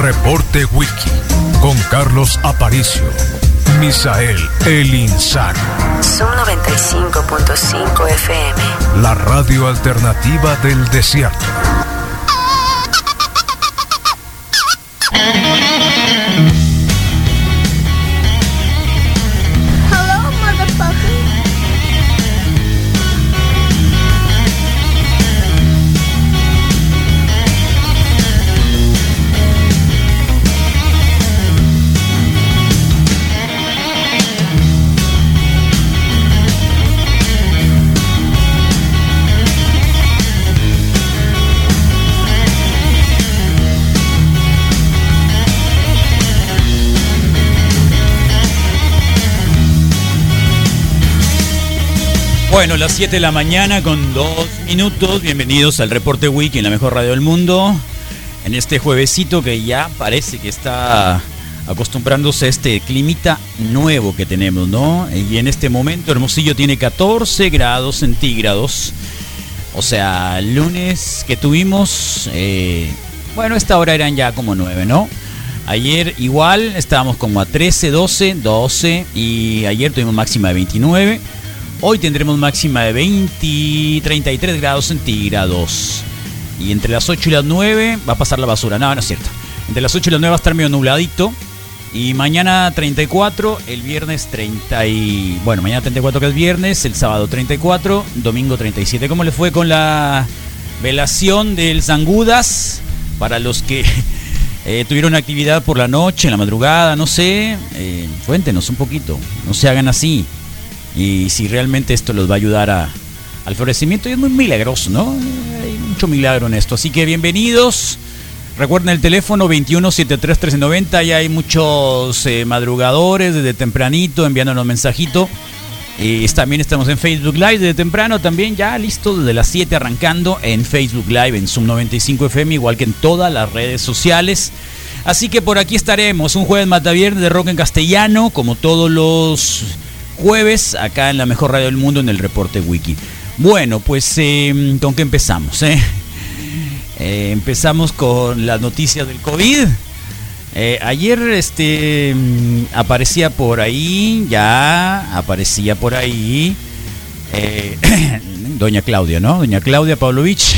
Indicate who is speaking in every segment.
Speaker 1: Reporte Wiki con Carlos Aparicio. Misael El Insano.
Speaker 2: Son 95.5 FM.
Speaker 1: La radio alternativa del desierto.
Speaker 3: Hello, motherfucker.
Speaker 4: Bueno, las 7 de la mañana con 2 minutos. Bienvenidos al Reporte Wiki en la mejor radio del mundo. En este juevesito que ya parece que está acostumbrándose a este climita nuevo que tenemos, ¿no? Y en este momento Hermosillo tiene 14 grados centígrados. O sea, el lunes que tuvimos, eh, bueno, esta hora eran ya como 9, ¿no? Ayer igual estábamos como a 13, 12, 12 y ayer tuvimos máxima de 29. Hoy tendremos máxima de 20, 33 grados centígrados. Y entre las 8 y las 9 va a pasar la basura. No, no es cierto. Entre las 8 y las 9 va a estar medio nubladito. Y mañana 34, el viernes 30 y... Bueno, mañana 34 que es viernes, el sábado 34, domingo 37. ¿Cómo les fue con la velación del Zangudas? Para los que eh, tuvieron actividad por la noche, en la madrugada, no sé. eh, cuéntenos un poquito. No se hagan así y si realmente esto los va a ayudar a- al florecimiento. Y es muy milagroso, ¿no? Eh, Hay mucho milagro en esto. Así que bienvenidos. Recuerden el teléfono 21-73-1390. Ya hay muchos eh, madrugadores desde tempranito enviándonos mensajito. Eh, es- también estamos en Facebook Live desde temprano, también ya listo desde las 7 arrancando en Facebook Live, en Zoom 95 FM, igual que en todas las redes sociales. Así que por aquí estaremos, un jueves mataviernes de rock en castellano, como todos los jueves, acá en la mejor radio del mundo, en el reporte wiki. Bueno, pues eh, con qué empezamos, eh? Eh, empezamos con las noticias del COVID. Eh, ayer este mm, aparecía por ahí, ya aparecía por ahí eh, doña Claudia, ¿no? Doña Claudia Pavlovich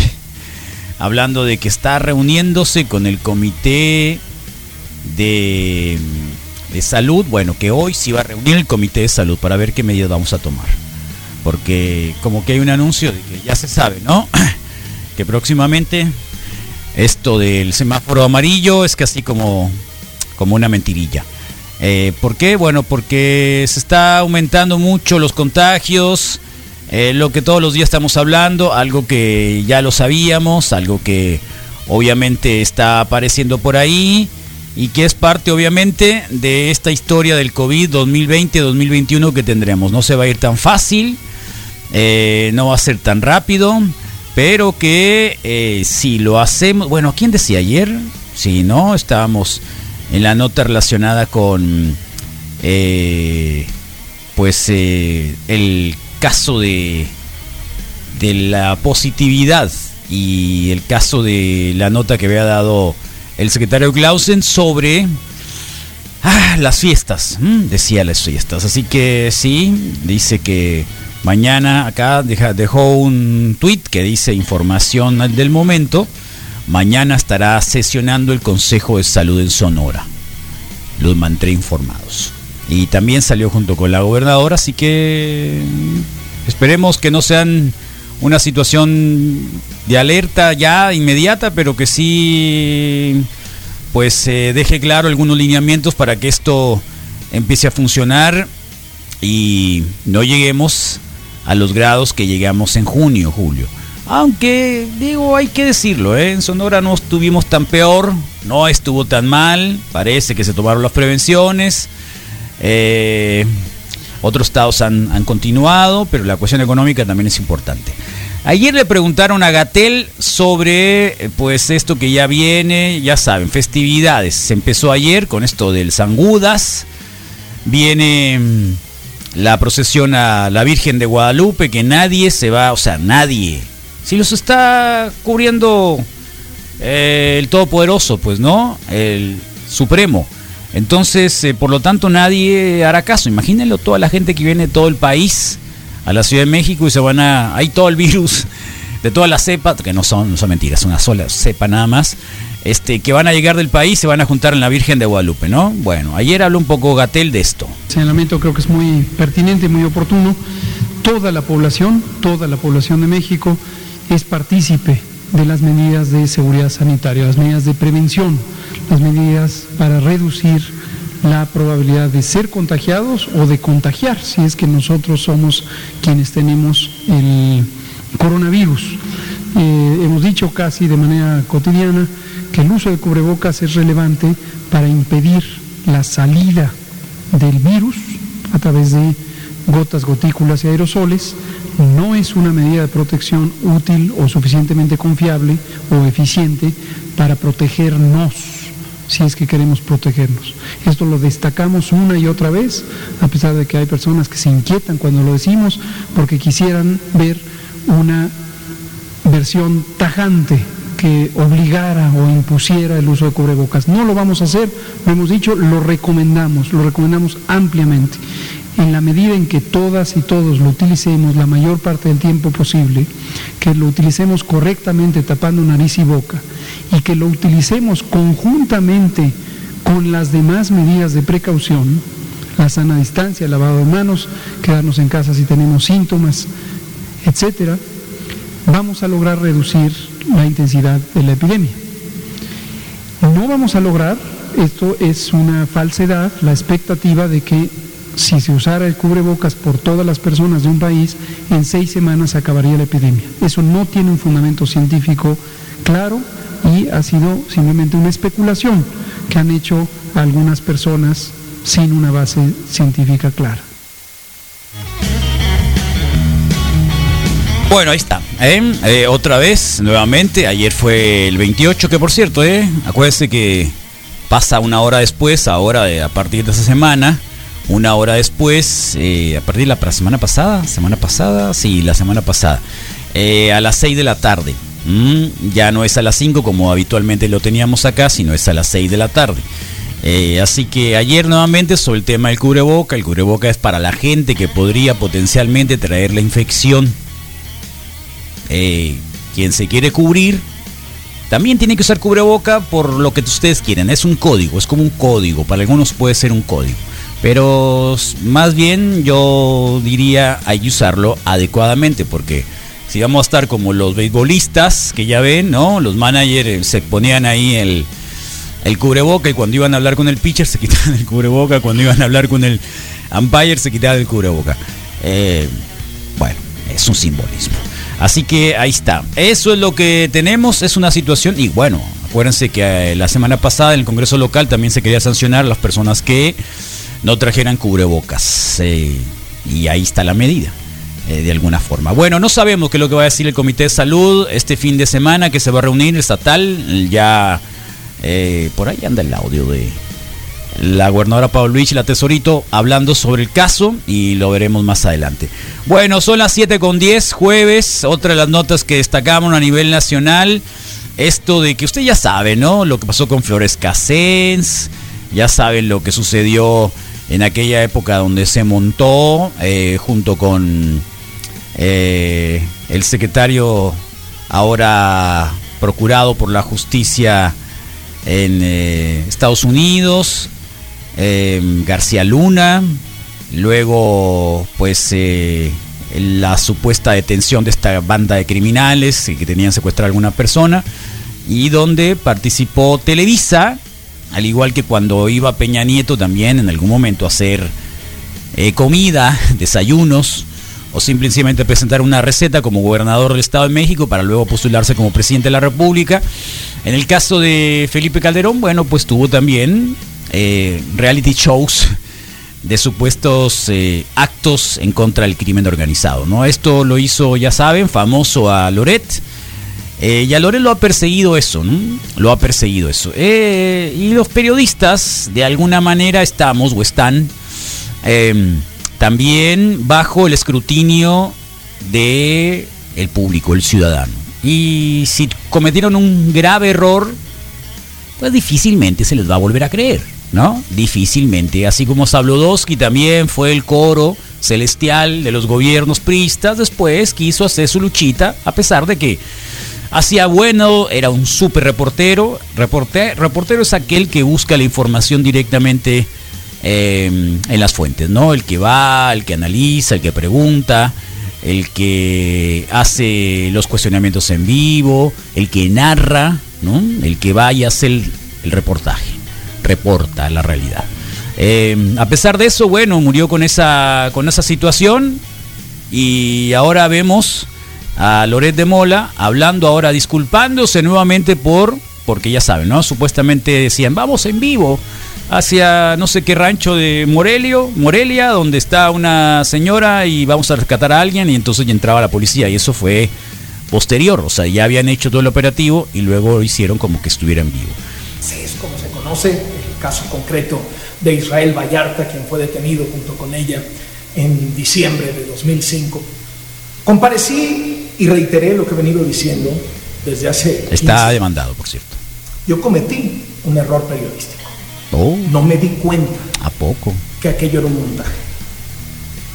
Speaker 4: hablando de que está reuniéndose con el comité de, mm, de salud, bueno, que hoy se va a reunir el comité de salud para ver qué medidas vamos a tomar. Porque como que hay un anuncio de que ya se sabe, ¿no? Que próximamente esto del semáforo amarillo es casi como, como una mentirilla. Eh, ¿Por qué? Bueno, porque se está aumentando mucho los contagios, eh, lo que todos los días estamos hablando, algo que ya lo sabíamos, algo que obviamente está apareciendo por ahí y que es parte obviamente de esta historia del COVID 2020-2021 que tendremos. No se va a ir tan fácil, eh, no va a ser tan rápido, pero que eh, si lo hacemos, bueno, ¿quién decía ayer? Si no, estábamos en la nota relacionada con, eh, pues, eh, el caso de, de la positividad y el caso de la nota que había dado el secretario Clausen sobre Ah, las fiestas, mm, decía las fiestas. Así que sí, dice que mañana acá deja- dejó un tuit que dice información al- del momento. Mañana estará sesionando el Consejo de Salud en Sonora. Los mantré informados. Y también salió junto con la gobernadora, así que mm, esperemos que no sean una situación de alerta ya inmediata, pero que sí pues eh, deje claro algunos lineamientos para que esto empiece a funcionar y no lleguemos a los grados que llegamos en junio, julio. Aunque, digo, hay que decirlo, ¿eh? en Sonora no estuvimos tan peor, no estuvo tan mal, parece que se tomaron las prevenciones. Eh, otros estados han, han continuado, pero la cuestión económica también es importante. Ayer le preguntaron a Gatel sobre eh, pues esto que ya viene, ya saben, festividades. Se empezó ayer con esto del Sangudas. Viene mm, la procesión a la Virgen de Guadalupe, que nadie se va, o sea, nadie. Si los está cubriendo eh, el Todopoderoso, pues, ¿no? El Supremo. Entonces, eh, por lo tanto, nadie hará caso. Imagínenlo toda la gente que viene de todo el país a la Ciudad de México y se van a. Hay todo el virus de todas las cepas, que no son, no son mentiras, una sola cepa nada más, este, que van a llegar del país y se van a juntar en la Virgen de Guadalupe, ¿no? Bueno, ayer habló un poco Gatel de esto.
Speaker 5: señalamiento creo que es muy pertinente, muy oportuno. Toda la población, toda la población de México es partícipe de las medidas de seguridad sanitaria, las medidas de prevención, las medidas para reducir la probabilidad de ser contagiados o de contagiar, si es que nosotros somos quienes tenemos el coronavirus. Eh, hemos dicho casi de manera cotidiana que el uso de cubrebocas es relevante para impedir la salida del virus a través de gotas, gotículas y aerosoles no es una medida de protección útil o suficientemente confiable o eficiente para protegernos, si es que queremos protegernos. Esto lo destacamos una y otra vez, a pesar de que hay personas que se inquietan cuando lo decimos porque quisieran ver una versión tajante que obligara o impusiera el uso de cubrebocas. No lo vamos a hacer, lo hemos dicho, lo recomendamos, lo recomendamos ampliamente. En la medida en que todas y todos lo utilicemos la mayor parte del tiempo posible, que lo utilicemos correctamente tapando nariz y boca y que lo utilicemos conjuntamente con las demás medidas de precaución, la sana distancia, el lavado de manos, quedarnos en casa si tenemos síntomas, etcétera, vamos a lograr reducir la intensidad de la epidemia. No vamos a lograr, esto es una falsedad, la expectativa de que si se usara el cubrebocas por todas las personas de un país, en seis semanas se acabaría la epidemia. Eso no tiene un fundamento científico claro y ha sido simplemente una especulación que han hecho algunas personas sin una base científica clara.
Speaker 4: Bueno, ahí está. ¿eh? Eh, otra vez, nuevamente, ayer fue el 28, que por cierto, ¿eh? acuérdense que pasa una hora después, ahora de- a partir de esa semana, una hora después, eh, a partir de la pra- semana pasada, semana pasada, sí, la semana pasada, eh, a las 6 de la tarde. Mm, ya no es a las 5 como habitualmente lo teníamos acá, sino es a las 6 de la tarde. Eh, así que ayer nuevamente sobre el tema del cubreboca, el cubreboca es para la gente que podría potencialmente traer la infección eh, quien se quiere cubrir también tiene que usar cubreboca por lo que ustedes quieren. Es un código, es como un código. Para algunos puede ser un código. Pero s- más bien yo diría hay que usarlo adecuadamente porque si vamos a estar como los beisbolistas que ya ven, ¿no? Los managers eh, se ponían ahí el, el cubreboca y cuando iban a hablar con el pitcher se quitaban el cubreboca, cuando iban a hablar con el umpire se quitaban el cubreboca. Eh, bueno, es un simbolismo. Así que ahí está. Eso es lo que tenemos, es una situación y bueno, acuérdense que eh, la semana pasada en el Congreso local también se quería sancionar a las personas que no trajeran cubrebocas. eh, y ahí está la medida. eh, de alguna forma. Bueno, no sabemos qué es lo que va a decir el Comité de Salud este fin de semana que se va a reunir estatal. Ya eh, por ahí anda el audio de, la gobernadora Pablo Luis y la tesorito hablando sobre el caso y lo veremos más adelante. Bueno, son las 7 con 10, jueves, otra de las notas que destacamos a nivel nacional, esto de que usted ya sabe, ¿no? Lo que pasó con Flores Casens, ya saben lo que sucedió en aquella época donde se montó eh, junto con eh, el secretario ahora procurado por la justicia en eh, Estados Unidos, eh, García Luna, luego pues eh, la supuesta detención de esta banda de criminales eh, que tenían secuestrada a alguna persona y donde participó Televisa, al igual que cuando iba Peña Nieto también en algún momento a hacer eh, comida, desayunos o simplemente presentar una receta como gobernador del Estado de México para luego postularse como presidente de la República. En el caso de Felipe Calderón, bueno, pues tuvo también eh, reality shows de supuestos eh, actos en contra del crimen organizado. ¿no? Esto lo hizo, ya saben, famoso a Loret. Eh, y a Loret lo ha perseguido eso, ¿no? Lo ha perseguido eso. Eh, y los periodistas, de alguna manera, estamos o están eh, también bajo el escrutinio de el público, el ciudadano. Y si cometieron un grave error, pues difícilmente se les va a volver a creer, ¿no? Difícilmente. Así como Sabludowski también fue el coro celestial de los gobiernos priistas, después quiso hacer su luchita, a pesar de que hacía bueno, era un súper reportero. Reporte, reportero es aquel que busca la información directamente eh, en las fuentes, ¿no? El que va, el que analiza, el que pregunta, el que hace los cuestionamientos en vivo, el que narra, ¿no? El que va y hace el, el reportaje, reporta la realidad. Eh, a pesar de eso, bueno, murió con esa, con esa situación y ahora vemos a Loret de Mola, hablando ahora, disculpándose nuevamente por, porque ya saben, ¿no? Supuestamente decían, vamos en vivo hacia no sé qué rancho de Morelio, Morelia, donde está una señora y vamos a rescatar a alguien y entonces ya entraba la policía y eso fue posterior, o sea, ya habían hecho todo el operativo y luego hicieron como que estuviera en vivo.
Speaker 6: Es como se conoce el caso concreto de Israel Vallarta, quien fue detenido junto con ella en diciembre de 2005. Comparecí y reiteré lo que he venido diciendo desde hace.
Speaker 4: Está 15. demandado, por cierto.
Speaker 6: Yo cometí un error periodístico. Oh. No me di cuenta.
Speaker 4: ¿A poco?
Speaker 6: Que aquello era un montaje.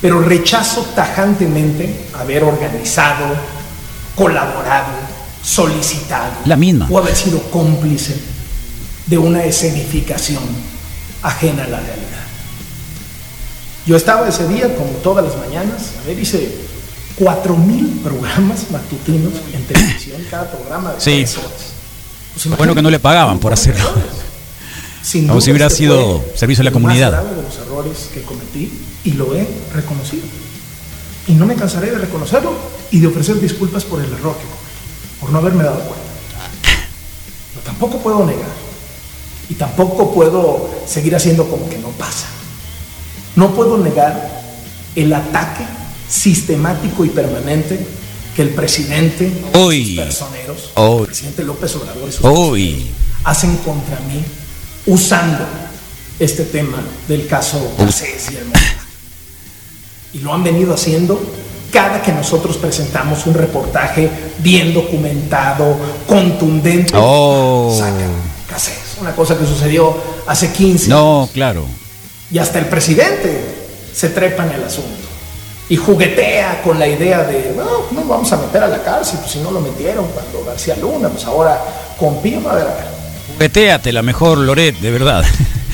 Speaker 6: Pero rechazo tajantemente haber organizado, colaborado, solicitado.
Speaker 4: La misma.
Speaker 6: O haber sido cómplice de una escenificación ajena a la realidad. Yo estaba ese día, como todas las mañanas, a ver, hice 4.000 programas matutinos en televisión, cada programa de
Speaker 4: sí. Pues bueno que no le pagaban por hacerlo.
Speaker 6: Sin
Speaker 4: Como si hubiera este sido servicio a la comunidad. Más
Speaker 6: de los errores que cometí y lo he reconocido. Y no me cansaré de reconocerlo y de ofrecer disculpas por el error que cometí, por no haberme dado cuenta. Pero tampoco puedo negar y tampoco puedo seguir haciendo como que no pasa. No puedo negar el ataque sistemático y permanente que el presidente
Speaker 4: hoy,
Speaker 6: sus personeros,
Speaker 4: hoy,
Speaker 6: el presidente López Obrador y sus
Speaker 4: hoy,
Speaker 6: hacen contra mí usando este tema del caso Garcés y el montaje. Y lo han venido haciendo cada que nosotros presentamos un reportaje bien documentado, contundente,
Speaker 4: oh.
Speaker 6: sacan Garcés, una cosa que sucedió hace 15
Speaker 4: No, años. claro.
Speaker 6: Y hasta el presidente se trepa en el asunto y juguetea con la idea de, no, no vamos a meter a la cárcel, pues si no lo metieron cuando García Luna, pues ahora confío, a ver, a ver.
Speaker 4: Jugueteate, la mejor Loret, de verdad.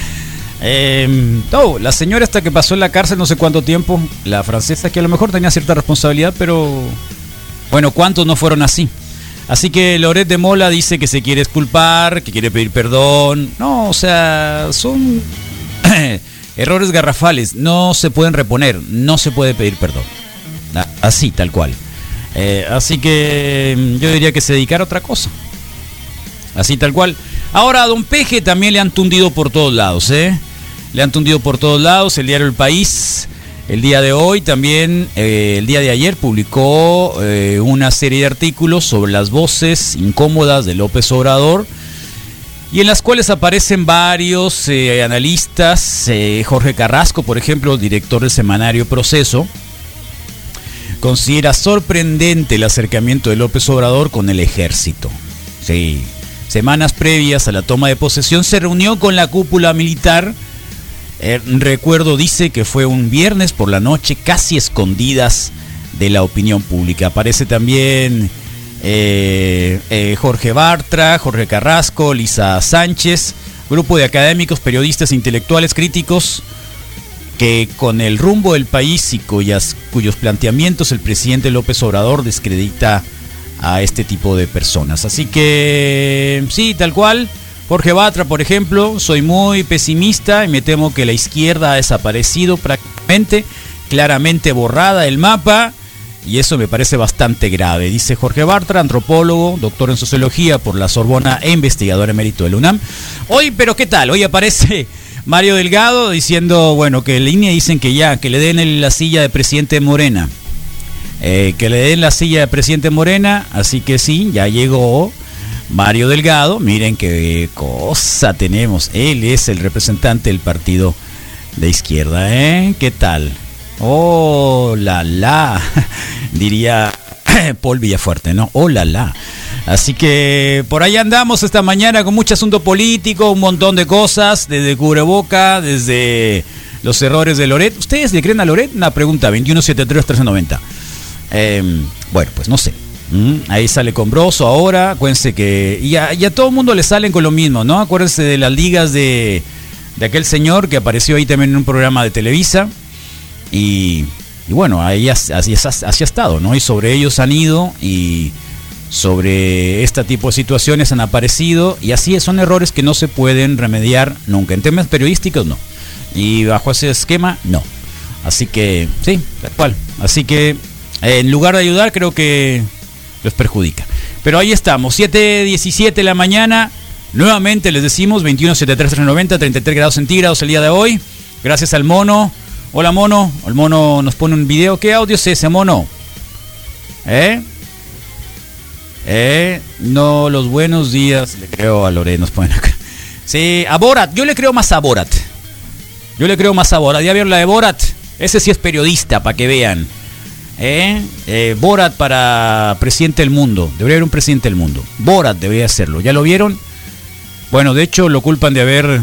Speaker 4: eh, no, la señora hasta que pasó en la cárcel no sé cuánto tiempo, la francesa, que a lo mejor tenía cierta responsabilidad, pero bueno, ¿cuántos no fueron así? Así que Loret de Mola dice que se quiere exculpar, que quiere pedir perdón. No, o sea, son... Errores garrafales no se pueden reponer, no se puede pedir perdón. Ah, Así, tal cual. Eh, así que em, yo diría que se dedicar a otra cosa. Así, tal cual. Ahora a Don Peje también le han tundido por todos lados, ¿eh? Le han tundido por todos lados. El diario El País, el día de hoy, también eh, el día de ayer, publicó eh, una serie de artículos sobre las voces incómodas de López Obrador y en las cuales aparecen varios eh, analistas, eh, Jorge Carrasco, por ejemplo, director del semanario Proceso, considera sorprendente el acercamiento de López Obrador con el ejército. Sí. Semanas previas a la toma de posesión se reunió con la cúpula militar. Eh, recuerdo dice que fue un viernes por la noche, casi escondidas de la opinión pública. Aparece también eh, eh, Jorge Bartra, Jorge Carrasco, Lisa Sánchez, grupo de académicos, periodistas, intelectuales, críticos, que con el rumbo del país y cuyas, cuyos planteamientos el presidente López Obrador descredita a este tipo de personas. Así que, sí, tal cual. Jorge Bartra, por ejemplo, soy muy pesimista y me temo que la izquierda ha desaparecido prácticamente claramente borrada del mapa y eso me parece bastante grave, dice Jorge Bartra, antropólogo, doctor en sociología por la Sorbona e investigador emérito del UNAM. Hoy, pero ¿qué tal? Hoy aparece Mario Delgado diciendo, bueno, que en línea dicen que ya, que le den el- la silla de presidente de Morena. Eh, que le den la silla de presidente Morena, así que sí, ya llegó Mario Delgado. Miren qué cosa tenemos. Él es el representante del partido de izquierda, ¿eh? ¿Qué tal? Oh, la la, diría Paul Villafuerte, ¿no? Oh, la la. Así que por ahí andamos esta mañana con mucho asunto político, un montón de cosas, desde cubreboca, desde los errores de Loret. ¿Ustedes le creen a Loret? Una pregunta, 2173-1390. Eh, bueno, pues no sé. Mm, Ahí sale con Broso ahora. Acuérdense que. Y a, y a todo mundo le salen con lo mismo, ¿no? Acuérdense de las ligas de, de aquel señor que apareció ahí también en un programa de Televisa. Y, y bueno, ahí as- así, es- así ha estado, ¿no? Y sobre ellos han ido y sobre este tipo de situaciones han aparecido. Y así es, son errores que no se pueden remediar nunca. En temas periodísticos, no. Y bajo ese esquema, no. Así que, sí, tal cual. Así que, eh, en lugar de ayudar, creo que los perjudica. Pero ahí estamos, 7.17 de la mañana. Nuevamente les decimos 21 73 390, 33 grados centígrados el día de hoy. Gracias al mono. Hola mono. El mono nos pone un video. ¿Qué audio es ese mono? ¿Eh? ¿Eh? No, los buenos días le creo a Lore, nos ponen acá. Sí, a Borat. Yo le creo más a Borat. Yo le creo más a Borat. Ya vieron la de Borat. Ese sí es periodista, para que vean. ¿Eh? Eh, Borat para presidente del mundo. Debería haber un presidente del mundo. Borat debería hacerlo. ¿Ya lo vieron? Bueno, de hecho lo culpan de haber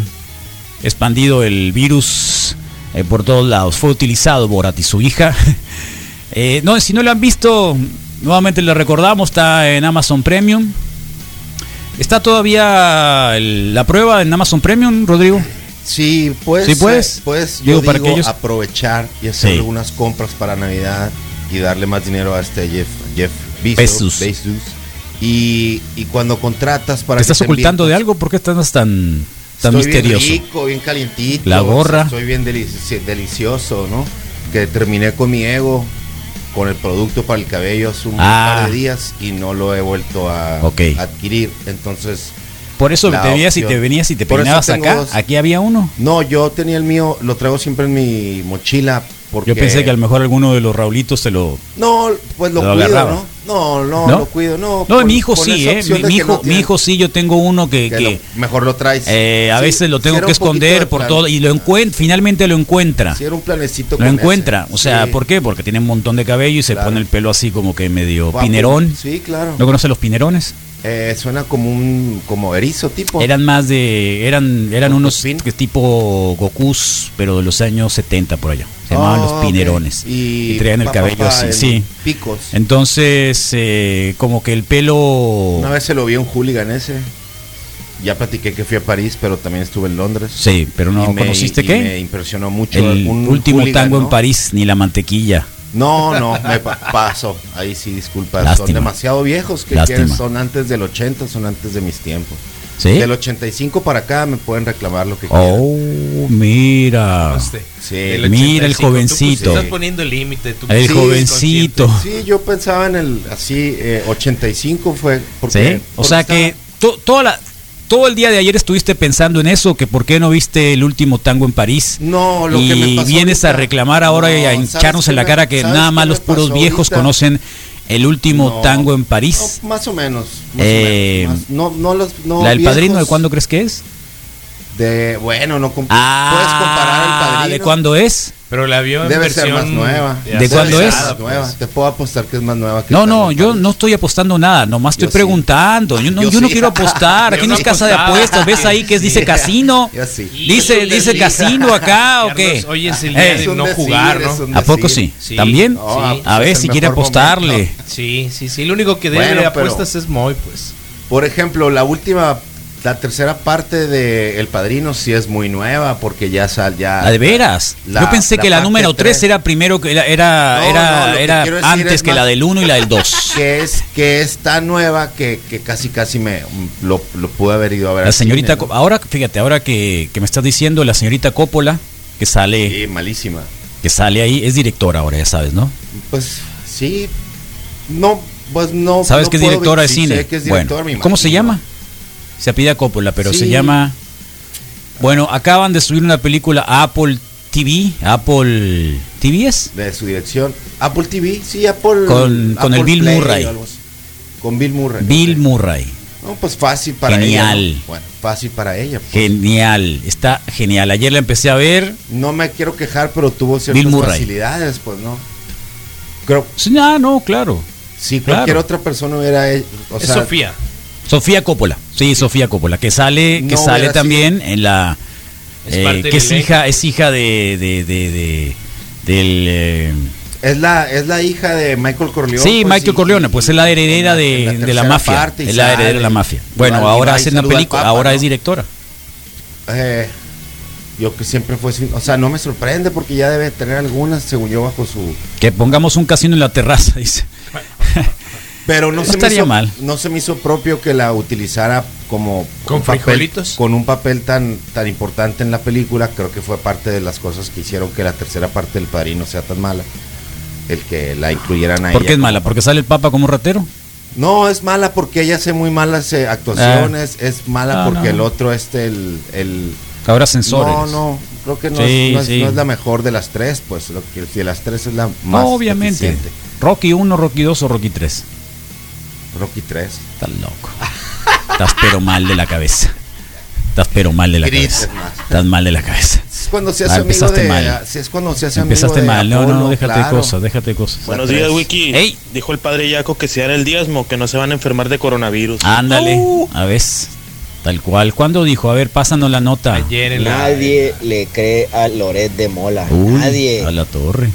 Speaker 4: expandido el virus eh, por todos lados. Fue utilizado Borat y su hija. Eh, no, si no lo han visto, nuevamente le recordamos, está en Amazon Premium. ¿Está todavía el- la prueba en Amazon Premium, Rodrigo?
Speaker 7: Sí, pues,
Speaker 4: Sí, pues.
Speaker 7: eh, pues,
Speaker 4: Digo,
Speaker 7: yo
Speaker 4: para
Speaker 7: digo
Speaker 4: que ellos-
Speaker 7: aprovechar y hacer
Speaker 4: Sí.
Speaker 7: algunas compras para Navidad y darle más dinero a este Jeff, Jeff
Speaker 4: Bezos.
Speaker 7: Bezos. Bezos. Y, y cuando contratas para...
Speaker 4: ¿Te
Speaker 7: que
Speaker 4: estás
Speaker 7: te envíen
Speaker 4: ocultando de
Speaker 7: cosas-
Speaker 4: algo? ¿Por qué estás tan, tan
Speaker 7: Estoy
Speaker 4: misterioso?
Speaker 7: Bien rico, bien calientito.
Speaker 4: La gorra.
Speaker 7: Estoy bien delici- delicioso, ¿no? Que terminé con mi ego, con el producto para el cabello hace un
Speaker 4: Ah.
Speaker 7: par de días y no lo he vuelto a
Speaker 4: Ok.
Speaker 7: adquirir. Entonces,
Speaker 4: Por eso
Speaker 7: La
Speaker 4: te veías y
Speaker 7: opción.
Speaker 4: te venías y te
Speaker 7: Por eso
Speaker 4: peinabas
Speaker 7: tengo
Speaker 4: acá.
Speaker 7: dos.
Speaker 4: Aquí había uno.
Speaker 7: no, yo tenía el mío, lo traigo siempre en mi mochila. Porque
Speaker 4: Yo pensé que a lo mejor alguno de los Raulitos se lo.
Speaker 7: No, pues lo,
Speaker 4: Lo
Speaker 7: cuido,
Speaker 4: agarraba.
Speaker 7: ¿no? ¿no? No,
Speaker 4: ¿No?
Speaker 7: lo cuido, no.
Speaker 4: No,
Speaker 7: con-
Speaker 4: mi hijo
Speaker 7: con
Speaker 4: sí,
Speaker 7: esa
Speaker 4: ¿eh?
Speaker 7: opción
Speaker 4: Mi,
Speaker 7: de
Speaker 4: mi
Speaker 7: que
Speaker 4: hijo,
Speaker 7: no
Speaker 4: mi
Speaker 7: tiene-
Speaker 4: hijo sí, yo tengo uno que.
Speaker 7: que
Speaker 4: que,
Speaker 7: lo- mejor lo traes.
Speaker 4: eh, a
Speaker 7: Sí,
Speaker 4: veces lo
Speaker 7: sí
Speaker 4: tengo
Speaker 7: era
Speaker 4: que
Speaker 7: un poquito de
Speaker 4: esconder por
Speaker 7: plan.
Speaker 4: todo y lo encuent finalmente lo encuentra.
Speaker 7: Sí, era un planecito.
Speaker 4: Lo
Speaker 7: con
Speaker 4: encuentra.
Speaker 7: ese.
Speaker 4: O sea,
Speaker 7: Sí.
Speaker 4: ¿por qué? Porque tiene un montón de cabello y se
Speaker 7: Claro.
Speaker 4: pone el pelo así como que medio
Speaker 7: Guapo.
Speaker 4: pinerón.
Speaker 7: Sí, claro.
Speaker 4: ¿No conoce los pinerones?
Speaker 7: Eh, suena como un como erizo tipo.
Speaker 4: Eran más de. Eran eran
Speaker 7: ¿Con
Speaker 4: unos
Speaker 7: pin?
Speaker 4: que tipo Gokus, pero de los años 70 por allá. Se llamaban
Speaker 7: Ah,
Speaker 4: los
Speaker 7: ok.
Speaker 4: pinerones.
Speaker 7: Y
Speaker 4: Y, traían el
Speaker 7: pa, pa,
Speaker 4: cabello
Speaker 7: pa,
Speaker 4: así,
Speaker 7: en
Speaker 4: sí.
Speaker 7: picos.
Speaker 4: Entonces, eh, como que el pelo.
Speaker 7: Una vez se lo vi a un hooligan ese. Ya platiqué que fui a París, pero también estuve en Londres.
Speaker 4: Sí, pero no
Speaker 7: Y me-
Speaker 4: conociste
Speaker 7: y
Speaker 4: qué?
Speaker 7: Me impresionó mucho.
Speaker 4: el
Speaker 7: un
Speaker 4: último
Speaker 7: hooligan,
Speaker 4: tango en
Speaker 7: ¿no?
Speaker 4: París, ni la mantequilla.
Speaker 7: No, no, me pa- paso. Ahí sí, disculpa. Son
Speaker 4: Lástima.
Speaker 7: demasiado viejos. que
Speaker 4: Lástima.
Speaker 7: quieren? Son antes del 80, son antes de mis tiempos.
Speaker 4: ¿Sí?
Speaker 7: Del 85 para acá me pueden reclamar lo que quieran.
Speaker 4: Oh, mira.
Speaker 7: Sí.
Speaker 4: el Mira el jovencito.
Speaker 6: Tú estás poniendo el límite. tú
Speaker 4: El
Speaker 6: pusiste
Speaker 4: jovencito.
Speaker 7: Sí, yo pensaba en el así, eh, 85 fue. Porque,
Speaker 4: ¿Sí? O sea
Speaker 7: porque
Speaker 4: que to- toda la- todo el día de ayer estuviste pensando en eso, que por qué no viste el último tango en París.
Speaker 7: No, lo
Speaker 4: y
Speaker 7: que me pasó
Speaker 4: vienes a
Speaker 7: ahorita-
Speaker 4: reclamar ahora y
Speaker 7: No,
Speaker 4: a
Speaker 7: ¿sabes
Speaker 4: hincharnos
Speaker 7: qué
Speaker 4: en la
Speaker 7: me-
Speaker 4: cara que
Speaker 7: sabes
Speaker 4: nada
Speaker 7: qué
Speaker 4: más
Speaker 7: me
Speaker 4: los puros
Speaker 7: pasó
Speaker 4: viejos
Speaker 7: ahorita?
Speaker 4: conocen el último
Speaker 7: No.
Speaker 4: tango en París.
Speaker 7: No, más o menos. más
Speaker 4: Eh,
Speaker 7: o menos, más- no, no los. No
Speaker 4: ¿La del
Speaker 7: viejos,
Speaker 4: padrino de cuándo crees que es?
Speaker 7: De, bueno, no comp- puedes comparar
Speaker 4: Ah,
Speaker 7: el padrino.
Speaker 4: ¿de cuándo es?
Speaker 6: Pero la vio en
Speaker 7: Debe
Speaker 6: versión pues.
Speaker 7: ser más nueva.
Speaker 4: ¿De cuándo es?
Speaker 7: Más nueva. Te puedo apostar que es más nueva que
Speaker 4: No,
Speaker 7: el
Speaker 4: no,
Speaker 7: Tango en
Speaker 4: yo
Speaker 7: París.
Speaker 4: no estoy apostando nada, nomás
Speaker 7: Yo
Speaker 4: estoy
Speaker 7: sí.
Speaker 4: preguntando. Yo no, yo
Speaker 7: Yo
Speaker 4: no
Speaker 7: sí.
Speaker 4: quiero apostar,
Speaker 6: Yo
Speaker 4: aquí
Speaker 6: no
Speaker 4: no es casa de
Speaker 6: apostaba.
Speaker 4: apuestas, ves ahí que es- dice
Speaker 7: Sí.
Speaker 4: casino.
Speaker 7: Yo sí.
Speaker 4: Dice, dice casino acá o qué.
Speaker 6: Carlos, hoy es el día
Speaker 4: Ah, Eh,
Speaker 6: de
Speaker 7: Es un
Speaker 6: no
Speaker 7: decir,
Speaker 6: jugar,
Speaker 7: es un
Speaker 6: ¿no?
Speaker 4: ¿A poco sí?
Speaker 7: decir.
Speaker 6: Sí.
Speaker 4: ¿También?
Speaker 7: No, ah,
Speaker 6: Sí.
Speaker 7: pues
Speaker 4: A ver
Speaker 7: es
Speaker 4: si
Speaker 7: el
Speaker 4: quiere
Speaker 7: mejor
Speaker 4: apostarle.
Speaker 7: momento.
Speaker 6: Sí, sí, sí. Lo único que debe
Speaker 7: Bueno,
Speaker 6: de
Speaker 7: pero-
Speaker 6: apuestas es Moy, pues.
Speaker 7: Por ejemplo, la última, la tercera parte de El Padrino sí es muy nueva porque ya sal, ya.
Speaker 4: Ah, ¿De veras?
Speaker 7: la-
Speaker 4: Yo pensé
Speaker 7: la
Speaker 4: que la
Speaker 7: parte
Speaker 4: número 3
Speaker 7: tres.
Speaker 4: era primero que era, era,
Speaker 7: No,
Speaker 4: era,
Speaker 7: no, lo que
Speaker 4: era
Speaker 7: quiero decir
Speaker 4: antes
Speaker 7: es
Speaker 4: que la
Speaker 7: más-
Speaker 4: del 1 y la del 2.
Speaker 7: Que es, que es tan nueva que, que casi casi me lo, lo pude haber ido a ver.
Speaker 4: La
Speaker 7: al
Speaker 4: señorita
Speaker 7: cine,
Speaker 4: Co-
Speaker 7: ¿no?
Speaker 4: ahora fíjate, ahora que, que me estás diciendo la señorita Coppola que sale
Speaker 7: Sí, malísima.
Speaker 4: que sale ahí, es directora ahora, ya sabes, ¿no?
Speaker 7: Pues sí. No, pues no.
Speaker 4: ¿Sabes
Speaker 7: no
Speaker 4: que es
Speaker 7: puedo-
Speaker 4: directora de
Speaker 7: sí,
Speaker 4: cine?
Speaker 7: sé que es directora,
Speaker 4: bueno,
Speaker 7: me
Speaker 4: ¿Cómo se
Speaker 7: imagino.
Speaker 4: llama? Se apida Coppola, pero se
Speaker 7: Sí.
Speaker 4: llama. Bueno, acaban de subir una película a Apple TV. Apple TV es.
Speaker 7: De su dirección. Apple TV, sí, Apple.
Speaker 4: Con- con el
Speaker 7: Apple
Speaker 4: Bill Murray.
Speaker 7: o algo así. Con Bill Murray.
Speaker 4: Bill
Speaker 7: ok.
Speaker 4: Murray.
Speaker 7: No, pues fácil para
Speaker 4: Genial.
Speaker 7: ella. ¿no? Bueno, fácil para ella. pues.
Speaker 4: Genial, está genial. Ayer la empecé a ver.
Speaker 7: No me quiero quejar, pero tuvo
Speaker 4: Bill
Speaker 7: ciertas
Speaker 4: Murray.
Speaker 7: facilidades, pues no. Creo,
Speaker 4: Sí, Ah, no, claro.
Speaker 7: si
Speaker 4: Claro.
Speaker 7: cualquier otra persona hubiera. he- O
Speaker 6: es
Speaker 7: sea,
Speaker 6: Sofía.
Speaker 4: Sofía Coppola. Sí, Sofía Coppola, que sale, que
Speaker 7: No
Speaker 4: sale
Speaker 7: hubiera
Speaker 4: también en la
Speaker 6: Es
Speaker 4: eh,
Speaker 6: parte
Speaker 4: que
Speaker 6: del
Speaker 4: es
Speaker 6: elenco.
Speaker 4: hija, es hija de, de, de- de- del eh,
Speaker 7: Es la, es la hija de Michael Corleone.
Speaker 4: sí,
Speaker 7: pues,
Speaker 4: Michael
Speaker 7: y-
Speaker 4: Corleone,
Speaker 7: y-
Speaker 4: pues es la heredera
Speaker 7: en
Speaker 4: de,
Speaker 7: en
Speaker 4: de la
Speaker 7: tercera
Speaker 4: mafia,
Speaker 7: parte y
Speaker 4: es la heredera de la
Speaker 7: sale.
Speaker 4: mafia. Bueno,
Speaker 7: Y va- y
Speaker 4: ahora
Speaker 7: va y
Speaker 4: hace una
Speaker 7: saluda al
Speaker 4: película,
Speaker 7: Papa,
Speaker 4: ahora
Speaker 7: ¿no?
Speaker 4: es directora.
Speaker 7: Eh, yo que siempre fue. sin- O sea, no me sorprende porque ya debe tener algunas, según yo, bajo su.
Speaker 4: Que pongamos un casino en la terraza, dice.
Speaker 7: Pero no,
Speaker 4: No
Speaker 7: se
Speaker 4: estaría
Speaker 7: me hizo,
Speaker 4: mal.
Speaker 7: No se me hizo propio que la utilizara como
Speaker 6: ¿Con
Speaker 7: un papel-
Speaker 6: frijolitos?
Speaker 7: con un papel tan tan importante en la película. Creo que fue parte de las cosas que hicieron que la tercera parte del Padrino sea tan mala. El que la incluyeran ahí.
Speaker 4: ¿Por qué es mala? Porque sale el Papa como un ratero.
Speaker 7: No, es mala porque ella hace muy malas eh, actuaciones. Es mala
Speaker 4: Ah,
Speaker 7: porque
Speaker 4: no.
Speaker 7: el otro este el, el
Speaker 4: Habrá sensores.
Speaker 7: no no creo que no,
Speaker 4: Sí,
Speaker 7: es, no es-
Speaker 4: sí.
Speaker 7: no es la mejor de las tres pues lo que de las tres es la más
Speaker 4: Obviamente.
Speaker 7: eficiente.
Speaker 4: Rocky 1, Rocky 2 o Rocky 3.
Speaker 7: Rocky 3
Speaker 4: Estás loco. Estás pero mal de la cabeza. Estás pero mal de la
Speaker 7: Grites
Speaker 4: cabeza.
Speaker 7: más.
Speaker 4: Estás mal de la cabeza.
Speaker 7: es cuando se
Speaker 4: Ah,
Speaker 7: hace amigo
Speaker 4: empezaste
Speaker 7: de
Speaker 4: mal.
Speaker 7: si es cuando se hace amigo
Speaker 4: Empezaste
Speaker 7: de
Speaker 4: mal. No, no,
Speaker 7: Apolo,
Speaker 4: déjate
Speaker 7: claro.
Speaker 4: cosas, déjate cosas.
Speaker 7: Bueno.
Speaker 8: Buenos
Speaker 7: tres.
Speaker 8: días, Wiki.
Speaker 4: Ey.
Speaker 8: Dijo el padre Yaco que se hará el diezmo, que no se van a enfermar de coronavirus.
Speaker 4: Ándale, a ver. Tal cual. ¿Cuándo dijo? A ver, pásanos la nota.
Speaker 6: Ayer en la-
Speaker 9: Nadie le cree a Loret de Mola.
Speaker 4: Uy,
Speaker 9: Nadie.
Speaker 4: a la torre.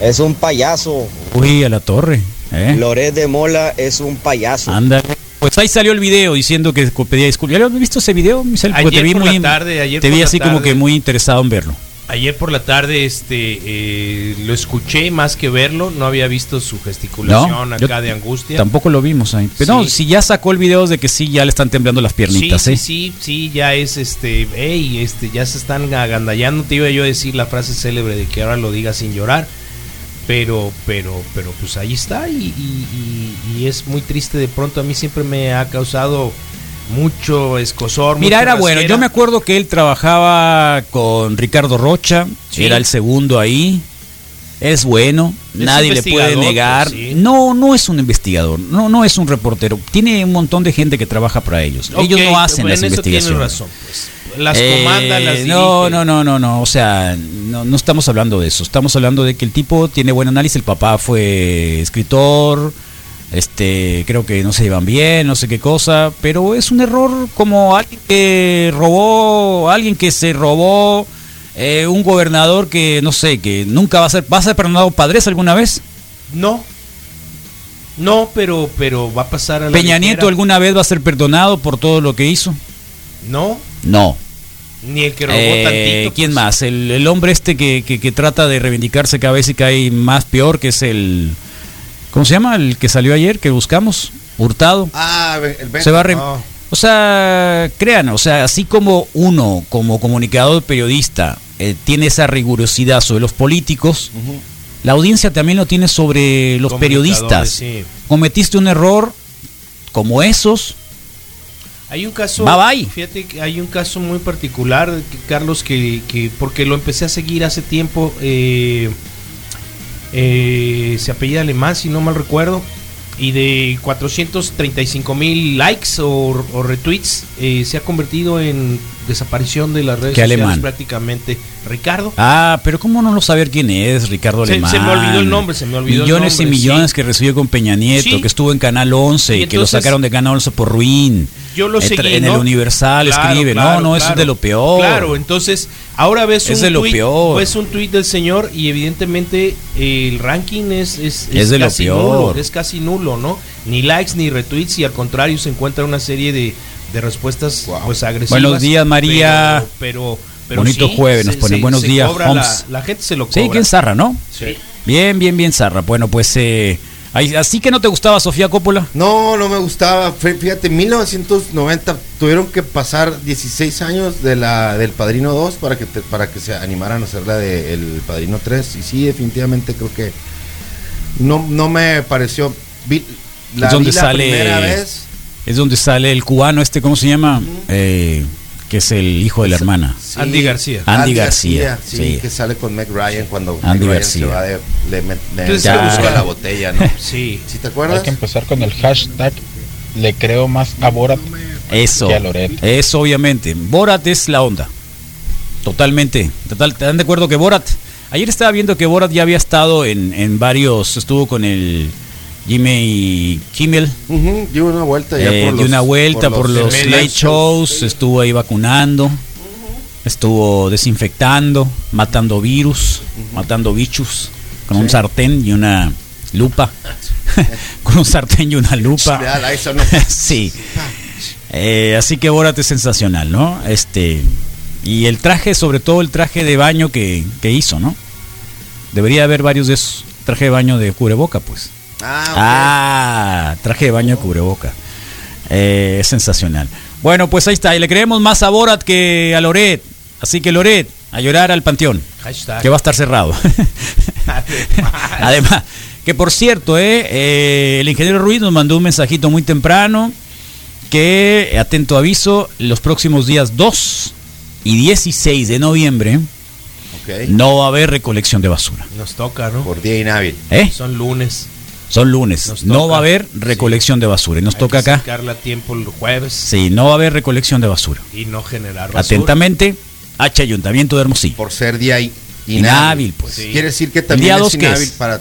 Speaker 9: Es un payaso.
Speaker 4: Uy, a la torre. ¿eh?
Speaker 9: Loret de Mola es un payaso.
Speaker 4: Ándale. Pues ahí salió el video diciendo que pedía disculpas. ¿Ya lo has visto ese video, Michel? Porque
Speaker 6: Ayer
Speaker 4: te vi
Speaker 6: por la
Speaker 4: muy-
Speaker 6: tarde, ayer
Speaker 4: te
Speaker 6: por
Speaker 4: vi
Speaker 6: la
Speaker 4: así como
Speaker 6: tarde.
Speaker 4: que muy interesado en verlo.
Speaker 6: Ayer por la tarde este eh, lo escuché más que verlo, no había visto su gesticulación
Speaker 4: No, yo
Speaker 6: acá de angustia.
Speaker 4: Tampoco lo vimos ahí. Pero no,
Speaker 6: Sí.
Speaker 4: si ya sacó el video de que sí, ya le están temblando las piernitas,
Speaker 6: sí,
Speaker 4: ¿eh?
Speaker 6: sí, sí, sí, ya es este, ey, este, ya se están agandallando. Te iba yo a decir la frase célebre de que ahora lo diga sin llorar. Pero, pero, pero, pues ahí está. Y, y- y- y es muy triste. De pronto a mí siempre me ha causado mucho escosor.
Speaker 4: Mira,
Speaker 6: mucha
Speaker 4: era bueno.
Speaker 6: rasquera.
Speaker 4: Yo me acuerdo que él trabajaba con Ricardo Rocha,
Speaker 6: Sí.
Speaker 4: era el segundo ahí. Es bueno,
Speaker 6: Es
Speaker 4: nadie le
Speaker 6: investigador,
Speaker 4: puede
Speaker 6: pues,
Speaker 4: negar.
Speaker 6: sí.
Speaker 4: No, no es un investigador, no, no es un reportero. Tiene un montón de gente que trabaja para ellos.
Speaker 6: Ok,
Speaker 4: ellos no hacen
Speaker 6: bueno,
Speaker 4: las
Speaker 6: en eso tienes
Speaker 4: investigaciones.
Speaker 6: razón, pues. Las
Speaker 4: Eh,
Speaker 6: comandan, las
Speaker 4: No,
Speaker 6: dirigen.
Speaker 4: no, no, no, no. O sea, no, no estamos hablando de eso. Estamos hablando de que el tipo tiene buen análisis. El papá fue escritor. Este, creo que no se llevan bien, no sé qué cosa. Pero es un error como alguien que robó, alguien que se robó. eh, un gobernador que no sé, que nunca va a ser, va a ser Fernando Padres alguna vez.
Speaker 6: No. No, pero, pero va a pasar a la
Speaker 4: Peña
Speaker 6: ligera.
Speaker 4: Nieto alguna vez va a ser perdonado por todo lo que hizo.
Speaker 6: No,
Speaker 4: No,
Speaker 6: ni el que robó
Speaker 4: Eh,
Speaker 6: tantito.
Speaker 4: ¿Quién
Speaker 6: pues.
Speaker 4: más? El, el hombre este que, que- que trata de reivindicarse cada vez y cae más peor, que es el... ¿Cómo se llama? El que salió ayer, que buscamos, Hurtado.
Speaker 7: ah el Ah, Ben-
Speaker 4: se va a re-
Speaker 7: no.
Speaker 4: O sea, crean, o sea, así como uno, como comunicador periodista, eh, tiene esa rigurosidad sobre los políticos, la audiencia también lo tiene sobre los
Speaker 6: Comunicadores,
Speaker 4: periodistas.
Speaker 6: sí.
Speaker 4: Cometiste un error como esos,
Speaker 6: Hay un caso.
Speaker 4: Bye, bye.
Speaker 6: Fíjate que hay un caso muy particular, que- Carlos, que, que- porque lo empecé a seguir hace tiempo. eh, eh, se apellida Alemán, si no mal recuerdo. Y de 435 mil likes o, o retweets, eh, se ha convertido en desaparición de las redes
Speaker 4: Qué
Speaker 6: sociales
Speaker 4: alemán.
Speaker 6: prácticamente. Ricardo.
Speaker 4: Ah, pero cómo no lo saber quién es Ricardo
Speaker 6: Se-
Speaker 4: Alemán.
Speaker 6: se me olvidó el nombre, se me olvidó el
Speaker 4: Millones
Speaker 6: nombre,
Speaker 4: y millones
Speaker 6: sí.
Speaker 4: que recibió con Peña Nieto,
Speaker 6: Sí.
Speaker 4: que estuvo en Canal 11, que
Speaker 6: Y
Speaker 4: lo
Speaker 6: entonces- Pues
Speaker 4: sacaron de Canal 11 por ruin.
Speaker 6: Yo lo
Speaker 4: Entra-
Speaker 6: seguí,
Speaker 4: En
Speaker 6: ¿no?
Speaker 4: el Universal
Speaker 6: Claro,
Speaker 4: escribe,
Speaker 6: claro,
Speaker 4: no, no, eso es
Speaker 6: claro.
Speaker 4: de lo peor.
Speaker 6: Claro, entonces ahora ves
Speaker 4: Es
Speaker 6: un
Speaker 4: de lo
Speaker 6: tuit-
Speaker 4: peor.
Speaker 6: ves un tuit del señor y evidentemente eh, el ranking es es,
Speaker 4: Es de lo
Speaker 6: casi
Speaker 4: peor.
Speaker 6: nulo, es casi nulo, ¿no? Ni likes ni retweets y al contrario se encuentra una serie de, de respuestas pues agresivas.
Speaker 4: Buenos días, María.
Speaker 6: Pero, pero, pero
Speaker 4: Bonito
Speaker 6: sí,
Speaker 4: jueves, nos
Speaker 6: se-
Speaker 4: ponen
Speaker 6: se-
Speaker 4: buenos
Speaker 6: se
Speaker 4: días,
Speaker 6: cobra la,
Speaker 4: Homs.
Speaker 6: la gente se lo cobra.
Speaker 4: Sí, quién zarra, ¿no?
Speaker 6: Sí.
Speaker 4: Bien, bien, bien zarra. Bueno, pues eh, Ay, Así que no te gustaba Sofía Coppola.
Speaker 7: No, no me gustaba. Fue- Fíjate, en 1990 tuvieron que pasar 16 años de la del Padrino 2 para que te- para que se animaran a hacer la del Padrino 3 y sí, definitivamente creo que no no me pareció vi- la,
Speaker 4: es donde
Speaker 7: vi la
Speaker 4: sale.
Speaker 7: primera vez
Speaker 4: Es donde sale el cubano, este, ¿cómo se llama? Eh, que es el hijo de la hermana.
Speaker 7: sí,
Speaker 6: Andy García.
Speaker 4: Andy García,
Speaker 7: sí,
Speaker 4: sí.
Speaker 7: que sale con Meg Ryan cuando Meg
Speaker 4: Andy
Speaker 7: Ryan
Speaker 4: García.
Speaker 7: se va de le, met- le
Speaker 6: Entonces,
Speaker 7: busca
Speaker 6: ya.
Speaker 7: la botella, ¿no?
Speaker 6: Sí.
Speaker 7: ¿Sí te acuerdas?
Speaker 10: Hay que empezar con el hashtag le creo más a Borat.
Speaker 4: Eso.
Speaker 10: Ya, Loret.
Speaker 4: Eso, obviamente. Borat es la onda. Totalmente. Total, ¿Están de acuerdo que Borat? Ayer estaba viendo que Borat ya había estado en, en varios. Estuvo con el Jimmy Kimmel.
Speaker 7: Ujú, dio una vuelta ya
Speaker 4: eh,
Speaker 7: por
Speaker 4: de
Speaker 7: los-
Speaker 4: una vuelta por los,
Speaker 7: medios.
Speaker 4: late shows. Estuvo ahí vacunando. Estuvo desinfectando. Matando virus. Matando bichos. Con un sartén y una lupa. con un sartén y una lupa.
Speaker 7: Ya, la hizo, no.
Speaker 4: sí. Eh, así que Borat es sensacional, ¿no? Este y el traje, sobre todo el traje de baño que, que hizo, ¿no? Debería haber varios de esos traje de baño de cubreboca, pues.
Speaker 7: Ah,
Speaker 4: Ah, traje de baño de cubreboca. Eh, es sensacional. Bueno, pues ahí está. Y le creemos más a Borat que a Loret. Así que Loret, a llorar al panteón.
Speaker 6: Hashtag.
Speaker 4: Que va a estar cerrado. Además, que por cierto, eh, eh, el ingeniero Ruiz nos mandó un mensajito muy temprano que, atento aviso, los próximos días 2 y 16 de noviembre
Speaker 7: ok.
Speaker 4: Ah, no va a haber recolección de basura.
Speaker 6: Nos toca, ¿no?
Speaker 7: Por día inhábil.
Speaker 4: ¿eh?
Speaker 6: Son lunes.
Speaker 4: Son lunes,
Speaker 6: Nos
Speaker 4: no
Speaker 6: toca.
Speaker 4: va a haber recolección de basura. Y nos
Speaker 6: Hay
Speaker 4: toca
Speaker 6: que
Speaker 4: acá.
Speaker 6: sacarla a tiempo el jueves
Speaker 4: Sí, no va a haber recolección de basura.
Speaker 6: y no generar basura.
Speaker 4: Atentamente, H Ayuntamiento de Hermosillo.
Speaker 7: por ser día i-
Speaker 4: Inhábil,
Speaker 7: inhábil.
Speaker 4: pues.
Speaker 6: Sí.
Speaker 7: Quiere decir que
Speaker 4: día
Speaker 7: también
Speaker 4: dos
Speaker 7: es
Speaker 4: qué
Speaker 7: inhábil
Speaker 4: es?
Speaker 7: para.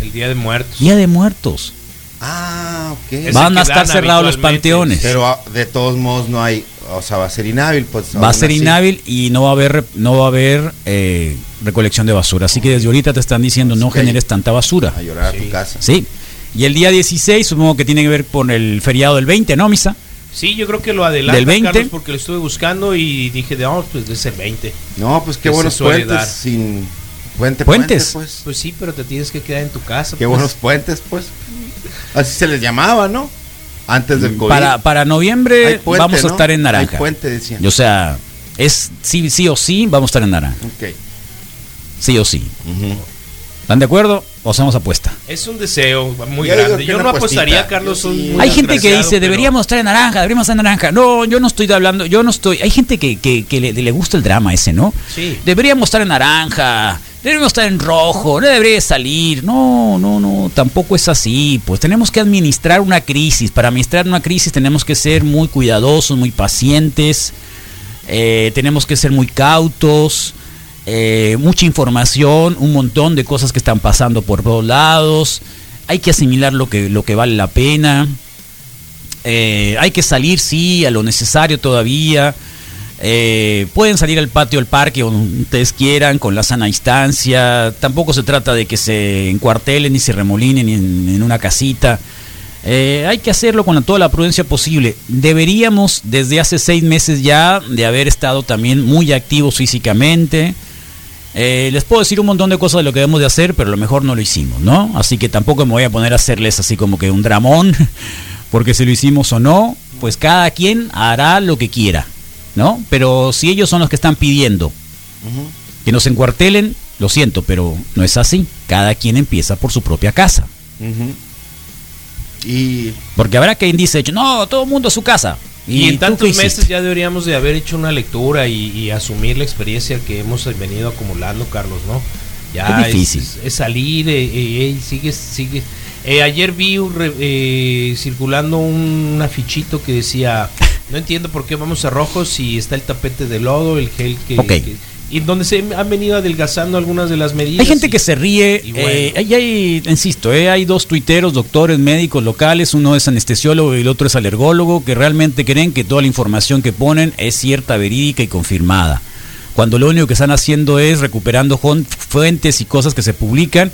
Speaker 6: El día de muertos.
Speaker 4: Día de Muertos.
Speaker 7: ah, ok.
Speaker 6: Ese
Speaker 4: Van a
Speaker 6: que
Speaker 4: estar
Speaker 6: dan
Speaker 4: cerrados los
Speaker 6: habitualmente.
Speaker 4: panteones.
Speaker 7: Pero ah, de todos modos no hay. O sea, va a ser inhábil, pues.
Speaker 4: va a
Speaker 7: aún
Speaker 4: ser
Speaker 7: así.
Speaker 4: inhábil y no va a haber rep- no va a haber eh, recolección de basura. Así que desde ahorita te están diciendo no
Speaker 7: Ok.
Speaker 4: generes tanta basura.
Speaker 7: A llorar a tu casa.
Speaker 4: Sí. Y el día 16 supongo que tiene que ver con el feriado del 20, ¿no, Misa?
Speaker 6: Sí, yo creo que lo adelanto,
Speaker 4: Del 20.
Speaker 6: Carlos, porque lo estuve buscando y dije, vamos, pues es el 20.
Speaker 7: No, pues qué
Speaker 6: Esa
Speaker 7: buenos
Speaker 6: soledad.
Speaker 7: puentes. Sin. Puente,
Speaker 4: Puentes.
Speaker 7: puente, pues.
Speaker 6: Pues sí, pero te tienes que quedar en tu casa.
Speaker 7: Qué
Speaker 6: pues.
Speaker 7: buenos puentes, pues. Así se les llamaba, ¿no? Antes del COVID.
Speaker 4: Para, para
Speaker 7: Hay
Speaker 4: noviembre
Speaker 7: puente,
Speaker 4: vamos a
Speaker 7: ¿no?
Speaker 4: estar en naranja.
Speaker 7: Hay puente, decían.
Speaker 4: O sea, es sí, sí o sí vamos a estar en naranja.
Speaker 7: Ok.
Speaker 4: Sí o sí.
Speaker 7: Ujú.
Speaker 4: ¿Están de acuerdo? O hacemos apuesta.
Speaker 6: Es un deseo muy
Speaker 7: Yo digo
Speaker 6: grande.
Speaker 7: que
Speaker 6: Yo
Speaker 7: una
Speaker 6: no apostaría,
Speaker 7: apuestita.
Speaker 6: Carlos.
Speaker 7: Yo
Speaker 6: un
Speaker 7: sí.
Speaker 6: muy
Speaker 4: Hay gente que
Speaker 6: desgraciado,
Speaker 4: dice,
Speaker 6: pero-
Speaker 4: deberíamos estar en naranja, deberíamos estar en naranja. No, yo no estoy hablando, yo no estoy. Hay gente que, que- que le, le gusta el drama ese, ¿no?
Speaker 6: Sí.
Speaker 4: Deberíamos estar en naranja, deberíamos estar en rojo, no debería salir. No, no, no, tampoco es así. Pues tenemos que administrar una crisis. Para administrar una crisis tenemos que ser muy cuidadosos, muy pacientes. Eh, tenemos que ser muy cautos, eh, mucha información, un montón de cosas que están pasando por todos lados, hay que asimilar lo que, lo que vale la pena, Eh, hay que salir, sí, a lo necesario todavía, Eh, pueden salir al patio, al parque, donde ustedes quieran, con la sana distancia, tampoco se trata de que se encuartelen ni se remolinen en, en una casita. Eh, hay que hacerlo con la- toda la prudencia posible. Deberíamos desde hace seis meses ya de haber estado también muy activos físicamente. Eh, les puedo decir un montón de cosas de lo que debemos de hacer, pero a lo mejor no lo hicimos, ¿no? Así que tampoco me voy a poner a hacerles así como que un dramón, porque si lo hicimos o no, pues cada quien hará lo que quiera, ¿no? Pero si ellos son los que están pidiendo que nos encuartelen, lo siento, pero no es así. Cada quien empieza por su propia casa.
Speaker 7: Ujú. Y.
Speaker 4: Porque habrá quien dice, no, todo el mundo a su casa.
Speaker 6: Y, en
Speaker 4: tú qué
Speaker 6: tantos
Speaker 4: hiciste?
Speaker 6: meses ya deberíamos de haber hecho una lectura y, y asumir la experiencia que hemos venido acumulando, Carlos, ¿no? Ya
Speaker 4: Es difícil.
Speaker 6: Es, es salir, eh, eh, eh, sigue, sigue. Eh, ayer vi un re- eh, circulando un afichito que decía, no entiendo por qué vamos a rojo si está el tapete de lodo, el gel que...
Speaker 4: Ok.
Speaker 6: que-". y donde se han venido adelgazando algunas de las medidas.
Speaker 4: Hay gente
Speaker 6: y-
Speaker 4: que se ríe.
Speaker 6: y bueno.
Speaker 4: eh, hay, hay- insisto, eh, hay dos tuiteros, doctores, médicos locales. Uno es anestesiólogo y el otro es alergólogo, que realmente creen que toda la información que ponen es cierta, verídica y confirmada. Cuando lo único que están haciendo es recuperando jon- fuentes y cosas que se publican.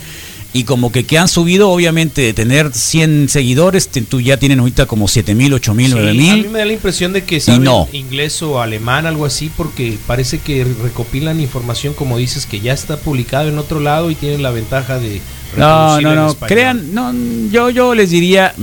Speaker 4: Y como que, que han subido, obviamente, de tener 100 seguidores, te- tú ya tienen ahorita como 7000, 8000,
Speaker 6: Sí, A mí
Speaker 4: 9000.
Speaker 6: me da la impresión de que saben
Speaker 4: no.
Speaker 6: inglés o alemán, algo así, porque parece que recopilan información, como dices, que ya está publicado en otro lado y tienen la ventaja de
Speaker 4: No,
Speaker 6: reproducir
Speaker 4: no,
Speaker 6: en
Speaker 4: no.
Speaker 6: español.
Speaker 4: Crean, no, yo, yo les diría,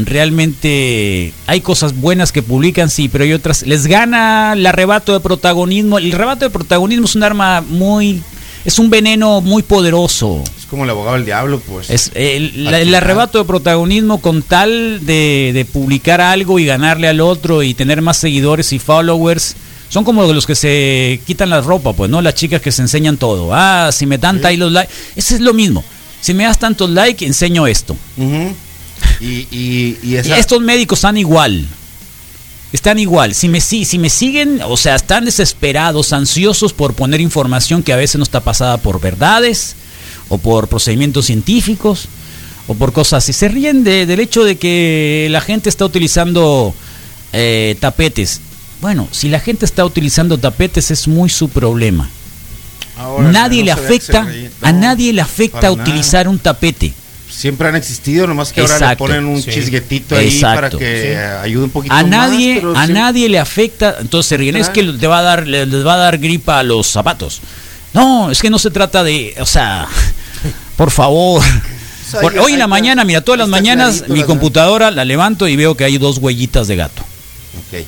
Speaker 4: realmente hay cosas buenas que publican, sí, pero hay otras. Les gana el arrebato de protagonismo. El arrebato de protagonismo es un arma muy. Es un veneno muy poderoso.
Speaker 7: Es como el abogado del diablo, pues.
Speaker 4: Es eh, el,
Speaker 7: Al
Speaker 4: la- el
Speaker 7: final.
Speaker 4: arrebato de protagonismo con tal de, de publicar algo y ganarle al otro y tener más seguidores y followers. Son como los que se quitan la ropa, pues, ¿no? Las chicas que se enseñan todo. Ah, si me dan tantos likes. Ese es lo mismo. Si me das tantos likes, enseño esto.
Speaker 7: Y, y, y esa-
Speaker 4: Y estos médicos están igual. Están igual. Si me, si, si me siguen, o sea, están desesperados, ansiosos por poner información que a veces no está pasada por verdades, o por procedimientos científicos, o por cosas así. Se ríen de- del hecho de que la gente está utilizando eh, tapetes. Bueno, si la gente está utilizando tapetes es muy su problema.
Speaker 7: Ahora,
Speaker 4: nadie
Speaker 7: no
Speaker 4: le
Speaker 7: sabía que se
Speaker 4: afecta,
Speaker 7: reía.
Speaker 4: a
Speaker 7: No,
Speaker 4: nadie le
Speaker 7: para
Speaker 4: afecta
Speaker 7: nada.
Speaker 4: utilizar un tapete.
Speaker 7: Siempre han existido, nomás que ahora le
Speaker 4: Exacto.
Speaker 7: ponen un
Speaker 4: Sí.
Speaker 7: chisguetito ahí para
Speaker 4: Exacto.
Speaker 7: que
Speaker 4: Sí.
Speaker 7: eh, ayude un poquito
Speaker 4: a
Speaker 7: más,
Speaker 4: nadie a
Speaker 7: pero siempre-
Speaker 4: nadie le afecta entonces se ríen, es que te va a dar le- les va a dar gripa a los zapatos no es que no se trata de o sea por favor
Speaker 11: sea,
Speaker 4: Por-
Speaker 11: ahí-
Speaker 4: hoy
Speaker 11: ahí
Speaker 4: en la
Speaker 11: está-
Speaker 4: mañana mira todas las
Speaker 11: está
Speaker 4: mañanas
Speaker 11: clarito,
Speaker 4: mi
Speaker 11: ¿verdad?
Speaker 4: computadora la levanto y veo que hay dos huellitas de gato
Speaker 7: Ok.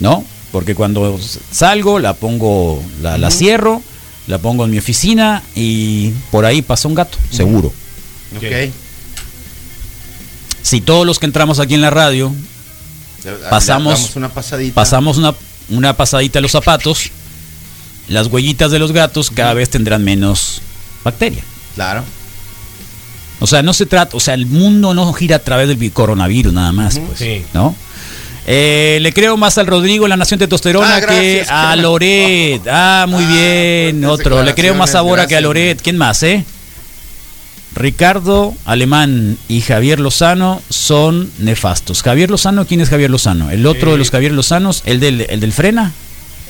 Speaker 4: no porque cuando s- salgo la pongo la, la
Speaker 7: Ujú.
Speaker 4: cierro la pongo en mi oficina y por ahí pasa un gato seguro
Speaker 7: Ok.
Speaker 4: si todos los que entramos aquí en la radio
Speaker 7: Le- le
Speaker 4: Pasamos-
Speaker 7: damos una pasadita.
Speaker 4: pasamos una, una pasadita a los zapatos, las huellitas de los gatos cada vez tendrán menos bacteria.
Speaker 7: Claro.
Speaker 4: O sea, no se trata, o sea, el mundo no gira a través del vi- coronavirus nada más,
Speaker 6: Ujú.
Speaker 4: pues,
Speaker 6: Sí.
Speaker 4: ¿no? Eh, le creo más al Rodrigo, la Nación Testosterona,
Speaker 6: Ah,
Speaker 4: que
Speaker 6: gracias,
Speaker 4: a
Speaker 6: qué bueno. pues,
Speaker 4: Loret. Ah, muy bien, otro. Le creo más a Bora que a
Speaker 6: declaraciones,
Speaker 4: Loret. ¿Quién más, eh? Ricardo Alemán y Javier Lozano son nefastos. Javier Lozano, ¿quién es Javier Lozano? El otro
Speaker 6: Eh,
Speaker 4: de los Javier Lozanos, el del, el del Frena.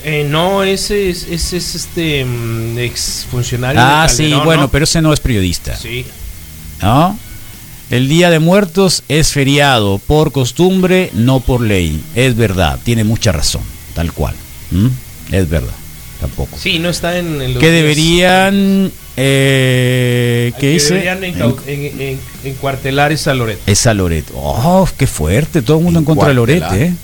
Speaker 6: Eh, no, ese es, ese es este mm, ex funcionario.
Speaker 4: Ah,
Speaker 6: de
Speaker 4: sí,
Speaker 6: Calderón,
Speaker 4: bueno,
Speaker 6: ¿no?
Speaker 4: pero ese no es periodista.
Speaker 6: Sí.
Speaker 4: ¿no? El Día de Muertos es feriado por costumbre, no por ley. Es verdad, tiene mucha razón, tal cual. ¿Mm? Es verdad, tampoco.
Speaker 6: Sí, no está en, en los
Speaker 4: Que
Speaker 6: días
Speaker 4: deberían... Eh,
Speaker 6: que
Speaker 4: ¿Qué hice?
Speaker 6: deberían encau- en- en- encuartelar esa Loret.
Speaker 4: Es a Loret. ¡Oh, qué fuerte! Todo el mundo en contra de Loret,
Speaker 7: Encuartelar.
Speaker 4: ¿eh?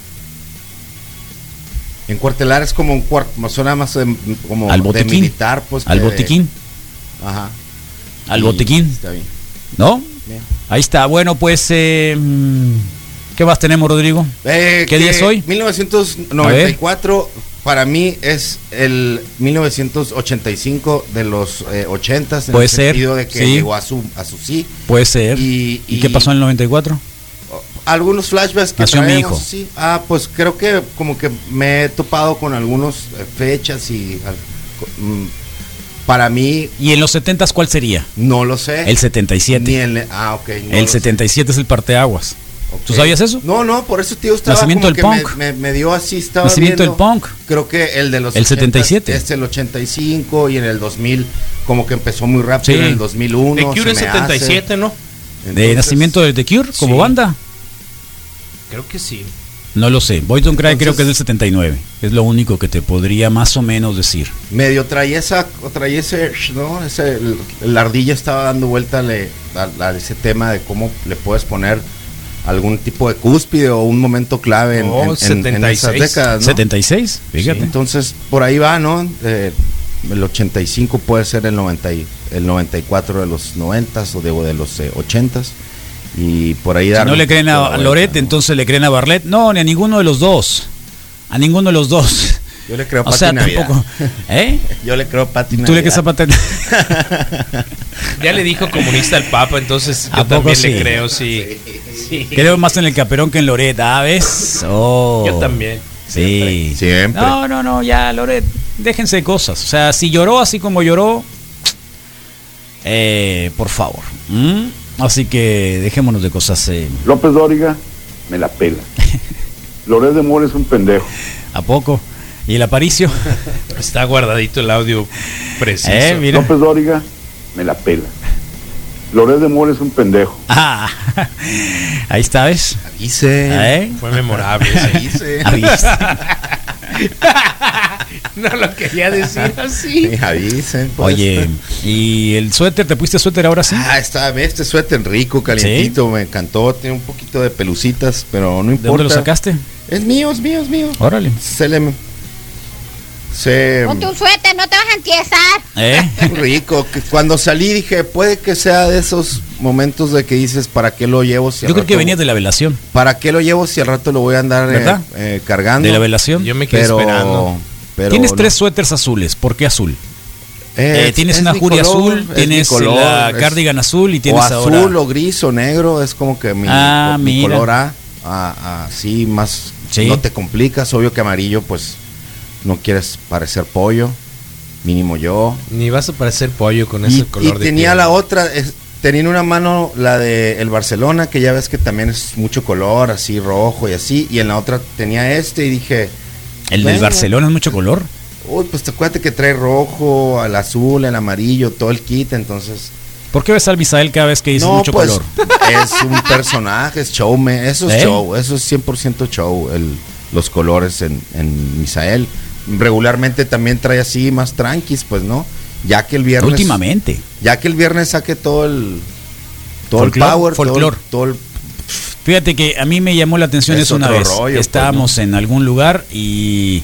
Speaker 7: En cuartelar es como un cuarto, suena más de- como
Speaker 4: Al
Speaker 7: de
Speaker 4: botiquín.
Speaker 7: militar, pues.
Speaker 4: Al
Speaker 7: que de-
Speaker 4: botiquín.
Speaker 7: Ajá.
Speaker 4: Al
Speaker 7: Y
Speaker 4: botiquín.
Speaker 7: Está bien.
Speaker 4: ¿No?
Speaker 7: Bien.
Speaker 4: Ahí está. Bueno, pues... eh, ¿Qué más tenemos, Rodrigo?
Speaker 7: Eh,
Speaker 4: ¿Qué
Speaker 7: que
Speaker 4: día es hoy?
Speaker 7: 1994 para mí es el 1985 de los eh, 80s en
Speaker 4: Puede
Speaker 7: el
Speaker 4: ser,
Speaker 7: sentido de que
Speaker 4: sí.
Speaker 7: llegó a su a su sí.
Speaker 4: Puede ser.
Speaker 7: Y-
Speaker 4: ¿Y
Speaker 7: y-
Speaker 4: qué pasó en el 94?
Speaker 7: Algunos flashbacks que
Speaker 4: Nació mi
Speaker 7: traemos,
Speaker 4: hijo.
Speaker 7: sí. Ah, pues creo que como que me he topado con algunas fechas y al- co- mm, para mí
Speaker 4: ¿Y en los 70 cuál sería?
Speaker 7: no lo sé.
Speaker 4: El 77.
Speaker 7: Ni el- ah, ok. no
Speaker 4: el
Speaker 7: lo sé.
Speaker 4: 77 es el parteaguas. ¿Tú
Speaker 7: Ok.
Speaker 4: sabías eso?
Speaker 7: No, no, por eso tío estaba
Speaker 4: Nacimiento
Speaker 7: como
Speaker 4: del
Speaker 7: que
Speaker 4: punk.
Speaker 7: Me, me- me dio así, estaba
Speaker 4: Nacimiento del
Speaker 7: viendo.
Speaker 4: punk.
Speaker 7: Creo que el de los
Speaker 4: El
Speaker 7: 80s
Speaker 4: 77.
Speaker 7: Es el 85 y en el 2000 como que empezó muy rápido
Speaker 4: Sí.
Speaker 7: en el 2001.
Speaker 6: The Cure es
Speaker 7: se me hace.
Speaker 6: 77, ¿no?
Speaker 4: ¿De
Speaker 7: Entonces,
Speaker 4: nacimiento de The Cure como
Speaker 6: Sí.
Speaker 4: banda?
Speaker 6: Creo que sí.
Speaker 4: No lo sé. Boyton Cry creo
Speaker 7: Entonces-
Speaker 4: que es del 79. Es lo único que te podría más o menos decir.
Speaker 7: Medio traía esa, traía ese, ¿no? Ese, el- la ardilla estaba dando vuelta le- a, a ese tema de cómo le puedes poner algún tipo de cúspide o un momento clave en,
Speaker 6: Oh,
Speaker 7: en- en- en
Speaker 6: 76.
Speaker 7: esas décadas, ¿no?
Speaker 4: 76, fíjate.
Speaker 7: Sí, entonces, por ahí va, ¿no? Eh, el 85 puede ser el, 90 y- el 94 de los 90s o de, o de los eh, 80s. Y por ahí
Speaker 4: Si
Speaker 7: darle
Speaker 4: no le
Speaker 7: un
Speaker 4: creen
Speaker 7: poquito
Speaker 4: a
Speaker 7: de
Speaker 4: Loret,
Speaker 7: vuelta, ¿no?
Speaker 4: entonces le creen a Barlet. No, ni a ninguno de los dos. A ninguno de los dos.
Speaker 7: Yo le creo a
Speaker 4: O
Speaker 7: Pati
Speaker 4: sea,
Speaker 7: Navidad.
Speaker 4: tampoco. ¿Eh?
Speaker 7: Yo le creo a Pati
Speaker 4: Tú le crees
Speaker 7: Navidad.
Speaker 4: a Pati-
Speaker 6: Ya le dijo comunista al Papa, entonces
Speaker 4: ¿A
Speaker 6: yo
Speaker 4: poco
Speaker 6: también
Speaker 4: sí?
Speaker 6: le creo, sí. Sí.
Speaker 4: Creo más en el caperón que en Loret, ¿ah, ves? Oh.
Speaker 6: Yo también.
Speaker 4: Sí.
Speaker 7: Siempre.
Speaker 4: No, no, no, ya, Loret, déjense de cosas. O sea, si lloró así como lloró, eh, por favor. ¿Mm? Así que dejémonos de cosas. eh.
Speaker 12: López Dóriga me la pela. Loret de Mora es un pendejo.
Speaker 4: ¿A poco? ¿Y el aparicio?
Speaker 6: Está guardadito el audio preciso.
Speaker 4: Eh, mira.
Speaker 12: López Dóriga me la pela. Loret de Mora es un pendejo.
Speaker 4: Ah, ahí está, ¿ves?
Speaker 7: Avisen.
Speaker 4: ¿Eh? Ah,
Speaker 6: Fue memorable. sí.
Speaker 7: Avisen.
Speaker 4: Avisen.
Speaker 6: no lo quería decir así.
Speaker 7: Me avisen. pues.
Speaker 4: Oye, ¿y el suéter? ¿Te pusiste suéter ahora sí?
Speaker 7: Ah, está, ve este suéter rico, calientito, me encantó. Tiene un poquito de pelucitas, pero no importa.
Speaker 4: ¿De dónde lo sacaste?
Speaker 7: Es mío, es mío, es mío.
Speaker 4: Órale.
Speaker 7: Se le.
Speaker 13: Em,
Speaker 7: Se.
Speaker 3: Ponte un suéter, no te vas a empiezar.
Speaker 4: ¿Eh?
Speaker 7: Rico. que Cuando salí dije, puede que sea de esos momentos de que dices, ¿para qué lo llevo si al
Speaker 4: Yo creo que
Speaker 7: rato-
Speaker 4: venías de la velación.
Speaker 7: ¿Para qué lo llevo si al rato lo voy a andar eh,
Speaker 4: ¿Verdad?
Speaker 7: eh, cargando?
Speaker 4: De la velación.
Speaker 6: Yo me quedé
Speaker 7: pero,
Speaker 6: esperando.
Speaker 7: pero
Speaker 4: tienes
Speaker 7: no.
Speaker 4: tres suéteres azules. ¿Por qué azul?
Speaker 7: Eh,
Speaker 4: Eh, tienes
Speaker 7: es
Speaker 4: una
Speaker 7: mi
Speaker 4: juria
Speaker 7: color, es
Speaker 4: azul,
Speaker 7: mi
Speaker 4: tienes
Speaker 7: color,
Speaker 4: la
Speaker 7: es-
Speaker 4: cardigan azul y
Speaker 7: o
Speaker 4: tienes
Speaker 7: azul
Speaker 4: ahora.
Speaker 7: o gris o negro es como que mi,
Speaker 4: Ah,
Speaker 7: mi
Speaker 4: mira.
Speaker 7: color A, a- a- sí, más
Speaker 4: Sí.
Speaker 7: no te complicas, obvio que amarillo pues no quieres parecer pollo, mínimo yo.
Speaker 6: Ni vas a parecer pollo con
Speaker 7: Y,
Speaker 6: ese color
Speaker 7: y
Speaker 6: de
Speaker 7: tenía
Speaker 6: piel.
Speaker 7: la otra, es- tenía en una mano la de el Barcelona que ya ves que también es mucho color, así rojo y así, y en la otra tenía este y dije,
Speaker 4: El del
Speaker 7: Bueno.
Speaker 4: Barcelona es mucho color.
Speaker 7: uy, pues te acuérdate que trae rojo, el azul, el amarillo, todo el kit, entonces
Speaker 4: ¿Por qué ves al Misael cada vez que dice mucho
Speaker 7: pues,
Speaker 4: color?
Speaker 7: Es un personaje, es showman, eso es
Speaker 4: ¿Eh?
Speaker 7: show, eso es 100% show, el- los colores en, en Misael. Regularmente también trae así más tranquis, pues no. Ya que el viernes.
Speaker 4: Últimamente.
Speaker 7: Ya que el viernes saque todo el. Todo el
Speaker 4: Folclor,
Speaker 7: power, todo el-
Speaker 4: folclor.
Speaker 7: todo el
Speaker 4: Fíjate que a mí me llamó la atención
Speaker 7: Es
Speaker 4: eso una
Speaker 7: otro
Speaker 4: vez.
Speaker 7: rollo, pues,
Speaker 4: Estábamos en algún lugar y,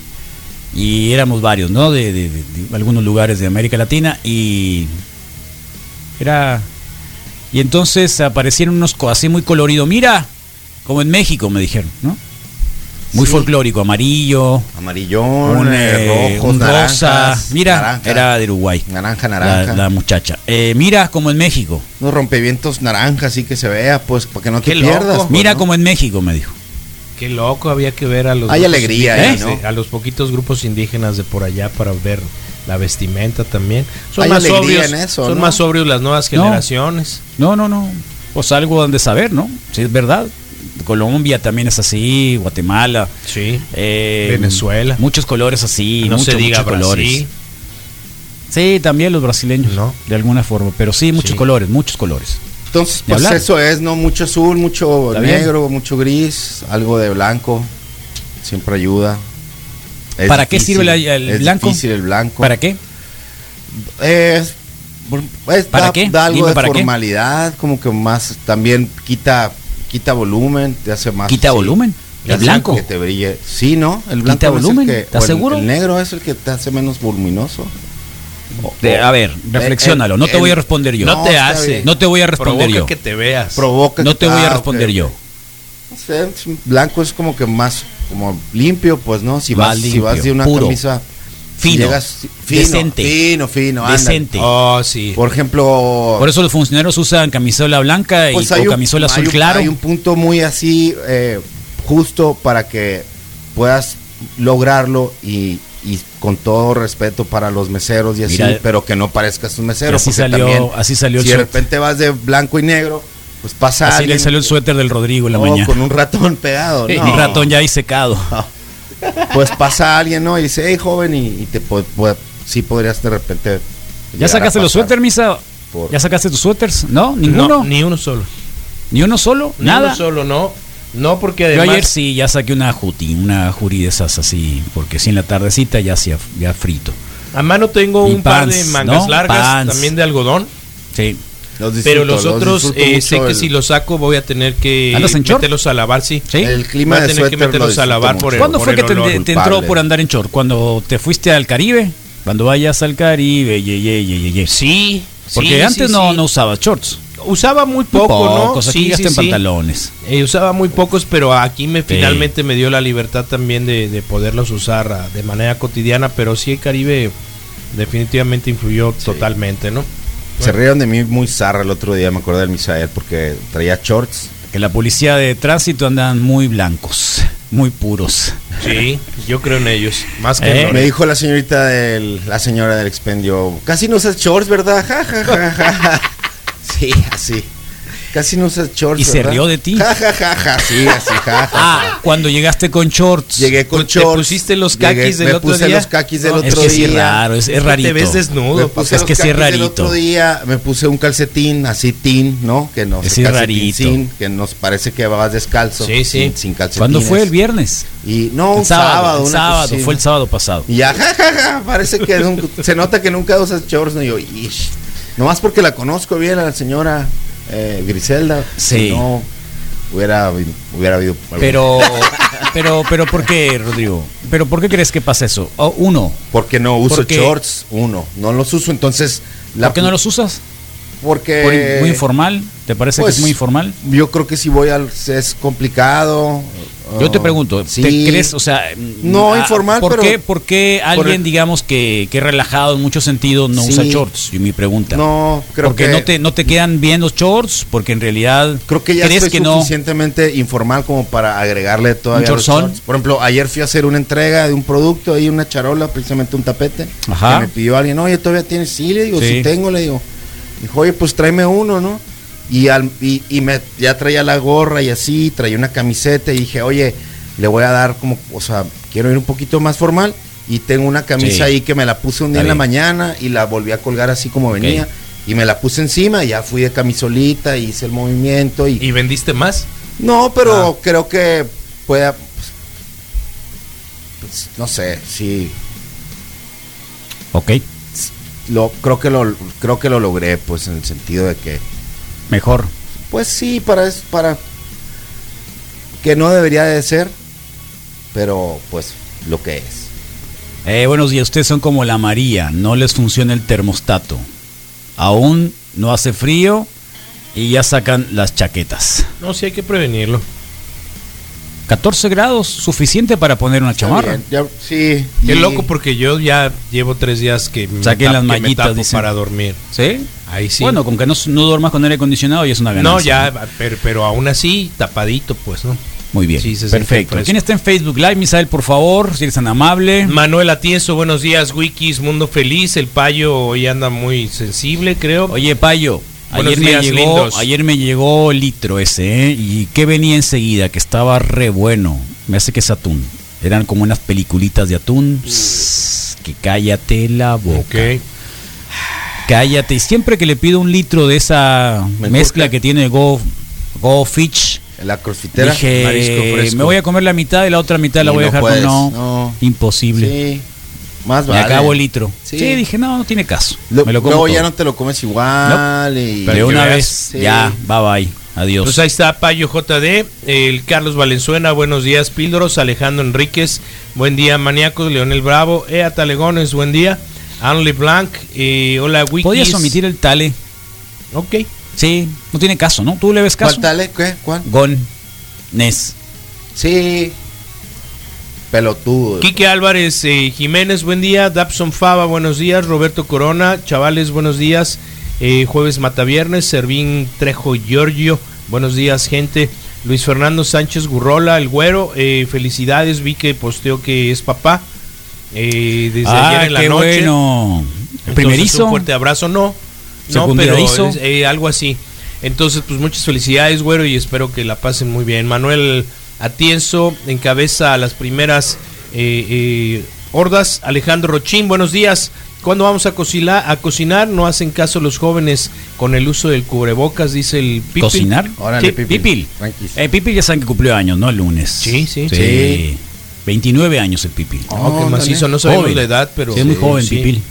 Speaker 4: y éramos varios, ¿no? De, de- de- de algunos lugares de América Latina y era y entonces aparecieron unos co- así muy colorido. Mira, como en México me dijeron, ¿no? Muy
Speaker 7: Sí.
Speaker 4: folclórico, amarillo,
Speaker 7: amarillón,
Speaker 4: un,
Speaker 7: eh,
Speaker 4: eh,
Speaker 7: rojos,
Speaker 4: un rosa.
Speaker 7: naranjas,
Speaker 4: Mira,
Speaker 7: naranja,
Speaker 4: era de Uruguay.
Speaker 7: naranja,
Speaker 4: la-
Speaker 7: naranja.
Speaker 4: La, muchacha. Eh, mira, como en México.
Speaker 7: unos rompevientos naranja, así que se vea, pues, para que no te
Speaker 6: Qué loco.
Speaker 7: pierdas. pues,
Speaker 4: Mira,
Speaker 7: ¿no?
Speaker 4: como en México me dijo.
Speaker 6: Qué loco, había que ver a los.
Speaker 7: Hay
Speaker 6: grupos
Speaker 7: alegría
Speaker 4: ahí,
Speaker 6: indígenas,
Speaker 7: ¿no?
Speaker 6: de- A los poquitos grupos indígenas de por allá para ver la vestimenta también. Son
Speaker 7: Hay
Speaker 6: más
Speaker 7: alegría
Speaker 6: sobrios.
Speaker 7: en eso,
Speaker 6: son
Speaker 7: ¿no?
Speaker 6: más sobrios las nuevas
Speaker 4: No.
Speaker 6: generaciones.
Speaker 4: No, no, no. Pues algo han de saber, ¿no? Sí, es verdad. Colombia también es así, Guatemala,
Speaker 6: Sí.
Speaker 4: eh,
Speaker 6: Venezuela.
Speaker 4: Muchos colores así,
Speaker 6: no
Speaker 4: mucho,
Speaker 6: se diga
Speaker 4: muchos
Speaker 6: Brasil.
Speaker 4: colores. Sí, también los brasileños,
Speaker 6: No.
Speaker 4: de alguna forma, pero sí, muchos
Speaker 6: Sí.
Speaker 4: colores, muchos colores.
Speaker 7: Entonces,
Speaker 4: Ni
Speaker 7: pues
Speaker 4: hablar.
Speaker 7: eso es, ¿no? Mucho azul, mucho
Speaker 4: Está bien.
Speaker 7: negro, mucho gris, algo de blanco. Siempre ayuda. Es
Speaker 4: ¿Para qué sirve la- el
Speaker 7: es
Speaker 4: blanco?
Speaker 7: difícil el blanco.
Speaker 4: ¿Para qué?
Speaker 7: Es- es-
Speaker 4: ¿Para
Speaker 7: da,
Speaker 4: qué?
Speaker 7: da algo
Speaker 4: Dime,
Speaker 7: de
Speaker 4: ¿para qué?
Speaker 7: formalidad, como que más también quita quita volumen, te hace más.
Speaker 4: ¿Quita
Speaker 7: sí,
Speaker 4: volumen?
Speaker 7: te
Speaker 4: ¿El
Speaker 7: hace
Speaker 4: blanco?
Speaker 7: Que te brille. Sí, ¿no? El blanco
Speaker 4: ¿Quita
Speaker 7: es el
Speaker 4: volumen?
Speaker 7: que-
Speaker 4: ¿Estás
Speaker 7: o el-
Speaker 4: seguro?
Speaker 7: El negro es el que te hace menos voluminoso. O-
Speaker 4: De-
Speaker 7: o-
Speaker 4: a ver, reflexiónalo, no te
Speaker 7: el-
Speaker 4: voy a responder yo.
Speaker 7: No
Speaker 6: No te
Speaker 7: está
Speaker 6: hace.
Speaker 7: bien.
Speaker 4: No te voy a responder
Speaker 6: Provoca
Speaker 4: yo.
Speaker 6: que te veas.
Speaker 7: Provoca
Speaker 4: No
Speaker 7: que-
Speaker 4: te voy
Speaker 7: ah,
Speaker 4: a
Speaker 7: ok,
Speaker 4: responder
Speaker 7: ok.
Speaker 4: yo.
Speaker 7: No sé, blanco es como que más como limpio, pues no, si
Speaker 4: Va
Speaker 7: vas si
Speaker 4: limpio,
Speaker 7: vas de una
Speaker 4: puro,
Speaker 7: camisa
Speaker 4: fino,
Speaker 7: fino,
Speaker 4: decente,
Speaker 7: fino, fino, ándale.
Speaker 4: decente.
Speaker 6: Oh, sí.
Speaker 7: Por ejemplo,
Speaker 4: Por eso los funcionarios usan camisola blanca y,
Speaker 7: pues,
Speaker 4: o
Speaker 7: un-
Speaker 4: camisola azul
Speaker 7: hay un-
Speaker 4: claro.
Speaker 7: Hay un punto muy así eh, justo para que puedas lograrlo y, y con todo respeto para los meseros y así,
Speaker 4: Mira, eh,
Speaker 7: pero que no parezcas un mesero.
Speaker 4: y así
Speaker 7: porque
Speaker 4: salió-
Speaker 7: también
Speaker 4: así salió el
Speaker 7: Si de
Speaker 4: suéter.
Speaker 7: repente vas de blanco y negro, pues pasa
Speaker 4: Así le
Speaker 7: alguien
Speaker 4: salió el suéter del Rodrigo en la
Speaker 7: oh,
Speaker 4: mañana.
Speaker 7: con un ratón pegado.
Speaker 4: Eh,
Speaker 7: no.
Speaker 4: Un ratón ya ahí secado.
Speaker 7: pues pasa alguien, ¿no? Y dice, hey, joven, y, y te po- po- sí podrías de repente.
Speaker 4: ¿Ya
Speaker 7: llegar
Speaker 4: sacaste
Speaker 7: a
Speaker 4: los
Speaker 7: pasar
Speaker 4: suéteres, Misa?
Speaker 7: por-
Speaker 4: ¿Ya sacaste tus suéteres? ¿No? ¿Ninguno?
Speaker 6: No,
Speaker 4: ni,
Speaker 6: ni uno solo.
Speaker 4: uno solo?
Speaker 6: Ni
Speaker 4: ¿Nada?
Speaker 6: uno solo, no. No, porque
Speaker 4: Yo
Speaker 6: además.
Speaker 4: ayer sí, ya saqué una juti, una jurí de esas así, porque sí en la tardecita ya hacía ya frito.
Speaker 6: A mano tengo
Speaker 4: Y
Speaker 6: un par de
Speaker 4: pants,
Speaker 6: mangas
Speaker 4: ¿no?
Speaker 6: largas,
Speaker 4: Pants.
Speaker 6: también de algodón.
Speaker 4: Sí.
Speaker 7: Los disfruto,
Speaker 6: Pero los otros,
Speaker 7: disfruto
Speaker 6: eh,
Speaker 7: mucho
Speaker 6: sé que
Speaker 7: el-
Speaker 6: si los saco voy a tener que
Speaker 4: ¿Andas en short?
Speaker 6: meterlos a lavar, sí.
Speaker 4: ¿Sí?
Speaker 7: El clima
Speaker 6: Voy a
Speaker 7: de
Speaker 6: tener que
Speaker 7: suéter lo
Speaker 6: meterlos a
Speaker 7: disfruto
Speaker 6: lavar
Speaker 7: mucho.
Speaker 6: por el-
Speaker 4: ¿Cuándo fue que te,
Speaker 6: olor.
Speaker 4: te- te entró
Speaker 7: culpable.
Speaker 4: por andar en short? ¿Cuando te fuiste al Caribe? Cuando vayas al Caribe, ye, ye, ye, ye, ye.
Speaker 6: Sí.
Speaker 4: Porque
Speaker 6: sí,
Speaker 4: antes
Speaker 6: sí,
Speaker 4: no,
Speaker 6: sí.
Speaker 4: no usabas shorts.
Speaker 6: Usaba muy
Speaker 4: Muy
Speaker 6: poco, ¿no?
Speaker 4: pocos, aquí ya está en pantalones.
Speaker 6: Eh, usaba muy pocos, pero aquí me finalmente me dio la libertad también de, de poderlos usar ah, de manera cotidiana. Pero sí, el Caribe definitivamente influyó totalmente, ¿no?
Speaker 7: Se rieron de mí muy zarra el otro día, me acuerdo del Misael, porque traía shorts.
Speaker 4: Que la policía de tránsito andan muy blancos, muy puros.
Speaker 6: Sí, yo creo en ellos. Más que
Speaker 4: Eh,
Speaker 6: en los-
Speaker 7: Me dijo la señorita del, la señora del expendio, casi no usas shorts, ¿verdad? Ja, ja, ja, ja, ja". Sí, así. Casi no usas shorts.
Speaker 4: Y se
Speaker 7: ¿verdad?
Speaker 4: rió de ti.
Speaker 7: Ja, ja, ja, ja, sí, así, ja, ja.
Speaker 4: Ah, cuando llegaste con shorts.
Speaker 7: Llegué con
Speaker 4: ¿Te
Speaker 7: shorts.
Speaker 4: pusiste los
Speaker 7: Llegué-
Speaker 4: caquis del
Speaker 7: me
Speaker 4: otro
Speaker 7: puse
Speaker 4: día?
Speaker 7: los caquis del
Speaker 4: No,
Speaker 7: otro
Speaker 4: es que sí
Speaker 7: día.
Speaker 4: es raro, es- es
Speaker 7: Es que te
Speaker 4: rarito.
Speaker 7: ves desnudo,
Speaker 4: Me
Speaker 7: papá.
Speaker 4: puse
Speaker 7: Es
Speaker 4: los
Speaker 7: que sí es
Speaker 4: caquis del
Speaker 7: rarito.
Speaker 4: otro
Speaker 7: día me puse un calcetín, así tin, ¿no? Que no
Speaker 4: Ese
Speaker 7: sé,
Speaker 4: es
Speaker 7: calcetín,
Speaker 4: rarito.
Speaker 7: sin, que nos parece que vas descalzo.
Speaker 4: Sí, sí.
Speaker 7: Sin, sin calcetines.
Speaker 4: ¿Cuándo fue? ¿El viernes?
Speaker 7: Y no, un
Speaker 4: El sábado,
Speaker 7: sábado,
Speaker 4: el
Speaker 7: una
Speaker 4: sábado,
Speaker 7: cocina.
Speaker 4: fue el sábado pasado.
Speaker 7: Y ya, ja, ja, ja, parece que nunca- se nota que nunca usas shorts. No, Y yo, ish. Nomás porque la conozco bien a la señora eh, Griselda.
Speaker 4: Sí.
Speaker 7: si No, hubiera, habido- hubiera habido. algo.
Speaker 4: Pero, pero, pero, ¿por qué, Rodrigo? ¿Pero por qué crees que pasa eso? O, uno,
Speaker 7: Porque no uso
Speaker 4: Porque-
Speaker 7: shorts, uno. No los uso, entonces.
Speaker 4: ¿por qué no los usas?
Speaker 7: Porque.
Speaker 4: Por in- muy informal, ¿te parece que
Speaker 7: Eh, pues,
Speaker 4: es muy informal?
Speaker 7: Yo creo que si voy al. Es complicado.
Speaker 4: Yo te
Speaker 7: Ah,
Speaker 4: pregunto,
Speaker 7: sí.
Speaker 4: ¿te crees, o sea,
Speaker 7: No,
Speaker 4: ah,
Speaker 7: informal,
Speaker 4: ¿por
Speaker 7: pero-
Speaker 4: qué, por qué alguien,
Speaker 7: el-
Speaker 4: digamos, que, que relajado en muchos sentidos no usa
Speaker 7: Sí.
Speaker 4: shorts? Y mi pregunta.
Speaker 7: No, creo
Speaker 4: porque
Speaker 7: que.
Speaker 4: no te no te quedan bien los shorts, porque en realidad
Speaker 7: Creo que ya
Speaker 4: crees
Speaker 7: estoy
Speaker 4: que no.
Speaker 7: suficientemente informal como para agregarle todavía
Speaker 4: ¿Un
Speaker 7: los
Speaker 4: chorzón?
Speaker 7: shorts. Por ejemplo, ayer fui a hacer una entrega de un producto ahí, una charola, precisamente un tapete.
Speaker 4: Ajá.
Speaker 7: Que me pidió alguien, oye, todavía tienes, sí, le digo,
Speaker 4: Sí.
Speaker 7: sí, tengo, le digo. Dijo, oye, pues tráeme uno, ¿no? Y, al, y, y me, ya traía la gorra y así, traía una camiseta y dije, oye, le voy a dar como, o sea, quiero ir un poquito más formal. Y tengo una camisa
Speaker 4: Sí.
Speaker 7: ahí que me la puse un día
Speaker 4: Está
Speaker 7: en la
Speaker 4: bien.
Speaker 7: mañana y la volví a colgar así como venía. Y me la puse encima, y ya fui de camisolita, y hice el movimiento y
Speaker 6: ¿Y vendiste más?
Speaker 7: no, pero
Speaker 4: Ah.
Speaker 7: creo que pueda. pues, pues, no sé, sí.
Speaker 4: Ok,
Speaker 7: Lo, creo, que lo, creo que lo logré, pues en el sentido de que.
Speaker 4: mejor.
Speaker 7: Pues sí, para. es- para que no debería de ser, pero pues lo que es.
Speaker 4: Eh, buenos días, ustedes son como la María, no les funciona el termostato. Aún no hace frío y ya sacan las chaquetas.
Speaker 6: No, sí hay que prevenirlo.
Speaker 4: 14 grados, suficiente para poner una chamarra.
Speaker 7: Bien, ya- sí.
Speaker 6: Qué
Speaker 7: y-
Speaker 6: loco porque yo ya llevo tres días que me,
Speaker 4: Saquen
Speaker 6: tap-
Speaker 4: las
Speaker 6: que me
Speaker 4: mallitas,
Speaker 6: tapo
Speaker 4: dicen.
Speaker 6: para dormir.
Speaker 4: ¿Sí?
Speaker 6: Ahí sí.
Speaker 4: Bueno, con que no, no duermas con aire acondicionado ya es una ganancia.
Speaker 6: no, ya, pero, pero aún así tapadito, pues, ¿no?
Speaker 4: Muy bien.
Speaker 6: Sí, pues. se siente
Speaker 4: Perfecto.
Speaker 6: fresco.
Speaker 4: ¿Quién está en Facebook Live, Misael, por favor? Si eres tan amable.
Speaker 6: Manuel Atienzo, buenos días, Wikis, Mundo Feliz. El payo hoy anda muy sensible, creo.
Speaker 4: Oye, Payo,
Speaker 6: Buenos
Speaker 4: ayer
Speaker 6: días,
Speaker 4: me, llegó,
Speaker 6: lindos.
Speaker 4: ayer me llegó litro ese, ¿eh? ¿Y qué venía enseguida? Que estaba re bueno. Me hace que es atún. Eran como unas peliculitas de atún. Sss, Que cállate la boca.
Speaker 6: Ok.
Speaker 4: Cállate. Y siempre que le pido un litro de esa
Speaker 7: Me
Speaker 4: mezcla
Speaker 7: toca.
Speaker 4: que tiene Go, Go Fish,
Speaker 7: La crossfitera.
Speaker 6: marisco
Speaker 4: pues, dije,
Speaker 6: fresco.
Speaker 4: me voy a comer la mitad y la otra mitad la
Speaker 7: Y
Speaker 4: voy a
Speaker 7: no
Speaker 4: dejar
Speaker 7: puedes,
Speaker 4: con no.
Speaker 7: no.
Speaker 4: Imposible.
Speaker 7: Sí. Más
Speaker 4: Me
Speaker 7: vale.
Speaker 4: acabo el litro. Sí.
Speaker 7: Sí.
Speaker 4: dije, no, no tiene caso.
Speaker 7: Lo-
Speaker 4: me lo como
Speaker 7: luego ya
Speaker 4: todo.
Speaker 7: no te lo comes igual. Y,
Speaker 4: De
Speaker 6: que
Speaker 4: una
Speaker 6: veas.
Speaker 4: vez,
Speaker 7: Sí.
Speaker 4: ya, bye bye. Adiós.
Speaker 6: Pues ahí está Payo JD, el Carlos Valenzuela, buenos días, Píldoros, Alejandro Enríquez, buen día, Maníacos, Leonel Bravo, Ea Talegones, buen día, Anne Blanc, eh, hola Wikis.
Speaker 4: ¿Podías omitir el tale?
Speaker 6: Ok.
Speaker 4: Sí, no tiene caso, ¿no? ¿Tú le ves caso?
Speaker 7: ¿Cuál tale? ¿Qué? ¿Cuál?
Speaker 4: Gon. Nes.
Speaker 7: Sí. Pelotudo.
Speaker 6: Quique Álvarez eh, Jiménez, buen día, Dabson Fava, buenos días, Roberto Corona, Chavales, buenos días, eh, Jueves Mataviernes, Servín Trejo Giorgio, buenos días, gente. Luis Fernando Sánchez Gurrola, el güero, eh, felicidades, vi que posteó que es papá. eh, desde ayer
Speaker 4: Ah,
Speaker 6: en la
Speaker 4: qué
Speaker 6: noche.
Speaker 4: bueno.
Speaker 6: Entonces,
Speaker 4: Primerizo.
Speaker 6: Un fuerte abrazo, no. No, pero
Speaker 4: Secunderizo.
Speaker 6: es, eh, algo así. Entonces, pues muchas felicidades, güero, y espero que la pasen muy bien. Manuel Atienzo encabeza las primeras eh, eh, hordas. Alejandro Rochín, buenos días. ¿Cuándo vamos a, cocila- a cocinar? No hacen caso los jóvenes con el uso del cubrebocas, dice el Pipi.
Speaker 4: ¿Cocinar?
Speaker 7: Órale,
Speaker 4: Sí,
Speaker 7: Pipil.
Speaker 4: Pipil.
Speaker 7: Tranquis.
Speaker 4: Eh, Pipil ya saben que cumplió años, ¿no? El lunes.
Speaker 6: Sí, sí.
Speaker 4: Sí. 29 años el Pipil.
Speaker 6: No, qué
Speaker 7: Oh, Ándale.
Speaker 6: macizo, no sabemos
Speaker 4: Joven.
Speaker 6: la edad, pero...
Speaker 4: Sí, es muy joven,
Speaker 6: sí.
Speaker 4: Pipil.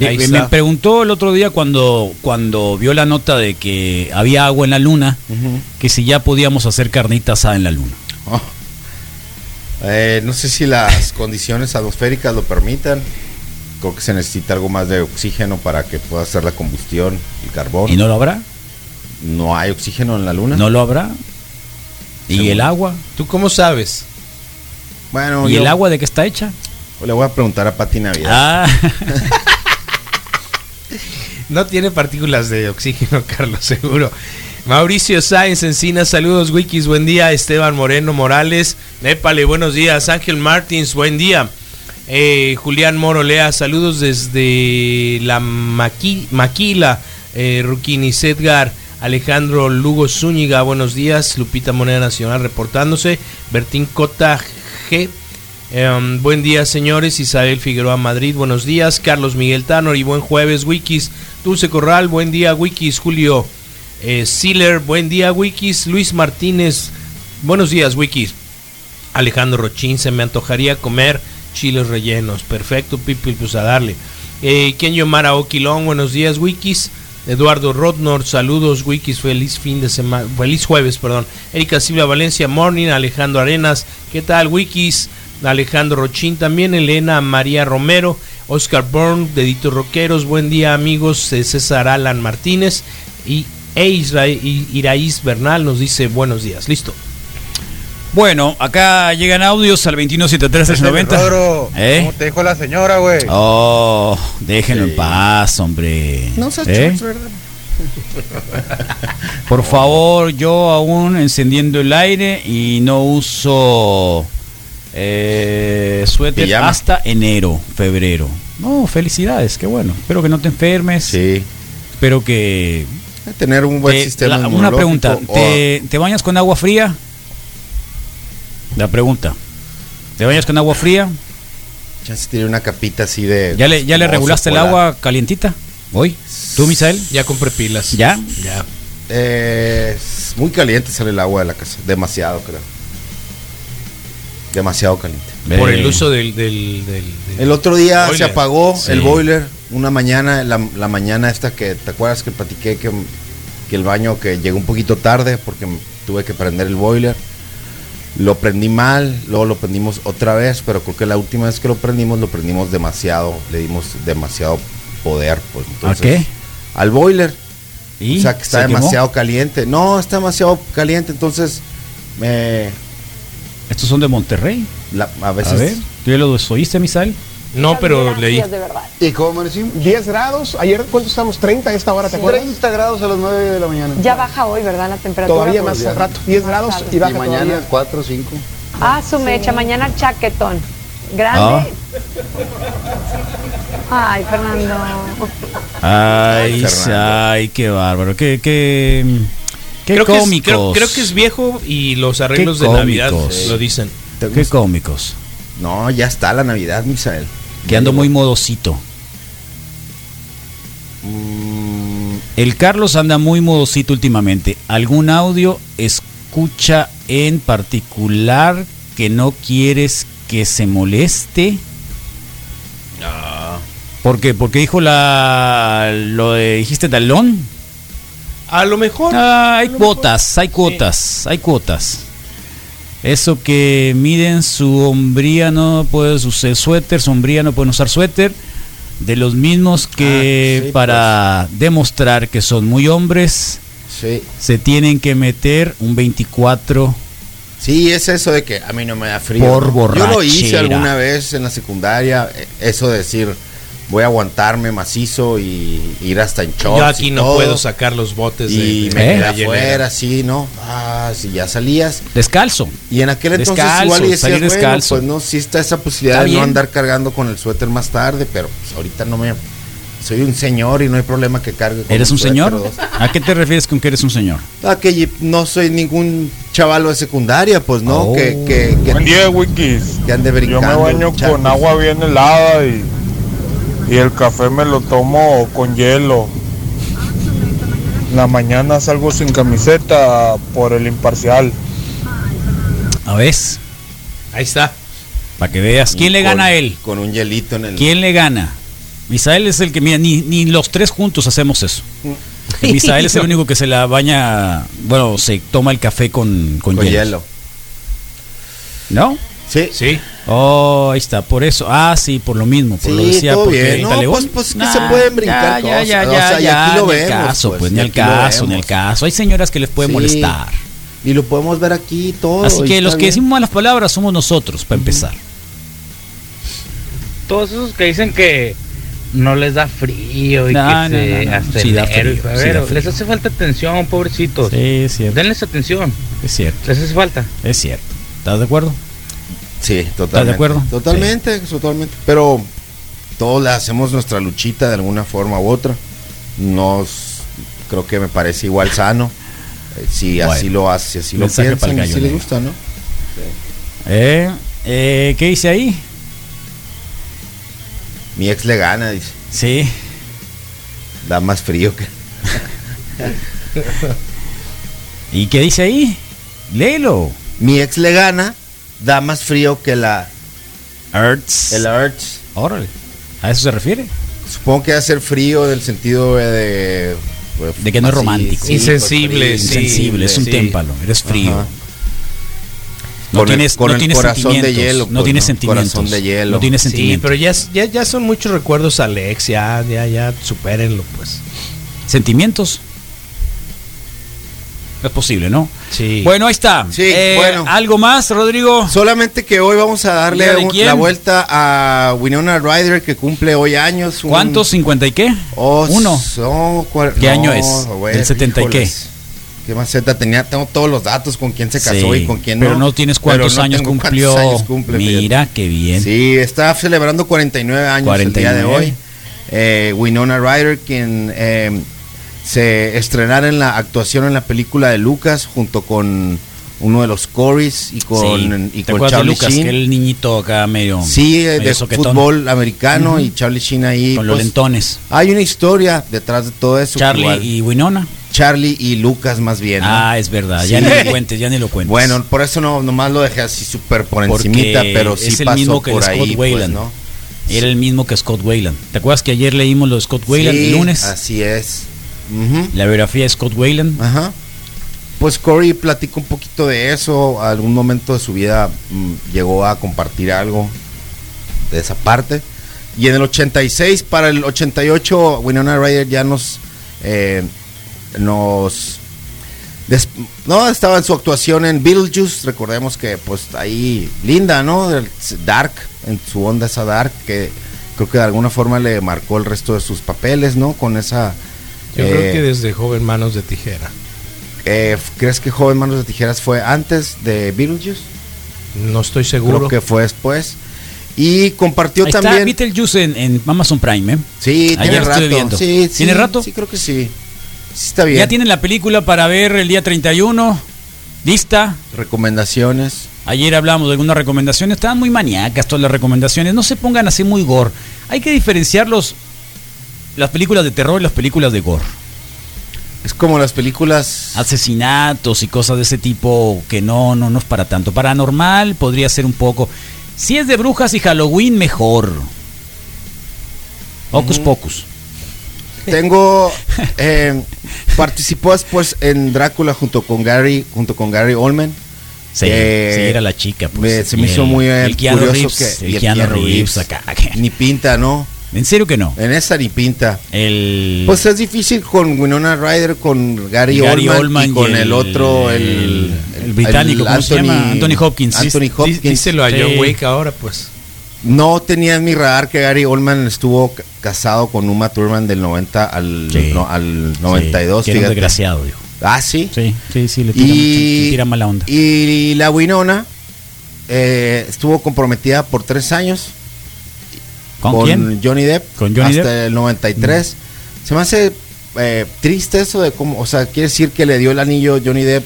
Speaker 6: Ahí
Speaker 4: De- me
Speaker 6: está.
Speaker 4: preguntó el otro día cuando, cuando vio la nota de que había agua en la luna,
Speaker 7: Ujú.
Speaker 4: que si ya podíamos hacer carnita asada en la luna.
Speaker 7: Oh. Eh, no sé si las condiciones atmosféricas lo permitan. Creo que se necesita algo más de oxígeno para que pueda hacer la combustión, el carbón.
Speaker 4: ¿Y
Speaker 7: No,
Speaker 4: no lo habrá?
Speaker 7: hay oxígeno en la luna.
Speaker 4: ¿No lo habrá? ¿Y
Speaker 7: Seguro.
Speaker 4: el agua?
Speaker 6: ¿Tú cómo sabes?
Speaker 7: Bueno,
Speaker 4: ¿Y
Speaker 7: yo
Speaker 4: el agua de qué está hecha?
Speaker 7: le voy a preguntar a Pati Navidad.
Speaker 4: Ah,
Speaker 6: No tiene partículas de oxígeno, Carlos, seguro. Mauricio Sáenz Encina, saludos, Wikis, buen día. Esteban Moreno Morales, Népale, buenos días. Ángel Martins, buen día. Eh, Julián Morolea, Ah, Eh, saludos desde la Maqui- Maquila. Eh, Ruquinis Edgar, Alejandro Lugo Zúñiga, buenos días. Lupita Moneda Nacional reportándose. eh, Bertín Cota G. Em, buen día, señores. Isabel Figueroa Madrid, buenos días. Carlos Miguel Tanor y buen jueves, Wikis. Dulce Corral, buen día, Wikis. Julio eh, Siller, buen día, Wikis. Luis Martínez, buenos días, Wikis. Alejandro Rochín, se me antojaría comer chiles rellenos. Perfecto, Pipi, pues a darle. Eh, Kenyo Mara Oquilón, buenos días, Wikis. Eduardo Rodnor, saludos, Wikis, feliz fin de semana, feliz jueves, perdón. Erika Silva Valencia, morning, Alejandro Arenas, ¿qué tal, Wikis? Alejandro Rochín también, Elena María Romero, Oscar Bourne, Deditos Roqueros, buen día amigos, eh, César Alan Martínez y e Israel, y Iraíz Bernal nos dice buenos días, listo.
Speaker 4: Bueno, acá llegan audios al 2173-390.
Speaker 11: Este Rodro,
Speaker 4: ¿Eh?
Speaker 11: ¿Cómo te dijo la señora, güey?
Speaker 4: Oh, déjenlo en paz, hombre.
Speaker 11: No seas
Speaker 4: ¿Eh?
Speaker 11: chulo, ¿verdad?
Speaker 4: Por favor, yo aún encendiendo el aire y no uso eh, suéter
Speaker 7: Pijama.
Speaker 4: hasta enero, febrero. No, felicidades, qué bueno. Espero que no te enfermes. Sí. Espero que...
Speaker 7: Tener un buen
Speaker 4: Te-
Speaker 7: sistema
Speaker 4: la- Una
Speaker 7: inmunológico Oh.
Speaker 4: pregunta,
Speaker 7: o-
Speaker 4: ¿te, te bañas con agua fría? La pregunta. ¿Te bañas con agua fría?
Speaker 7: Ya se tiene una capita así de.
Speaker 4: ¿Ya le, ya le
Speaker 7: como
Speaker 4: regulaste el
Speaker 7: sopolar.
Speaker 4: agua calientita? ¿Hoy? ¿Tú, Misael?
Speaker 6: Ya compré pilas.
Speaker 4: ¿Ya?
Speaker 6: Ya.
Speaker 7: Eh, es muy caliente sale el agua de la casa. Demasiado, creo. Demasiado caliente.
Speaker 6: Por el uso del... del, del- del-
Speaker 7: El otro día se
Speaker 6: Boiler.
Speaker 7: apagó
Speaker 6: Sí.
Speaker 7: el boiler. Una mañana, la, la mañana esta que te acuerdas que platiqué que, que el baño que llegó un poquito tarde porque m- tuve que prender el boiler. Lo prendí mal, luego lo prendimos otra vez, pero creo que la última vez que lo prendimos lo prendimos demasiado, le dimos demasiado poder. Pues, entonces,
Speaker 4: qué?
Speaker 7: Al boiler.
Speaker 4: ¿Y?
Speaker 7: O sea que está
Speaker 4: ¿Se quemó?
Speaker 7: demasiado caliente. No, está demasiado caliente, entonces me...
Speaker 4: Estos son de Monterrey.
Speaker 7: La- a veces.
Speaker 4: A ver, ¿tú ya lo desoíste, Misael?
Speaker 6: No, pero leí.
Speaker 14: ¿Y cómo decimos? 10 grados. Ayer, ¿cuánto estamos? 30 a esta hora, ¿te acuerdas? 30 grados a las 9 de la mañana.
Speaker 13: Ya baja hoy, ¿verdad? La temperatura.
Speaker 14: Todavía
Speaker 13: Por-
Speaker 14: más al rato. 10 grados
Speaker 13: tarde.
Speaker 14: y baja
Speaker 13: Y mañana
Speaker 14: 4 o 5.
Speaker 13: Ah, su mecha, mañana chaquetón. Grande.
Speaker 14: Ah.
Speaker 13: Ay, Fernando.
Speaker 4: Ay,
Speaker 6: Fernando.
Speaker 4: ay, qué bárbaro. Qué, qué, qué
Speaker 6: creo, que es,
Speaker 4: cómicos.
Speaker 6: creo, creo que es viejo y los arreglos
Speaker 4: Qué
Speaker 6: de Navidad
Speaker 4: cómicos.
Speaker 6: lo dicen.
Speaker 4: Qué cómicos.
Speaker 7: No, ya está la Navidad, Misael.
Speaker 4: Que ando muy modosito.
Speaker 7: mm,
Speaker 4: El Carlos anda muy modosito últimamente. ¿Algún audio escucha en particular que no quieres que se moleste? ¿Por qué? ¿Porque dijo la, lo de, dijiste talón? Ah,
Speaker 6: A lo mejor.
Speaker 4: hay cuotas, hay cuotas, hay cuotas. Eso que miden su hombría no puede usar suéter, su hombría no pueden usar suéter. De los mismos que
Speaker 7: Ah, sí,
Speaker 4: para
Speaker 6: pues.
Speaker 4: demostrar que son muy hombres,
Speaker 7: Sí.
Speaker 4: se tienen que meter un 24
Speaker 7: Sí, es eso de que a mí no me da frío.
Speaker 4: Por
Speaker 7: Yo lo hice
Speaker 4: borrachera.
Speaker 7: alguna vez en la secundaria, eh, eso de decir, voy a aguantarme macizo y ir hasta en shorts
Speaker 6: Yo aquí
Speaker 7: y
Speaker 6: no
Speaker 7: todo,
Speaker 6: puedo sacar los botes
Speaker 7: Y
Speaker 6: de,
Speaker 7: me
Speaker 6: de
Speaker 7: quedé
Speaker 6: la
Speaker 4: Eh,
Speaker 6: hielera.
Speaker 7: afuera, sí, ¿no? Ah, si ya salías.
Speaker 4: descalzo.
Speaker 7: Y en aquel entonces
Speaker 4: Descalzo,
Speaker 7: igual y decías,
Speaker 4: salir
Speaker 7: bueno,
Speaker 4: descalzo.
Speaker 7: pues no, sí está esa posibilidad
Speaker 4: Está
Speaker 7: de no
Speaker 4: bien.
Speaker 7: andar cargando con el suéter más tarde, pero pues, ahorita no me... Soy un señor y no hay problema que cargue con
Speaker 4: ¿Eres un
Speaker 7: suéter o
Speaker 4: señor?
Speaker 7: dos.
Speaker 4: ¿A qué te refieres con que eres un señor?
Speaker 7: Ah, que ye- no soy ningún chavalo de secundaria, pues no,
Speaker 4: Oh.
Speaker 7: que, que, que-
Speaker 12: Buen día, Wikis.
Speaker 7: que ande
Speaker 12: Yo
Speaker 7: brincando.
Speaker 12: me baño
Speaker 7: chacos.
Speaker 12: con agua bien helada y, y el café me lo tomo con hielo. En la mañana salgo sin camiseta por el imparcial.
Speaker 4: A ves,
Speaker 6: Ahí está.
Speaker 4: para que veas. ¿Quién le
Speaker 7: Con-
Speaker 4: gana a él?
Speaker 7: Con un hielito en el.
Speaker 4: ¿Quién le gana? Misael es el que, mira, ni, ni los tres juntos hacemos eso. Misael es el único que se la baña, bueno, se toma el café con, con,
Speaker 7: Con
Speaker 4: hielo.
Speaker 7: hielo.
Speaker 4: ¿No?
Speaker 7: Sí.
Speaker 6: Sí.
Speaker 4: Oh, ahí está, por eso. Ah, sí, por lo mismo, por lo
Speaker 7: Sí,
Speaker 4: decía
Speaker 7: todo
Speaker 4: porque
Speaker 7: bien. No,
Speaker 4: Talegón-
Speaker 7: pues, pues, que
Speaker 4: Nah,
Speaker 7: se pueden
Speaker 4: ya,
Speaker 7: brincar
Speaker 4: ya,
Speaker 7: cosas.
Speaker 4: ya,
Speaker 7: O
Speaker 4: ya,
Speaker 7: sea, y
Speaker 4: ya,
Speaker 7: aquí lo
Speaker 4: ni al
Speaker 7: vemos,
Speaker 4: caso,
Speaker 7: pues,
Speaker 4: pues, ni
Speaker 7: y
Speaker 4: al
Speaker 7: aquí lo
Speaker 4: caso, ni al
Speaker 7: vemos.
Speaker 4: caso. Hay señoras que les pueden
Speaker 7: Sí.
Speaker 4: molestar.
Speaker 7: Y lo podemos ver aquí y todo.
Speaker 4: Así
Speaker 7: y
Speaker 4: que los
Speaker 7: está
Speaker 4: que
Speaker 7: bien.
Speaker 4: decimos malas palabras somos nosotros, para empezar.
Speaker 15: Todos esos que dicen que no les da frío y
Speaker 4: No,
Speaker 15: que
Speaker 4: no,
Speaker 15: se
Speaker 4: no, no,
Speaker 15: hasta
Speaker 4: sí da
Speaker 15: enero y
Speaker 4: frío, sí
Speaker 15: febrero.
Speaker 4: da frío.
Speaker 15: les hace falta atención, pobrecitos.
Speaker 4: Sí, es cierto.
Speaker 15: Denles atención.
Speaker 4: Es cierto,
Speaker 15: Les hace falta.
Speaker 4: es cierto. ¿Estás de acuerdo?
Speaker 7: Sí, totalmente.
Speaker 4: ¿Estás de acuerdo?
Speaker 7: Totalmente, totalmente. Pero todos le hacemos nuestra luchita de alguna forma u otra. Nos creo que me parece igual sano. eh, Si
Speaker 4: Bueno.
Speaker 7: así lo hace, si así lo
Speaker 4: Mensaje pa'l
Speaker 7: piensan, y
Speaker 4: gallo
Speaker 7: si les
Speaker 4: negro.
Speaker 7: gusta, ¿no?
Speaker 4: Eh, eh, ¿Qué dice ahí?
Speaker 7: Mi ex le gana, dice.
Speaker 4: Sí.
Speaker 7: Da más frío que.
Speaker 4: ¿Y qué dice ahí? Léelo.
Speaker 7: Mi ex le gana, da más frío que la.
Speaker 4: Earths.
Speaker 7: El Earths.
Speaker 4: Órale. ¿A eso se refiere?
Speaker 7: Supongo que va a ser frío del sentido eh, de.
Speaker 4: De que no es romántico.
Speaker 6: Ah, Insensible,
Speaker 7: pues,
Speaker 6: sí.
Speaker 4: Insensible, es un
Speaker 6: Sí.
Speaker 4: témpano, eres frío.
Speaker 7: Ajá.
Speaker 4: No
Speaker 7: Con el-
Speaker 4: tienes,
Speaker 7: con
Speaker 4: no
Speaker 7: el
Speaker 4: tienes
Speaker 7: corazón de
Speaker 4: sentimientos,
Speaker 7: hielo,
Speaker 4: no
Speaker 7: pues,
Speaker 4: tienes
Speaker 7: ¿no?
Speaker 4: sentimientos.
Speaker 7: Corazón de hielo.
Speaker 4: No tienes
Speaker 7: Sí,
Speaker 6: Sí,
Speaker 4: sentimientos.
Speaker 6: pero ya, es- ya, ya son muchos recuerdos, Alex. Ya, ya, ya, supérenlo, pues.
Speaker 4: ¿Sentimientos? Es posible, ¿no?
Speaker 6: Sí.
Speaker 4: Bueno, ahí está.
Speaker 7: Sí,
Speaker 4: Eh,
Speaker 7: bueno.
Speaker 4: ¿Algo más, Rodrigo?
Speaker 7: Solamente que hoy vamos a darle
Speaker 4: ¿Día de
Speaker 7: un-
Speaker 4: quién?
Speaker 7: la vuelta a Winona Ryder que cumple hoy años. un-
Speaker 4: ¿Cuántos? ¿50 y qué?
Speaker 7: Oh,
Speaker 4: Uno.
Speaker 7: son cua-
Speaker 4: ¿Qué año es?
Speaker 7: güey,
Speaker 4: ¿Del 70 y qué?
Speaker 7: híjoles. ¿Qué maceta tenía? Tengo todos los datos con quién se casó
Speaker 4: Sí,
Speaker 7: y con quién
Speaker 4: pero
Speaker 7: no.
Speaker 4: no tienes
Speaker 7: Pero
Speaker 4: cuántos
Speaker 7: no
Speaker 4: años
Speaker 7: tengo cuántos
Speaker 4: cumplió.
Speaker 7: años cumple, fíjate.
Speaker 4: Mira qué bien.
Speaker 7: Sí, está celebrando 49 años el día de
Speaker 4: 49.
Speaker 7: hoy. Eh, Winona Ryder, quien eh, se estrenara en la actuación en la película de Lucas junto con uno de los Corys y
Speaker 4: Sí.
Speaker 7: con, y
Speaker 4: ¿Te
Speaker 7: con
Speaker 4: acuerdas de
Speaker 7: Charlie
Speaker 4: Lucas,
Speaker 7: Sheen.
Speaker 4: que el niñito acá medio.
Speaker 7: Sí, eh,
Speaker 4: medio
Speaker 7: de
Speaker 4: soquetón,
Speaker 7: fútbol americano
Speaker 4: Ujú.
Speaker 7: y Charlie Sheen ahí.
Speaker 4: Con los
Speaker 7: pues,
Speaker 4: lentones.
Speaker 7: Hay una historia detrás de todo eso.
Speaker 4: Charlie
Speaker 7: igual.
Speaker 4: y Winona.
Speaker 7: Charlie y Lucas más bien. ¿no?
Speaker 4: Ah, es verdad. Ya
Speaker 7: Sí.
Speaker 4: ni lo cuentes, ya ni lo cuentes.
Speaker 7: Bueno, por eso no, nomás lo dejé así súper por
Speaker 4: Porque
Speaker 7: encimita, pero sí
Speaker 4: es el
Speaker 7: pasó
Speaker 4: mismo que
Speaker 7: por
Speaker 4: Scott
Speaker 7: ahí, pues,
Speaker 4: Wayland.
Speaker 7: ¿no?
Speaker 4: Era el mismo que Scott Wayland. ¿Te acuerdas que ayer leímos lo de Scott Wayland
Speaker 7: Sí,
Speaker 4: el lunes?
Speaker 7: Así es. Ujú.
Speaker 4: La biografía de Scott Wayland.
Speaker 7: Ajá. Pues Corey platicó un poquito de eso. Algún momento de su vida mm, llegó a compartir algo de esa parte. Y en el 86 para el 88, Winona Ryder ya nos. eh, nos. des- no, estaba en su actuación en Beetlejuice. Recordemos que, pues ahí, linda, ¿no? Del- Dark, en su onda esa dark, que creo que de alguna forma le marcó el resto de sus papeles, ¿no? Con esa.
Speaker 6: Yo
Speaker 7: eh,
Speaker 6: creo que desde joven manos de tijera.
Speaker 7: eh, ¿Crees que Joven Manos de Tijeras fue antes de Beetlejuice?
Speaker 6: No estoy seguro.
Speaker 7: Creo que fue después. Y compartió
Speaker 4: Ahí está
Speaker 7: también.
Speaker 4: Beetlejuice en, en Amazon Prime, ¿eh?
Speaker 7: sí, tiene
Speaker 4: Ayer estuve
Speaker 7: rato.
Speaker 4: viendo.
Speaker 7: Sí, sí,
Speaker 4: ¿Tiene rato?
Speaker 7: Sí, creo que sí. Sí, está bien.
Speaker 4: Ya tienen la película para ver el día 31. Lista.
Speaker 7: Recomendaciones.
Speaker 4: Ayer hablamos de algunas recomendaciones. Estaban muy maníacas todas las recomendaciones. No se pongan así muy gore. Hay que diferenciar los, las películas de terror y las películas de gore.
Speaker 7: Es como las películas.
Speaker 4: asesinatos y cosas de ese tipo que no, no, no es para tanto. Paranormal podría ser un poco. Si es de brujas y Halloween, mejor. Hocus Pocus.
Speaker 7: Tengo. eh, participó después en Drácula junto con Gary, junto con Gary Oldman.
Speaker 4: Sí,
Speaker 7: Eh,
Speaker 4: sí, era la chica. pues.
Speaker 7: me- se
Speaker 4: Y
Speaker 7: me
Speaker 4: el-
Speaker 7: hizo muy eh,
Speaker 4: el Keanu
Speaker 7: curioso
Speaker 4: Reeves,
Speaker 7: que
Speaker 4: el
Speaker 7: y el
Speaker 4: Keanu
Speaker 7: Keanu
Speaker 4: Reeves
Speaker 7: Reeves.
Speaker 4: acá, que-
Speaker 7: Ni pinta, ¿no?
Speaker 4: ¿En serio que no?
Speaker 7: En esa ni pinta.
Speaker 4: El
Speaker 7: Pues es difícil con Winona Ryder, con Gary,
Speaker 4: Gary
Speaker 7: Oldman,
Speaker 4: Oldman
Speaker 7: y con
Speaker 4: y
Speaker 7: el,
Speaker 4: el-
Speaker 7: otro, el,
Speaker 4: el británico, ¿cómo se llama? Anthony Hopkins.
Speaker 7: Anthony Hopkins.
Speaker 6: Dí- díselo a John
Speaker 4: Sí.
Speaker 6: Wick ahora, pues.
Speaker 7: No tenía en mi radar que Gary Oldman estuvo ca- casado con Uma Thurman del 90 al,
Speaker 4: Sí.
Speaker 7: no- al 92.
Speaker 4: que era un
Speaker 7: fíjate.
Speaker 4: desgraciado, digo.
Speaker 7: Ah, sí.
Speaker 4: Sí, sí, sí, le tira, mucho- le
Speaker 7: Y,
Speaker 4: tira mala onda.
Speaker 7: y la Winona eh, estuvo comprometida por tres años
Speaker 4: ¿Con, quién?
Speaker 7: Johnny Depp
Speaker 4: Con Johnny
Speaker 7: hasta
Speaker 4: Depp. Mm.
Speaker 7: el 93. Se me hace eh, triste eso de cómo, o sea, quiere decir que le dio el anillo Johnny Depp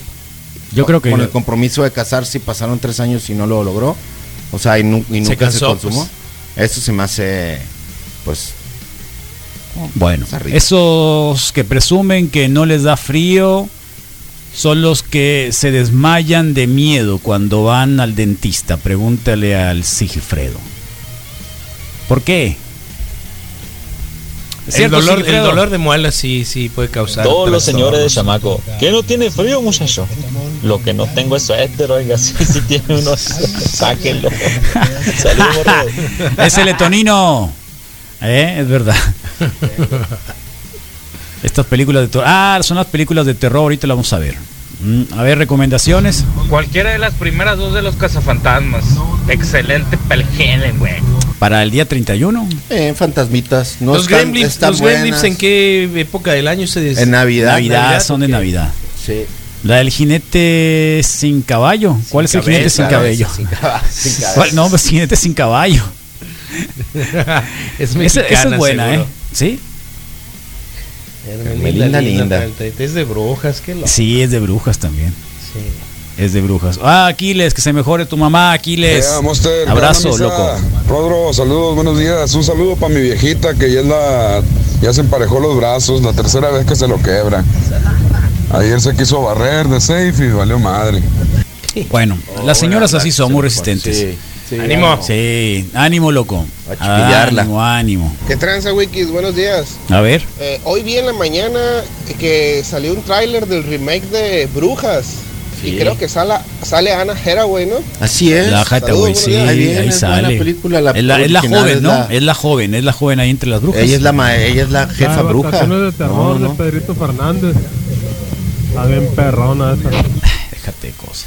Speaker 4: Yo creo que
Speaker 7: con el compromiso de casarse y pasaron tres años y no lo logró. O sea, y, nu- y nunca se,
Speaker 6: casó,
Speaker 7: consumó. Eso se me hace, pues,
Speaker 4: Bueno,
Speaker 7: Está rico.
Speaker 4: esos que presumen que no les da frío son los que se desmayan de miedo cuando van al dentista. Pregúntale al Sigifredo. ¿Por qué? ¿Es
Speaker 6: El
Speaker 4: cierto,
Speaker 6: dolor, el
Speaker 4: Sigifredo?
Speaker 6: dolor de muela sí, sí puede causar.
Speaker 11: Todos los
Speaker 6: trastornos.
Speaker 11: señores de chamaco. ¿Qué no tiene frío, muchacho? Lo que no tengo es suéter, oiga. Si, si tiene uno, sáquenlo. Saludos, borrego.
Speaker 4: es el letonino. ¿Eh? Es verdad. Estas películas de terror. Ah, son las películas de terror. Ahorita las vamos a ver. Mm, A ver, recomendaciones.
Speaker 15: Cualquiera de las primeras dos de los cazafantasmas. Excelente pelgene, güey.
Speaker 4: Para el día 31.
Speaker 7: eh, fantasmitas. No
Speaker 6: los
Speaker 7: están,
Speaker 6: Gremlins,
Speaker 7: están
Speaker 6: los Gremlins, ¿en
Speaker 7: buenas.
Speaker 6: qué época del año se des-
Speaker 7: En Navidad.
Speaker 4: Navidad, son de Navidad.
Speaker 7: Sí.
Speaker 4: La del jinete sin caballo. ¿Cuál es el jinete sin
Speaker 6: cabeza,
Speaker 4: cabello?
Speaker 6: sin
Speaker 7: Sin
Speaker 4: ¿Cuál?
Speaker 7: cabeza.
Speaker 4: No, pues jinete sin caballo. Esa, esa
Speaker 6: es mexicana,
Speaker 4: es buena,
Speaker 6: seguro.
Speaker 4: ¿eh? ¿Sí? Hermelinda Linda.
Speaker 6: Hermelinda Linda. 33, Es de brujas, qué loco.
Speaker 4: Sí, es de brujas también.
Speaker 6: Sí.
Speaker 4: Es de brujas. Ah, Aquiles, que se mejore tu mamá, Aquiles.
Speaker 16: Ea, Ah, Monster,
Speaker 4: Abrazo,
Speaker 16: ¿qué onda,
Speaker 4: loco.
Speaker 16: misa? Rodro, saludos, buenos días. Un saludo para mi viejita que ya es la, ya se emparejó los brazos, la tercera vez que se lo quebra. Ayer se quiso barrer de safe y valió madre.
Speaker 4: Oh, Bueno, las señoras así son, muy resistentes.
Speaker 16: Sí,
Speaker 4: sí.
Speaker 16: Ánimo.
Speaker 4: Sí, ánimo, loco. A
Speaker 7: chiquillarla.
Speaker 4: Ánimo, ánimo.
Speaker 17: ¿Qué tranza, Wikis? Buenos días.
Speaker 4: A ver.
Speaker 17: Eh, hoy vi en la mañana que salió un tráiler del remake de Brujas.
Speaker 7: Sí.
Speaker 17: Y creo que sale, sale Ana Haraway, ¿no?
Speaker 7: Así es.
Speaker 4: La Hathaway,
Speaker 7: Saludos,
Speaker 4: sí,
Speaker 7: buenos días.
Speaker 4: ahí,
Speaker 7: viene, es buena
Speaker 4: sale.
Speaker 7: película, la
Speaker 4: es, la, es la
Speaker 7: original,
Speaker 4: joven,
Speaker 7: es
Speaker 4: ¿no?
Speaker 7: la-
Speaker 4: Es la joven, es la joven ahí entre las brujas.
Speaker 7: Ella es la ma- ella es la jefa
Speaker 18: Ah,
Speaker 7: bruja.
Speaker 18: Vacaciones de terror
Speaker 7: No, no.
Speaker 18: de Pedrito Fernández. Está bien perrona esa.
Speaker 4: Déjate de cosas.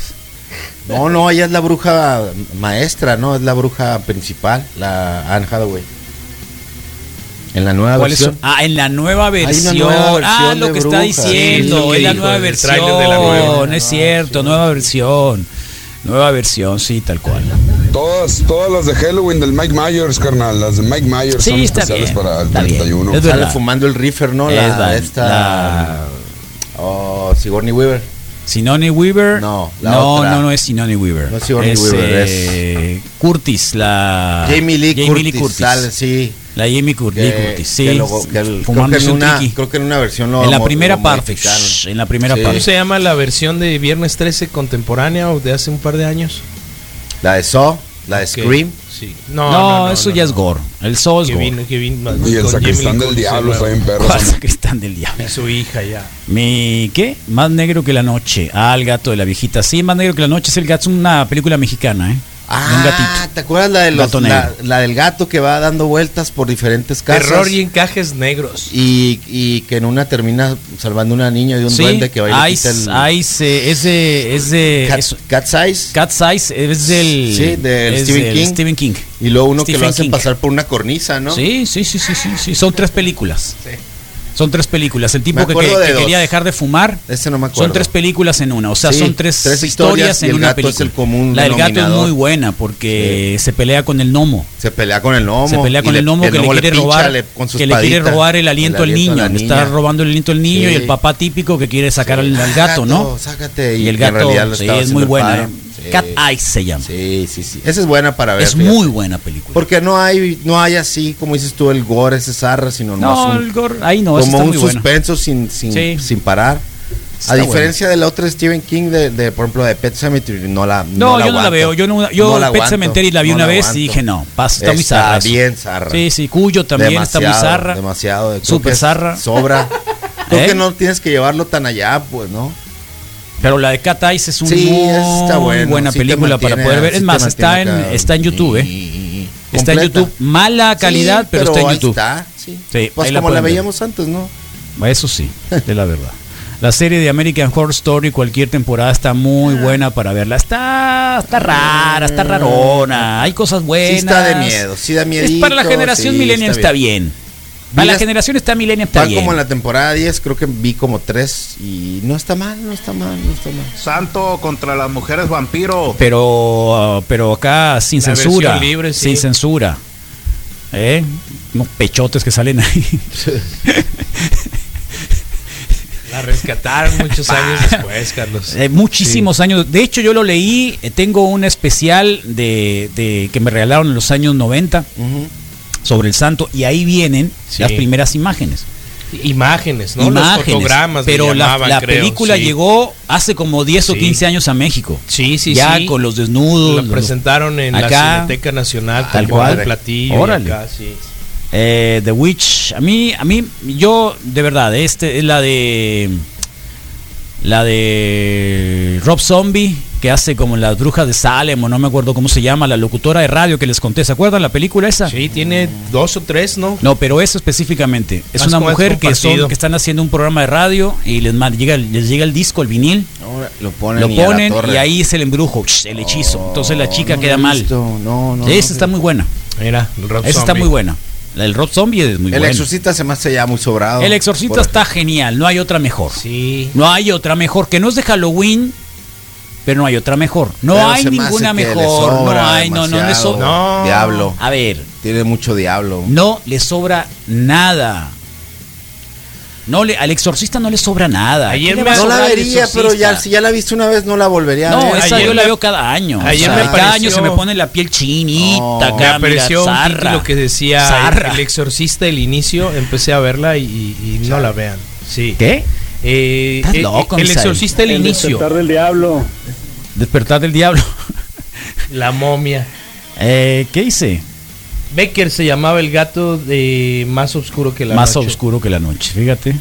Speaker 7: No, no, ella es la bruja maestra, ¿no? Es la bruja principal, la Anne Hathaway. En la nueva
Speaker 4: ¿Cuáles son?
Speaker 7: versión.
Speaker 4: Ah, en la nueva
Speaker 7: una
Speaker 4: versión.
Speaker 7: nueva
Speaker 4: ah,
Speaker 7: versión
Speaker 4: lo
Speaker 7: de
Speaker 4: que está
Speaker 7: Brujas.
Speaker 4: diciendo.
Speaker 7: Sí,
Speaker 4: es la
Speaker 7: hijo,
Speaker 4: nueva
Speaker 7: el
Speaker 4: versión.
Speaker 7: tráiler de la nueva.
Speaker 4: No es cierto, nueva versión. Nueva versión, sí, tal cual.
Speaker 16: Todas, todas las de Halloween del Mike Myers, carnal, las de Mike Myers
Speaker 4: Sí,
Speaker 16: son
Speaker 4: está
Speaker 16: especiales
Speaker 4: bien,
Speaker 16: para el
Speaker 4: está bien.
Speaker 16: 31.
Speaker 4: Es
Speaker 7: Sale
Speaker 4: verdad.
Speaker 7: fumando el reefer, ¿no? La,
Speaker 4: Es la-
Speaker 7: esta.
Speaker 4: la-
Speaker 7: Oh, Sigourney Weaver.
Speaker 4: Sinoni Weaver.
Speaker 7: No, la
Speaker 4: No,
Speaker 7: otra.
Speaker 4: no, no es Sinoni Weaver.
Speaker 7: No es Sigourney Weaver,
Speaker 4: eh, Curtis, la.
Speaker 7: Jamie Lee Curtis.
Speaker 4: Ah, Curtis.
Speaker 7: sale, sí.
Speaker 4: La Jamie Cur- Lee
Speaker 7: Que-
Speaker 4: Curtis,
Speaker 7: que
Speaker 4: sí.
Speaker 7: lo- que el- creo, que
Speaker 4: fumándose
Speaker 7: en
Speaker 4: un
Speaker 7: una,
Speaker 4: triqui.
Speaker 7: creo que en una versión lo
Speaker 4: En la
Speaker 7: mo-
Speaker 4: primera
Speaker 7: lo
Speaker 4: parte.
Speaker 7: modificaron.
Speaker 4: Shh, en la primera
Speaker 7: Sí.
Speaker 4: parte.
Speaker 6: ¿Cómo se llama la versión de Viernes 13 contemporánea o de hace un par de años?
Speaker 7: La de Saw, la de Scream.
Speaker 6: Sí.
Speaker 4: No, eso ya es gore. El Saw es
Speaker 6: Que
Speaker 4: gore.
Speaker 6: vino- que vino-
Speaker 16: Y el
Speaker 6: con
Speaker 16: sacristán
Speaker 6: Jamie
Speaker 16: del
Speaker 6: Lee
Speaker 16: diablo
Speaker 6: Curtis,
Speaker 16: está bien
Speaker 6: nuevo.
Speaker 16: perro.
Speaker 4: ¿Cuál sacristán del diablo?
Speaker 6: Y su hija ya.
Speaker 4: Mi, ¿qué? Más negro que la noche. Ah, el gato de la viejita. Sí, más negro que la noche es el gato. Es una película mexicana, ¿eh? De un
Speaker 7: Ah,
Speaker 4: gatito.
Speaker 7: ¿te acuerdas la, de los-
Speaker 4: Gato
Speaker 7: la,
Speaker 4: negro.
Speaker 7: la del gato que va dando vueltas por diferentes casas?
Speaker 6: Terror y encajes negros.
Speaker 7: Y, y que en una termina salvando una niña de un
Speaker 4: Sí,
Speaker 7: duende que va y
Speaker 4: ahí,
Speaker 7: le quita el.
Speaker 4: ahí se- es de, es de-
Speaker 7: Cat-
Speaker 4: es-
Speaker 7: Cat Size.
Speaker 4: eh, Cat Size es del,
Speaker 7: Sí, del
Speaker 4: es
Speaker 7: Stephen
Speaker 4: del
Speaker 7: King.
Speaker 4: Stephen King.
Speaker 7: Y luego uno que
Speaker 4: Stephen
Speaker 7: lo hacen
Speaker 4: King.
Speaker 7: pasar por una cornisa, ¿no?
Speaker 4: Sí, sí, sí, sí, sí, sí. Son tres películas.
Speaker 7: Sí.
Speaker 4: Son tres películas. El
Speaker 7: Me
Speaker 4: tipo que,
Speaker 7: acuerdo
Speaker 4: que-
Speaker 7: de
Speaker 4: que
Speaker 7: dos.
Speaker 4: quería dejar de fumar.
Speaker 7: Ese no me acuerdo.
Speaker 4: Son tres películas en una, o sea,
Speaker 7: Sí,
Speaker 4: son tres,
Speaker 7: tres historias
Speaker 4: historias,
Speaker 7: y
Speaker 4: en
Speaker 7: el
Speaker 4: una
Speaker 7: gato es
Speaker 4: película.
Speaker 7: el común
Speaker 4: la del gato es
Speaker 7: denominador.
Speaker 4: muy buena porque se pelea con el gnomo.
Speaker 7: Se pelea con el gnomo.
Speaker 4: Se pelea
Speaker 7: y
Speaker 4: con el gnomo que le
Speaker 7: gnomo
Speaker 4: quiere
Speaker 7: pincha,
Speaker 4: robar,
Speaker 7: le- con su
Speaker 4: que le quiere
Speaker 7: espadita,
Speaker 4: robar el aliento al
Speaker 7: aliento a la
Speaker 4: niño, le está
Speaker 7: niña.
Speaker 4: robando el aliento al niño y
Speaker 7: Sí.
Speaker 4: el papá típico que quiere sacar al, al gato, ¿no?
Speaker 7: Gato, sácate.
Speaker 4: Y el
Speaker 7: que en realidad
Speaker 4: gato
Speaker 7: le
Speaker 4: sí,
Speaker 7: estaba
Speaker 4: es
Speaker 7: haciendo
Speaker 4: muy
Speaker 7: el
Speaker 4: buena.
Speaker 7: paro.
Speaker 4: ¿eh?
Speaker 7: Sí.
Speaker 4: Cat Eyes se llama.
Speaker 7: Sí, sí, sí. Esa es buena para ver.
Speaker 4: es
Speaker 7: fíjate.
Speaker 4: muy buena película.
Speaker 7: Porque no hay, no hay así, como dices tú, el gore, ese zarra, sino
Speaker 4: No,
Speaker 7: más un-
Speaker 4: el gore, ahí no, esa
Speaker 7: como
Speaker 4: está
Speaker 7: un
Speaker 4: muy buena.
Speaker 7: suspenso sin, sin,
Speaker 4: Sí.
Speaker 7: sin parar.
Speaker 4: Está
Speaker 7: a diferencia de la otra de Stephen King, de, de, por ejemplo, de Pet Cemetery, no la
Speaker 4: No, yo no la
Speaker 7: aguanto.
Speaker 4: veo. Yo no, yo
Speaker 7: No
Speaker 4: el Pet
Speaker 7: aguanto,
Speaker 4: Cemetery la vi
Speaker 7: no
Speaker 4: una vez
Speaker 7: aguanto.
Speaker 4: y dije, no, pasa, está muy
Speaker 7: Está
Speaker 4: zarra. eso.
Speaker 7: bien zarra.
Speaker 4: Sí, sí, Cuyo también está muy
Speaker 7: Demasiado,
Speaker 4: zarra.
Speaker 7: Demasiado. Creo
Speaker 4: Súper
Speaker 7: que
Speaker 4: zarra.
Speaker 7: Sobra. Creo
Speaker 4: ¿Eh?
Speaker 7: que no tienes que llevarlo tan allá, pues, ¿no?
Speaker 4: Pero la de Cat Eyes es una
Speaker 7: Sí,
Speaker 4: muy
Speaker 7: está bueno,
Speaker 4: buena
Speaker 7: sí te
Speaker 4: película
Speaker 7: mantiene-
Speaker 4: para poder ver.
Speaker 7: sí
Speaker 4: Es
Speaker 7: te
Speaker 4: más, está en,
Speaker 7: mantiene acá.
Speaker 4: está en YouTube, ¿eh? Está en
Speaker 7: Completa.
Speaker 4: YouTube. Mala calidad,
Speaker 7: Sí,
Speaker 4: pero, está en
Speaker 7: ahí
Speaker 4: YouTube.
Speaker 7: está, sí.
Speaker 4: Sí,
Speaker 7: Pues
Speaker 4: ahí
Speaker 7: como la,
Speaker 4: pueden ver.
Speaker 7: veíamos antes, ¿no?
Speaker 4: Eso sí, es la verdad. La serie de American Horror Story, cualquier temporada está
Speaker 7: Ah.
Speaker 4: muy buena para verla. Está, está rara, está rarona. Hay cosas buenas.
Speaker 7: Mm. Sí está de miedo, sí da miedo.
Speaker 4: Es para la generación millennial está bien. Para
Speaker 7: Vi
Speaker 4: la
Speaker 7: las-
Speaker 4: generación está millennial está
Speaker 7: Van
Speaker 4: bien.
Speaker 7: como en la temporada 10, creo que vi como 3 y no está mal, no está mal, no está mal.
Speaker 19: Santo contra las mujeres vampiro.
Speaker 4: Pero, pero acá sin
Speaker 19: La
Speaker 4: censura.
Speaker 19: versión libre, sí.
Speaker 4: Sin censura. ¿Eh? Unos pechotes que salen ahí.
Speaker 6: La rescataron muchos años después, Carlos.
Speaker 4: Eh, muchísimos años. De hecho, yo lo leí. eh, Tengo un especial de, de- que me regalaron en los años 90 sobre el santo. Y ahí vienen
Speaker 6: Sí.
Speaker 4: las primeras imágenes.
Speaker 6: Sí. Imágenes, ¿no?
Speaker 4: imágenes.
Speaker 6: Los fotogramas. le
Speaker 4: pero la,
Speaker 6: llamaban,
Speaker 4: la
Speaker 6: creo,
Speaker 4: película
Speaker 6: sí.
Speaker 4: llegó hace como 10 o
Speaker 6: Sí.
Speaker 4: 15 años a México.
Speaker 6: Sí, sí,
Speaker 4: ya
Speaker 6: sí.
Speaker 4: con los desnudos.
Speaker 6: La
Speaker 4: los-
Speaker 6: presentaron en
Speaker 4: acá.
Speaker 6: la Cineteca Nacional
Speaker 4: Tal
Speaker 6: tal
Speaker 4: cual.
Speaker 6: cual platillo. y
Speaker 4: Órale.
Speaker 6: acá, sí.
Speaker 4: Eh, The Witch. A mí, a mí, yo, de verdad, este es la de. La de Rob Zombie, que hace como las brujas de Salem, o no me acuerdo cómo se llama, la locutora de radio que les conté. ¿Se acuerdan la película esa?
Speaker 6: Sí, tiene dos o tres, ¿no?
Speaker 4: No, pero eso específicamente. Es
Speaker 6: Más
Speaker 4: una
Speaker 6: como es
Speaker 4: mujer que, son,
Speaker 6: compartido.
Speaker 4: que están haciendo un programa de radio y les, man- llega, el- les llega el disco, el vinil,
Speaker 7: Ahora lo ponen,
Speaker 4: lo
Speaker 7: y a la
Speaker 4: ponen
Speaker 7: torre. Oh,
Speaker 4: y ahí es el embrujo, sh, el hechizo. Entonces la chica
Speaker 7: no lo
Speaker 4: queda
Speaker 7: he
Speaker 4: mal.
Speaker 7: visto, No, no.
Speaker 4: esa
Speaker 7: no,
Speaker 4: está
Speaker 7: sí.
Speaker 4: muy buena.
Speaker 6: Mira, el Rob
Speaker 4: Esa está
Speaker 6: Zombie.
Speaker 4: muy buena. La del Rob Zombie es muy
Speaker 7: El
Speaker 4: buena.
Speaker 7: exorcista se me hace ya muy sobrado.
Speaker 4: El exorcista
Speaker 7: Por-
Speaker 4: está genial, no hay otra mejor.
Speaker 6: Sí.
Speaker 4: No hay otra mejor, que no es de Halloween, pero no hay otra mejor. No
Speaker 7: Pero
Speaker 4: hay
Speaker 7: se me hace
Speaker 4: ninguna
Speaker 7: que le
Speaker 4: mejor. No
Speaker 7: sobra
Speaker 4: hay, no, no, no, le
Speaker 7: demasiado
Speaker 4: sobra.
Speaker 7: Diablo.
Speaker 4: A ver,
Speaker 7: Tiene mucho diablo.
Speaker 4: no le sobra nada. No le, al exorcista no le sobra nada.
Speaker 7: Ayer
Speaker 4: ¿Qué le
Speaker 7: me
Speaker 4: va a
Speaker 7: no la
Speaker 4: sobrar al
Speaker 7: vería, pero ya,
Speaker 4: Exorcista?
Speaker 7: si ya la viste una vez, no la volvería a ver.
Speaker 4: No, esa yo la veo cada año.
Speaker 7: Ayer
Speaker 4: Ayer
Speaker 7: me
Speaker 4: Cada
Speaker 7: pareció-
Speaker 4: año se me pone la piel chinita. acá,
Speaker 6: me
Speaker 4: Ah, mira,
Speaker 6: apareció un
Speaker 4: zarra.
Speaker 6: título que decía
Speaker 4: Zarra.
Speaker 6: El exorcista el inicio, empecé a verla y, y- y no la vean. Sí.
Speaker 4: ¿Qué?
Speaker 6: Eh,
Speaker 4: Estás
Speaker 6: eh,
Speaker 4: loco,
Speaker 6: el
Speaker 4: Misael.
Speaker 6: exorcista el,
Speaker 4: El
Speaker 6: inicio.
Speaker 4: despertar
Speaker 6: del diablo.
Speaker 4: Despertar del diablo.
Speaker 6: La momia.
Speaker 4: Eh, ¿Qué hice?
Speaker 6: Becker se llamaba el gato de más oscuro que la
Speaker 4: Más
Speaker 6: noche.
Speaker 4: oscuro que la noche, fíjate. ¿eh?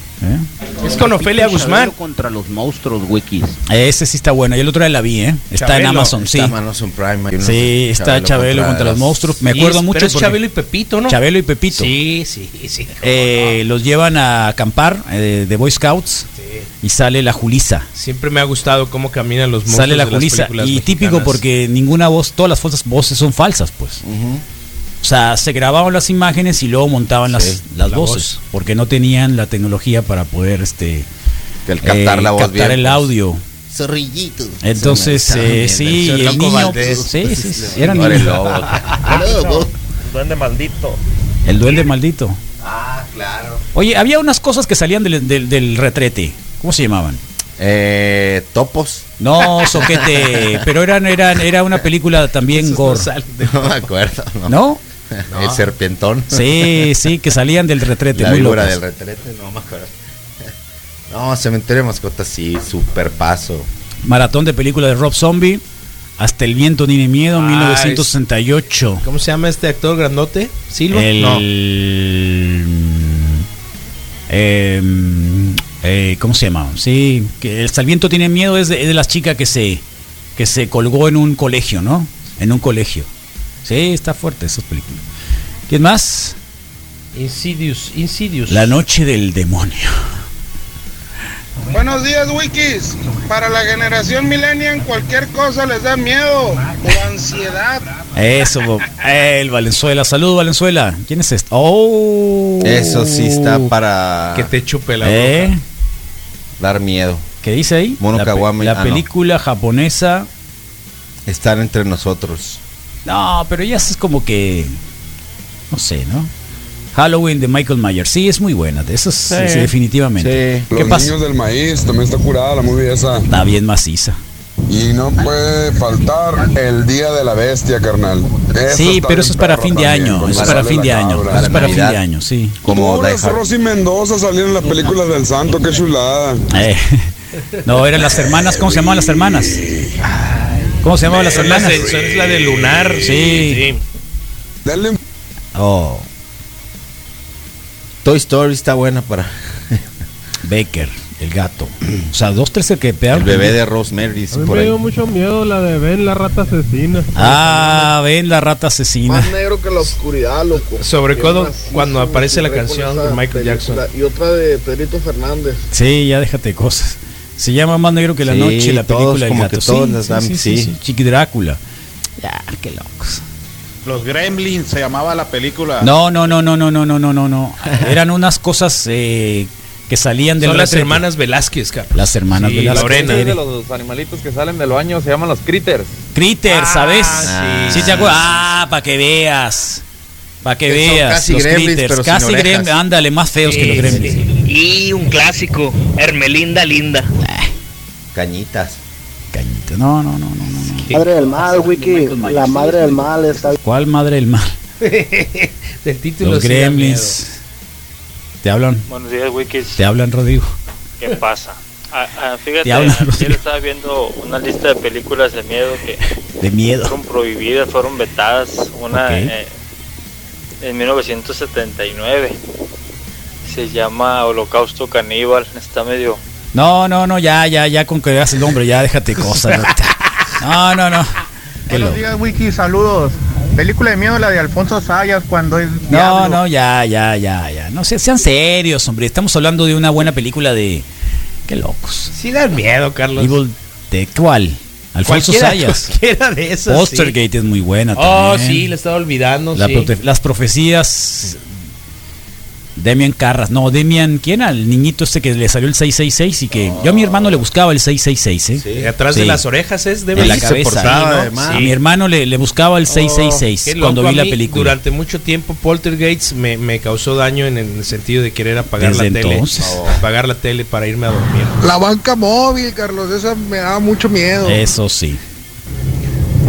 Speaker 6: Es con Ofelia Guzmán.
Speaker 20: Contra los monstruos, wikis.
Speaker 4: Eh, Ese sí está bueno. Yo el otro día la vi, ¿eh? Está en
Speaker 20: Chabelo.
Speaker 4: Amazon, sí.
Speaker 7: Está en Amazon Prime. hay uno
Speaker 4: Sí,
Speaker 7: de
Speaker 4: está Chabelo, contra, los monstruos. Me
Speaker 6: Y
Speaker 4: acuerdo
Speaker 6: es-
Speaker 4: mucho.
Speaker 6: pero es
Speaker 4: porque
Speaker 6: Chabelo y Pepito, ¿no?
Speaker 4: Chabelo y Pepito.
Speaker 6: Sí, sí, sí.
Speaker 4: Eh, Los llevan a acampar eh, de Boy Scouts y sale la Julisa.
Speaker 6: Siempre me ha gustado cómo caminan los monstruos.
Speaker 4: Sale la
Speaker 6: de las
Speaker 4: Julisa. Y
Speaker 6: películas
Speaker 4: típico
Speaker 6: mexicanas.
Speaker 4: porque ninguna voz, todas las falsas voces son falsas, pues. O sea, se grababan las imágenes y luego montaban
Speaker 7: Sí,
Speaker 4: las, las
Speaker 7: la
Speaker 4: voces,
Speaker 7: voz.
Speaker 4: porque no tenían la tecnología para poder este eh,
Speaker 7: El captar la voz
Speaker 4: captar
Speaker 7: bien,
Speaker 4: el
Speaker 7: pues.
Speaker 4: audio.
Speaker 7: Zorrillito.
Speaker 4: Entonces,
Speaker 7: Sí,
Speaker 4: eh,
Speaker 7: el
Speaker 4: sí,
Speaker 7: Zorro
Speaker 4: el
Speaker 7: Loco
Speaker 4: niño,
Speaker 7: Valdés.
Speaker 4: sí, sí, sí, eran
Speaker 7: Ahora el
Speaker 4: niños.
Speaker 7: lobo.
Speaker 21: Duende maldito.
Speaker 4: El duende maldito.
Speaker 21: Ah, claro.
Speaker 4: Oye, había unas cosas que salían del, del- del retrete. ¿Cómo se llamaban?
Speaker 7: Eh, topos.
Speaker 4: No, soquete. pero eran, eran, era una película también gore.
Speaker 7: No me acuerdo. No.
Speaker 4: ¿No?
Speaker 7: El serpientón.
Speaker 4: Sí, sí, que salían del retrete.
Speaker 7: La
Speaker 4: muy
Speaker 7: víbora
Speaker 4: locas.
Speaker 7: del retrete, no me acuerdo. No, Cementerio de Mascotas, sí, super paso.
Speaker 4: Maratón de película de Rob Zombie. Hasta el viento tiene miedo,
Speaker 6: Ah,
Speaker 4: 1968.
Speaker 6: ¿Cómo se llama este actor grandote? ¿Silva?
Speaker 4: El.
Speaker 6: No.
Speaker 4: em, eh, ¿Cómo se llama? Sí, que el Salviento tiene miedo es de, es de las chicas que se, que se colgó en un colegio, ¿no? En un colegio. Sí, está fuerte esas películas. ¿Quién más?
Speaker 6: Insidious, Insidious.
Speaker 4: La noche del demonio.
Speaker 22: Buenos días, Wikis. Para la generación millennial, cualquier cosa les da miedo o ansiedad.
Speaker 4: Eso, Bob. el Valenzuela. Salud, Valenzuela. ¿Quién es este? Oh.
Speaker 7: Eso sí está
Speaker 4: Uh,
Speaker 7: para
Speaker 6: Que te chupe la
Speaker 4: ¿Eh?
Speaker 7: dar miedo.
Speaker 4: ¿Qué dice ahí?
Speaker 7: Mono
Speaker 4: La pe-
Speaker 7: Kawame-
Speaker 4: La,
Speaker 7: ah, no.
Speaker 4: película japonesa.
Speaker 7: Estar entre nosotros.
Speaker 4: No, pero ya es como que. No sé, ¿no? Halloween de Michael Myers. Sí, es muy buena. De esas, sí. sí, definitivamente.
Speaker 16: Los
Speaker 4: ¿Qué pasa?
Speaker 16: niños del maíz, también está curada la movie esa.
Speaker 4: Está bien maciza.
Speaker 16: Y no puede faltar el día de la bestia, carnal. Eso
Speaker 4: sí,
Speaker 16: está
Speaker 4: pero
Speaker 16: bien
Speaker 4: eso es para
Speaker 16: perro
Speaker 4: fin de
Speaker 16: también,
Speaker 4: año.
Speaker 16: con
Speaker 4: Eso
Speaker 16: Sale
Speaker 4: es para
Speaker 16: la
Speaker 4: fin de año.
Speaker 16: Cabra.
Speaker 4: Eso es para fin de año, sí.
Speaker 16: Como Rosy Mendoza salieron en las películas del santo, qué chulada.
Speaker 4: Eh, No, eran las hermanas. ¿Cómo se llamaban las hermanas? ¿Cómo se llamaban las
Speaker 6: Es la
Speaker 4: hermanas?
Speaker 6: de- es la de Lunar.
Speaker 4: Sí.
Speaker 16: Dale un
Speaker 4: Oh,
Speaker 7: Toy Story está buena para.
Speaker 4: Baker, el gato. O sea, dos, tres el que pegaron.
Speaker 7: El bebé de Rosemary,
Speaker 18: A
Speaker 7: dice
Speaker 18: mí
Speaker 7: por
Speaker 18: me
Speaker 7: ahí.
Speaker 18: dio mucho miedo la de Ben, la rata asesina.
Speaker 4: Ah, ven la rata asesina.
Speaker 17: Más negro que la oscuridad, loco.
Speaker 6: Sobre
Speaker 17: Yo
Speaker 6: todo
Speaker 17: nací
Speaker 6: cuando aparece la
Speaker 17: con
Speaker 6: canción
Speaker 17: esa
Speaker 6: de Michael Jackson.
Speaker 17: película. Y otra de Pedrito Fernández.
Speaker 4: Sí, ya déjate de cosas. Se llama Más Negro que la
Speaker 7: Sí,
Speaker 4: Noche, la
Speaker 7: todos
Speaker 4: película del
Speaker 7: como que
Speaker 4: gato.
Speaker 7: todos las dan- sí.
Speaker 4: Chiqui Drácula. Ya, qué locos.
Speaker 19: Los Gremlins se llamaba la
Speaker 7: Ah.
Speaker 19: película.
Speaker 4: No, no, no, no, no, no, no, no, no, no. Eran unas cosas eh, que salían del
Speaker 6: Son las
Speaker 4: retrete.
Speaker 6: hermanas Velázquez, Carlos.
Speaker 4: Las hermanas
Speaker 6: Sí,
Speaker 4: Velázquez.
Speaker 6: Lorena.
Speaker 4: Sí, de los-
Speaker 23: los animalitos que salen del baño se llaman los critters.
Speaker 4: Critter, ¿sabes?
Speaker 23: Ah,
Speaker 4: Sí,
Speaker 23: sí.
Speaker 4: te acuerdas. Ah, para que veas. Para que
Speaker 23: Que son
Speaker 4: veas.
Speaker 23: casi
Speaker 4: los
Speaker 23: gremlins,
Speaker 4: critters.
Speaker 23: pero sin
Speaker 4: casi
Speaker 23: orejas.
Speaker 4: gremlins. Ándale, más feos que los gremlins.
Speaker 22: Y un clásico, Hermelinda Linda.
Speaker 7: Cañitas.
Speaker 4: Cañitas. No, no, no, no, no.
Speaker 24: Madre del mal, Wiki. La madre del mal está
Speaker 4: ¿Cuál madre del mal?
Speaker 6: Del título
Speaker 4: Los
Speaker 6: sí da
Speaker 4: gremlins. Te hablan.
Speaker 25: Buenos días, Wikis.
Speaker 4: Te hablan, Rodrigo.
Speaker 25: ¿Qué pasa? Ah, ah, fíjate,
Speaker 4: Te hablan,
Speaker 25: ayer
Speaker 4: Rodrigo.
Speaker 25: estaba viendo una lista de películas de miedo que
Speaker 4: De miedo.
Speaker 25: fueron prohibidas, fueron vetadas. Una
Speaker 4: Ok.
Speaker 25: eh, en 1979 se llama Holocausto Caníbal. Está medio.
Speaker 4: No, no, no, ya, ya, ya con que veas el nombre, ya déjate cosas. No, no, no. Qué
Speaker 26: Buenos
Speaker 4: loco.
Speaker 26: días, Wiki, saludos. Película de miedo, la de Alfonso Sayas, cuando es.
Speaker 4: No, no, ya, ya, ya, ya. No se- sean serios, hombre. Estamos hablando de una buena película de. Qué locos.
Speaker 6: Sí, dan miedo, Carlos.
Speaker 4: Evil- ¿De cuál? Alfonso
Speaker 6: Cualquiera-
Speaker 4: Sayas.
Speaker 6: cualquiera de esas,
Speaker 4: Postergate es muy buena
Speaker 6: Oh,
Speaker 4: también.
Speaker 6: sí, le estaba olvidando.
Speaker 4: La
Speaker 6: sí.
Speaker 4: prote- Las profecías. Demian Carras. No, Demian, ¿quién era? El niñito este que le salió el 666 y que yo a mi hermano le buscaba el 666. ¿eh?
Speaker 6: Sí, atrás de
Speaker 4: Sí.
Speaker 6: las orejas es
Speaker 4: de
Speaker 6: de
Speaker 4: la cabeza.
Speaker 6: portada,
Speaker 4: Sí, ¿no? A mi hermano le, le buscaba
Speaker 6: Oh,
Speaker 4: el 666 cuando vi la película.
Speaker 6: Durante mucho tiempo Poltergeist me, me causó daño en el sentido de querer apagar
Speaker 4: Desde
Speaker 6: la tele, Oh.
Speaker 4: entonces.
Speaker 6: apagar la tele para irme a dormir.
Speaker 1: La banca móvil, Carlos, esa me daba mucho miedo.
Speaker 4: Eso sí.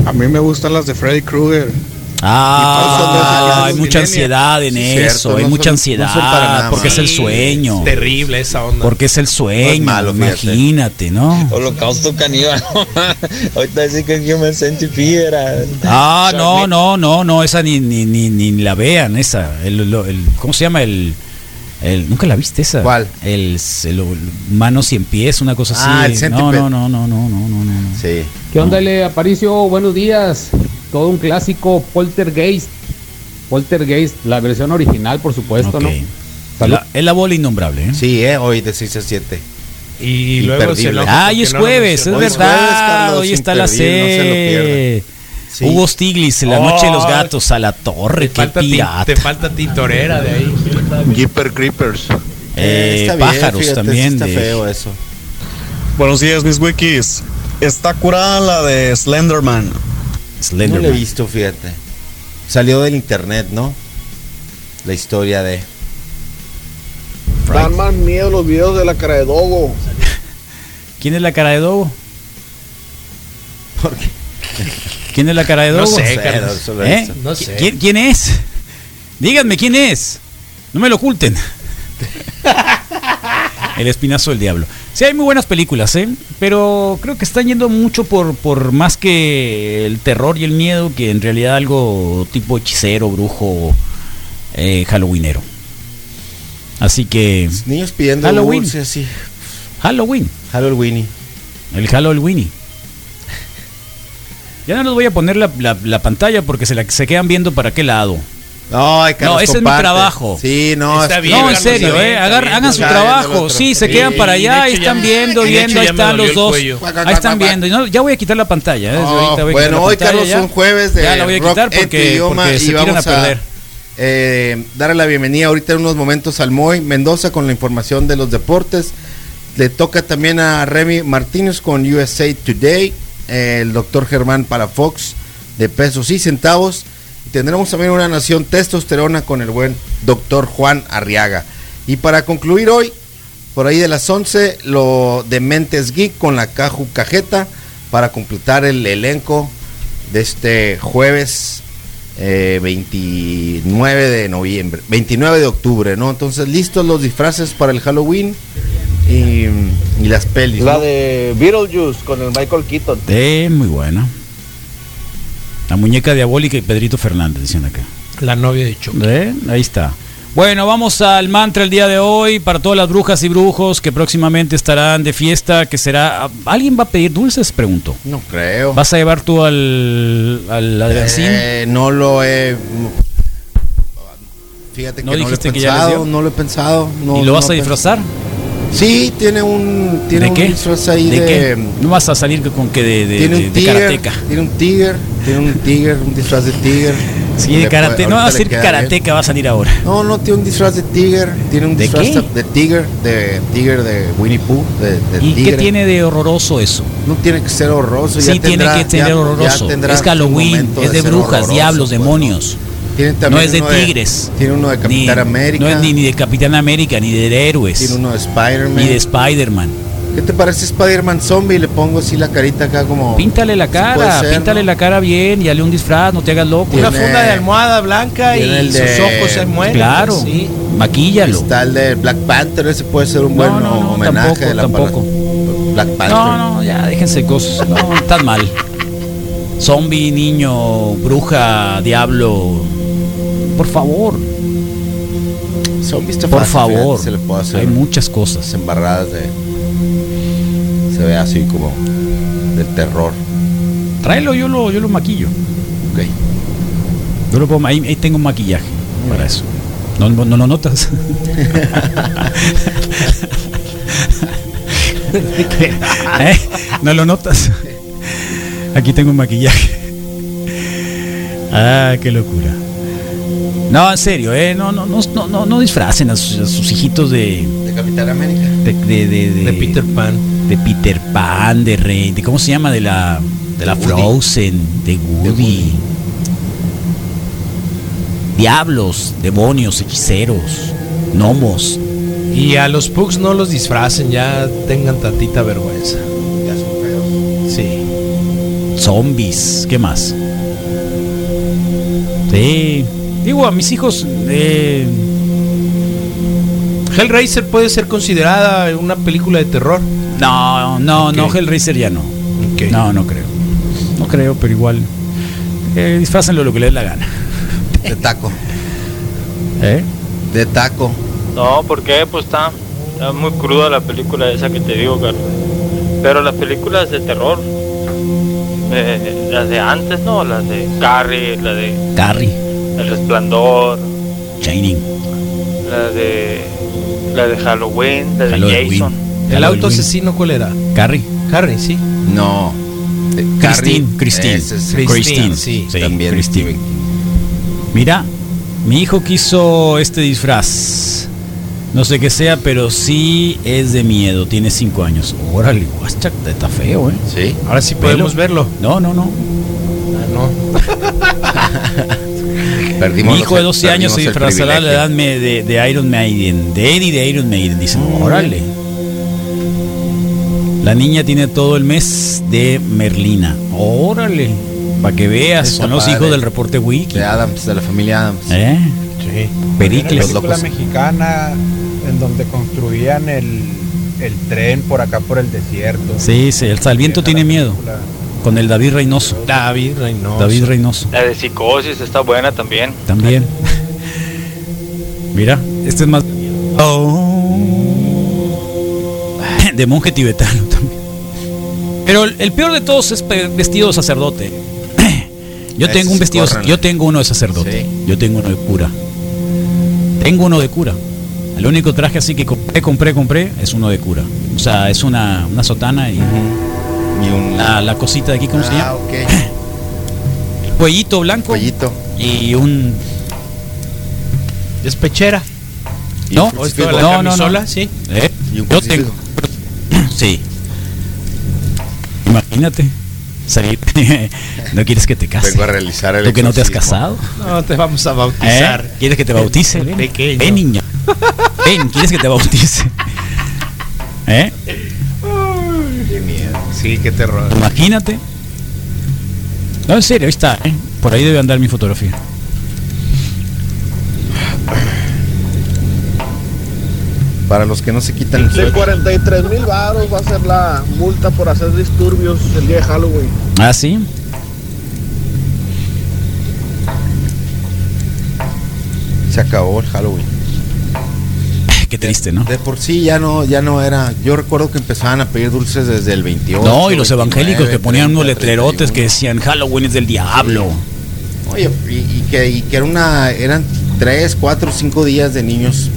Speaker 1: A mí me gustan las de Freddy Krueger.
Speaker 4: Ah, hay mucha
Speaker 1: millennials.
Speaker 4: ansiedad en
Speaker 1: Sí,
Speaker 4: eso,
Speaker 1: cierto,
Speaker 4: hay
Speaker 1: no son-
Speaker 4: mucha
Speaker 1: no son
Speaker 4: ansiedad,
Speaker 1: para nada
Speaker 4: porque es el
Speaker 1: malos.
Speaker 4: sueño.
Speaker 6: Terrible esa onda.
Speaker 4: Porque es el sueño,
Speaker 1: malo, fíjate.
Speaker 4: imagínate, ¿no?
Speaker 11: Holocausto caníbal. Ahorita sí que yo me sentí piedra.
Speaker 4: Ah,
Speaker 11: Sharknado.
Speaker 4: no, no, no, no, esa ni, ni, ni, ni la vean, esa. El, lo- el- ¿Cómo se llama? El, el- ¿Nunca la viste esa? ¿Cuál? El, el- el manos y en pies, una cosa
Speaker 2: Ah,
Speaker 4: así.
Speaker 2: el
Speaker 4: no,
Speaker 2: centipede.
Speaker 4: no, no, no, no, no, no, no.
Speaker 7: Sí.
Speaker 2: ¿Qué onda, le Aparicio? Buenos días. Todo un clásico Poltergeist. Poltergeist, la versión original, por supuesto,
Speaker 4: Ok.
Speaker 2: ¿no? Salud.
Speaker 4: es la bola innombrable.
Speaker 7: Sí, eh, hoy de 6 a 7.
Speaker 6: Y
Speaker 4: luego se
Speaker 7: Ah,
Speaker 4: enoja Ay, porque es no lo jueves, mencionó. es verdad, hoy está la
Speaker 7: se
Speaker 4: C.
Speaker 7: Sí.
Speaker 4: Hugo Stiglitz, La
Speaker 6: Oh,
Speaker 4: Noche de los Gatos, a la torre, qué
Speaker 6: Falta ti-
Speaker 4: pirata.
Speaker 6: te falta tintorera de ahí.
Speaker 5: Jeeper Creepers.
Speaker 4: Eh,
Speaker 5: Está bien,
Speaker 4: pájaros
Speaker 5: fíjate,
Speaker 4: también.
Speaker 5: sí está
Speaker 4: de-
Speaker 5: feo eso. Buenos días, mis wikis. Está curada la de Slenderman.
Speaker 7: No lo he visto, fíjate. Salió del internet, ¿no? La historia de.
Speaker 5: Dan más miedo los videos de la cara de Dogo.
Speaker 4: ¿Quién es la cara de Dogo? ¿Quién es la cara de Dogo?
Speaker 6: No sé, Carlos.
Speaker 4: Solo ¿Eh?
Speaker 6: No sé.
Speaker 4: ¿Qui- ¿Quién es? Díganme quién es. No me lo oculten. El espinazo del diablo. Sí, hay muy buenas películas, ¿eh? Pero creo que están yendo mucho por, por más que el terror y el miedo que en realidad algo tipo hechicero, brujo, eh, halloweenero. Así que...
Speaker 7: Niños pidiendo
Speaker 4: Halloween.
Speaker 7: dulce, así.
Speaker 4: Halloween.
Speaker 7: Halloween.
Speaker 4: El Halloween. Ya no les voy a poner la, la- la pantalla porque se, la, se quedan viendo para qué lado.
Speaker 7: Ay, Carlos,
Speaker 4: no, ese
Speaker 7: comparte.
Speaker 4: es mi trabajo.
Speaker 7: Sí, no,
Speaker 4: Está
Speaker 7: es-
Speaker 4: bien, no, en serio, eh, agar- hagan su trabajo. Sí, se quedan para allá, ahí están viendo, viendo, ahí están los dos. Ahí están viendo. Y no, ya voy a quitar la pantalla. eh, desde
Speaker 7: No,
Speaker 4: ahorita voy a quitar
Speaker 7: bueno,
Speaker 4: la
Speaker 7: hoy
Speaker 4: pantalla
Speaker 7: Carlos,
Speaker 4: ya.
Speaker 7: un jueves de
Speaker 4: Ya la voy a
Speaker 7: rock
Speaker 4: quitar
Speaker 7: en tu
Speaker 4: porque,
Speaker 7: idioma
Speaker 4: porque
Speaker 7: y
Speaker 4: se tiran a
Speaker 7: vamos
Speaker 4: perder.
Speaker 7: eh, darle la bienvenida ahorita en unos momentos al Moy Mendoza con la información de los deportes. Le toca también a Remy Martínez con USA Today, eh, el doctor Germán para Fox de pesos y centavos. Y tendremos también una nación testosterona con el buen doctor Juan Arriaga. Y para concluir hoy, por ahí de las 11, lo de Mentes Geek con la Caju Cajeta para completar el elenco de este jueves eh, 29 de noviembre, 29 de octubre, ¿no? Entonces, listos los disfraces para el Halloween y, y las pelis.
Speaker 5: La
Speaker 7: ¿no?
Speaker 5: de Beetlejuice con el Michael Keaton.
Speaker 4: Eh, muy buena. La muñeca diabólica y Pedrito Fernández, dicen acá.
Speaker 6: La novia de Chucky.
Speaker 4: ¿Eh? Ahí está. Bueno, vamos al mantra el día de hoy para todas las brujas y brujos que próximamente estarán de fiesta, que será... ¿Alguien va a pedir dulces? Pregunto.
Speaker 7: No creo.
Speaker 4: ¿Vas a llevar tú al, al albancín?
Speaker 7: Eh, no lo he. Fíjate
Speaker 4: ¿No
Speaker 7: que no lo he
Speaker 4: dijiste que ya les
Speaker 7: pensado,
Speaker 4: dio?
Speaker 7: no lo he pensado. no-
Speaker 4: ¿Y lo vas
Speaker 7: no
Speaker 4: a
Speaker 7: he
Speaker 4: disfrazar?
Speaker 7: pensado. Sí, tiene un, tiene
Speaker 4: ¿De
Speaker 7: un
Speaker 4: qué?
Speaker 7: disfraz ahí de.
Speaker 4: qué? No vas a salir con que de, de, de-
Speaker 7: tiene un
Speaker 4: de
Speaker 7: tiger,
Speaker 4: karateca.
Speaker 7: tiene un tiger, tiene un tiger, un disfraz de tiger.
Speaker 4: Sí, de
Speaker 7: Le
Speaker 4: karate.
Speaker 7: puede-
Speaker 4: No va a
Speaker 7: ahorita le
Speaker 4: decir
Speaker 7: queda bien.
Speaker 4: karateca, va a salir ahora.
Speaker 7: No, no, tiene un disfraz de tiger, tiene un
Speaker 4: ¿De
Speaker 7: disfraz
Speaker 4: qué?
Speaker 7: de tiger, de tiger de Winnie Pooh, de, de
Speaker 4: ¿Y qué
Speaker 7: tigre.
Speaker 4: tiene de horroroso eso?
Speaker 7: No tiene que ser horroroso.
Speaker 4: Sí, tiene
Speaker 7: tendrá-
Speaker 4: que ser
Speaker 7: ya- ya
Speaker 4: horroroso.
Speaker 7: tendrá
Speaker 4: Es
Speaker 7: su
Speaker 4: Halloween,
Speaker 7: momento
Speaker 4: es de
Speaker 7: ser
Speaker 4: brujas,
Speaker 7: horroroso,
Speaker 4: diablos,
Speaker 7: pues,
Speaker 4: demonios.
Speaker 7: Tiene
Speaker 4: No
Speaker 7: también
Speaker 4: es de
Speaker 7: uno
Speaker 4: tigres.
Speaker 7: tiene uno de
Speaker 4: Ni-
Speaker 7: Capitán América.
Speaker 4: No es ni, ni de Capitán América, ni de héroes.
Speaker 7: Tiene uno de Spider-Man.
Speaker 4: Ni de Spider-Man.
Speaker 7: ¿Qué te parece Spider-Man Zombie? Le pongo así la carita acá como...
Speaker 4: Píntale la
Speaker 7: Sí puede
Speaker 4: cara,
Speaker 7: ser,
Speaker 4: píntale la cara bien y dale un disfraz, no te hagas loco.
Speaker 6: Una funda de almohada blanca
Speaker 7: tiene
Speaker 6: y
Speaker 7: el
Speaker 6: sus
Speaker 7: de-
Speaker 6: ojos se mueren.
Speaker 4: Claro,
Speaker 6: sí.
Speaker 4: maquíllalo.
Speaker 7: Está el de Black Panther, ese puede ser un buen homenaje
Speaker 4: tampoco,
Speaker 7: de la
Speaker 4: tampoco.
Speaker 7: pala- Black Panther.
Speaker 4: No, no, ya, déjense de cosas. No, están mal. Zombie, niño, bruja, diablo. Por favor.
Speaker 7: Zombie está
Speaker 4: Por
Speaker 7: fácil,
Speaker 4: favor.
Speaker 7: fíjate, se le puede hacer.
Speaker 4: Hay muchas cosas.
Speaker 7: embarradas de... Se ve así como del terror.
Speaker 4: Tráelo, yo lo, yo lo maquillo.
Speaker 7: Ok.
Speaker 4: Yo lo pongo, ahí, ahí tengo un maquillaje para eso. ¿No, no, no lo notas? ¿Eh? ¿No lo notas? Aquí tengo un maquillaje. Ah, qué locura. No, en serio, eh, no, no, no, no, no, no disfracen a sus, a sus hijitos de.
Speaker 7: De Capital América.
Speaker 4: De, de, de, de-
Speaker 6: Peter Pan.
Speaker 4: De Peter Pan, de Rey, de cómo se llama, de la. De la
Speaker 7: Woody.
Speaker 4: Frozen, de Woody. Diablos, demonios, hechiceros, gnomos.
Speaker 7: Mm.
Speaker 6: Y a los pugs no los disfracen, ya tengan tantita vergüenza.
Speaker 7: Ya son feos.
Speaker 6: Sí.
Speaker 4: Zombies, ¿qué más? Sí. Digo, a mis hijos. eh,
Speaker 6: Hellraiser puede ser considerada una película de terror.
Speaker 4: No, no, no,
Speaker 6: Ok.
Speaker 4: Hellraiser ya no. No, no creo. No creo, pero igual. Eh, disfrácenlo lo que les dé la gana.
Speaker 7: De taco.
Speaker 4: ¿Eh?
Speaker 7: De taco.
Speaker 25: No, porque pues está, está muy cruda la película esa que te digo, Carlos. Pero las películas de terror, eh, las de antes, ¿no? Las de Carrie, la de
Speaker 4: Carrie,
Speaker 25: El Resplandor,
Speaker 4: Shining.
Speaker 25: la de la de Halloween, la de
Speaker 4: Halloween.
Speaker 25: Jason.
Speaker 6: El
Speaker 4: Halloween.
Speaker 6: auto asesino, ¿cuál era?
Speaker 4: Carrie.
Speaker 6: Harry, sí.
Speaker 7: No. De
Speaker 4: Christine,
Speaker 7: Carrie.
Speaker 4: Christine,
Speaker 7: Ese es-
Speaker 4: Christine,
Speaker 6: Christine,
Speaker 4: sí,
Speaker 6: sí,
Speaker 7: también
Speaker 4: Christine. Mira, mi hijo quiso este disfraz. No sé qué sea, pero sí es de miedo. Tiene cinco años. Órale, guacha, está feo, ¿eh?
Speaker 7: Sí.
Speaker 6: Ahora sí
Speaker 4: Velo.
Speaker 6: podemos verlo.
Speaker 4: No, no, no.
Speaker 6: Ah, no.
Speaker 7: Perdimos
Speaker 4: mi hijo de 12 años se
Speaker 7: perdimos el
Speaker 4: disfrazará a la
Speaker 7: privilegio.
Speaker 4: edad me- de, de Iron Maiden, de Eddie de Iron Maiden. Dicen,
Speaker 6: Mm.
Speaker 4: órale. La niña tiene todo el mes de Merlina. Órale. Para que veas,
Speaker 7: Está
Speaker 4: son los
Speaker 7: padre.
Speaker 4: hijos del reporte Wiki.
Speaker 7: De Adams, de la familia Adams.
Speaker 4: ¿Eh?
Speaker 6: Sí.
Speaker 4: Pericles.
Speaker 18: Una película mexicana en donde construían el, el tren por acá por el desierto.
Speaker 4: Sí, sí, el Salviento tiene miedo. Con el David Reynoso.
Speaker 6: David Reynoso.
Speaker 4: David Reynoso,
Speaker 25: La de Psicosis está buena también.
Speaker 4: también. Mira, este es más. De monje tibetano también. Pero el, el peor de todos es pe- vestido de sacerdote. Yo
Speaker 7: Ese
Speaker 4: tengo
Speaker 7: sí,
Speaker 4: un vestido,
Speaker 7: córranle.
Speaker 4: yo tengo uno de sacerdote,
Speaker 7: Sí.
Speaker 4: yo tengo uno de cura. Tengo uno de cura. El único traje así que compré, compré, compré es uno de cura. O sea, es una, una sotana y
Speaker 7: Y un.
Speaker 4: la, la cosita de aquí, Ah, ¿cómo se llama?
Speaker 7: ah, ok.
Speaker 4: El cuellito blanco
Speaker 7: Cuellito.
Speaker 4: y un
Speaker 6: Es pechera.
Speaker 7: Y
Speaker 4: No,
Speaker 7: un crucifijo.
Speaker 6: Pues
Speaker 4: No,
Speaker 6: Toda la
Speaker 4: no, no.
Speaker 6: camisola, sí.
Speaker 4: ¿Eh?
Speaker 7: Y un
Speaker 4: Yo tengo.
Speaker 7: crucifijo.
Speaker 4: Sí. Imagínate. Salir. no quieres que te cases.
Speaker 7: Vengo a realizar el
Speaker 4: Tú que no te has casado.
Speaker 7: exorcismo.
Speaker 6: No, te vamos a
Speaker 4: ¿Eh?
Speaker 6: bautizar.
Speaker 4: ¿Quieres que te bautice? Ven,
Speaker 6: Pequeño.
Speaker 4: Ven, niña. Ven, ¿quieres que te bautice? ¿Eh?
Speaker 7: Qué miedo.
Speaker 6: Sí, qué terror.
Speaker 4: Imagínate. No, en serio, ahí está. ¿eh? Por ahí debe andar mi fotografía.
Speaker 7: Para los que no se quitan el
Speaker 24: De
Speaker 7: suéter.
Speaker 24: 43 mil baros va a ser la multa por hacer disturbios el día de Halloween.
Speaker 4: Ah, sí.
Speaker 7: Se acabó el Halloween.
Speaker 4: Qué triste, ¿no?
Speaker 7: De por sí ya no, ya no era. Yo recuerdo que empezaban a pedir dulces desde el 28.
Speaker 4: No, y los
Speaker 7: 29,
Speaker 4: evangélicos que ponían unos
Speaker 7: 30,
Speaker 4: letrerotes que
Speaker 7: 31.
Speaker 4: decían Halloween es del diablo.
Speaker 7: Oye, y, y que, y que era una, eran tres, cuatro, cinco días de niños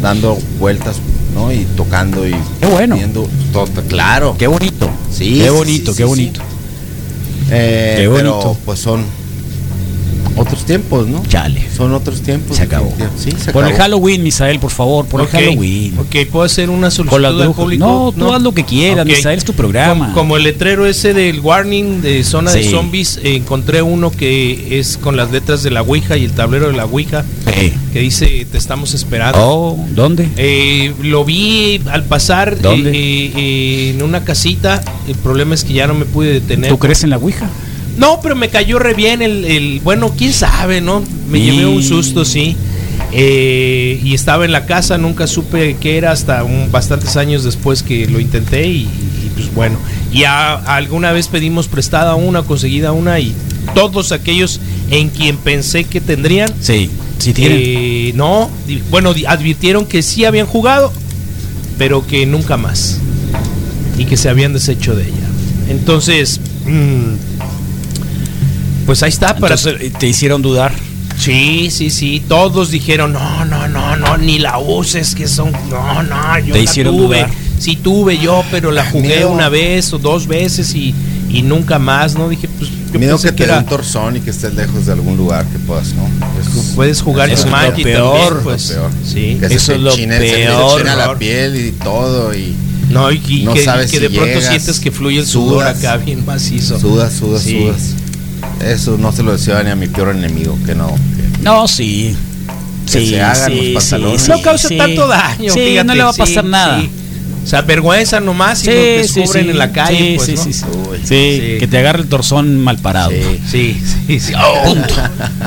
Speaker 7: dando vueltas, ¿no? Y tocando y
Speaker 4: Qué bueno.
Speaker 7: viendo todo, claro.
Speaker 4: Qué bonito.
Speaker 7: Sí,
Speaker 4: Qué
Speaker 7: sí,
Speaker 4: bonito,
Speaker 7: sí,
Speaker 4: qué
Speaker 7: sí,
Speaker 4: bonito.
Speaker 7: Eh,
Speaker 4: Qué
Speaker 7: pero,
Speaker 4: bonito.
Speaker 7: pues son otros tiempos, ¿no?
Speaker 4: Chale.
Speaker 7: Son otros tiempos.
Speaker 4: Se acabó.
Speaker 7: Sí, se
Speaker 4: Por el
Speaker 7: acabó.
Speaker 4: Halloween, Misael, por favor, por
Speaker 6: Ok,
Speaker 4: el Halloween.
Speaker 6: Ok, puedo hacer una
Speaker 4: Con
Speaker 6: solicitud
Speaker 4: las
Speaker 6: al
Speaker 4: brujas.
Speaker 6: público.
Speaker 4: No, tú haz lo que quieras,
Speaker 6: Ok.
Speaker 4: Misael, Pues es tu programa.
Speaker 6: Como, como el letrero ese del warning de zona
Speaker 4: Sí.
Speaker 6: de zombies, eh, encontré uno que es con las letras de la Ouija y el tablero de la Ouija
Speaker 4: Eh.
Speaker 6: que dice te estamos esperando.
Speaker 4: Oh, ¿dónde?
Speaker 6: Eh, lo vi al pasar
Speaker 4: ¿Dónde?
Speaker 6: eh, eh, en una casita. El problema es que ya no me pude detener.
Speaker 4: ¿Tú crees en la Ouija?
Speaker 6: No, pero me cayó re bien el, el- bueno, quién sabe, ¿no? Me
Speaker 4: Y-
Speaker 6: llevé un susto, sí. Eh, y estaba en la casa, nunca supe qué era hasta un- bastantes años después que lo intenté y, y, pues bueno. Ya alguna vez pedimos prestada una, conseguida una y todos aquellos en quien pensé que tendrían,
Speaker 4: Sí, sí tiene.
Speaker 6: eh, no, di- bueno, di- advirtieron que sí habían jugado, pero que nunca más. Y que se habían deshecho de ella. Entonces, mm, pues ahí está. Para
Speaker 4: Entonces, eh, te hicieron dudar.
Speaker 6: sí, sí, sí. Todos dijeron, no, no, no, no, ni la uses, que son... No, no, yo
Speaker 4: Te
Speaker 6: la
Speaker 4: hicieron
Speaker 6: tuve.
Speaker 4: dudar. Ah,
Speaker 6: Sí tuve yo, pero la jugué
Speaker 7: Miedo.
Speaker 6: una vez o dos veces y, y nunca más, ¿no? Dije, pues Yo
Speaker 7: Miedo
Speaker 6: pensé
Speaker 7: que te
Speaker 6: que
Speaker 7: dé
Speaker 6: era-
Speaker 7: un torzón y que estés lejos de algún lugar que puedas, ¿no? Es-
Speaker 6: Puedes jugar
Speaker 7: es lo
Speaker 6: Yumanji
Speaker 7: peor,
Speaker 6: también,
Speaker 7: lo
Speaker 6: pues.
Speaker 7: peor.
Speaker 6: Sí,
Speaker 7: Que se
Speaker 6: eso
Speaker 7: te
Speaker 6: es lo
Speaker 7: enchina- se te
Speaker 6: peor.
Speaker 7: enchina la piel y todo y
Speaker 6: No, y, y
Speaker 7: no
Speaker 6: que,
Speaker 7: sabes
Speaker 6: que
Speaker 7: si
Speaker 6: de pronto
Speaker 7: llegas,
Speaker 6: sientes que fluye el sudor
Speaker 7: sudas.
Speaker 6: acá bien macizo.
Speaker 7: Sudas, sudas,
Speaker 6: Sí.
Speaker 7: sudas. Eso no se lo deseo ni a mi peor enemigo, que no. que-
Speaker 4: No, sí.
Speaker 7: Que se hagan los pantalones.
Speaker 6: no causa
Speaker 4: sí.
Speaker 6: tanto daño.
Speaker 4: Sí,
Speaker 6: fíjate,
Speaker 4: no le va a
Speaker 6: sí,
Speaker 4: pasar nada.
Speaker 6: sí. O sea, vergüenza nomás y
Speaker 4: Sí,
Speaker 6: lo
Speaker 4: sí,
Speaker 6: descubren
Speaker 4: sí.
Speaker 6: en la calle.
Speaker 4: Sí,
Speaker 6: pues,
Speaker 4: sí,
Speaker 6: ¿no?
Speaker 4: sí, sí. Sí, que te agarre el torzón mal parado. Sí, oh,
Speaker 6: sí, sí.
Speaker 4: Punto.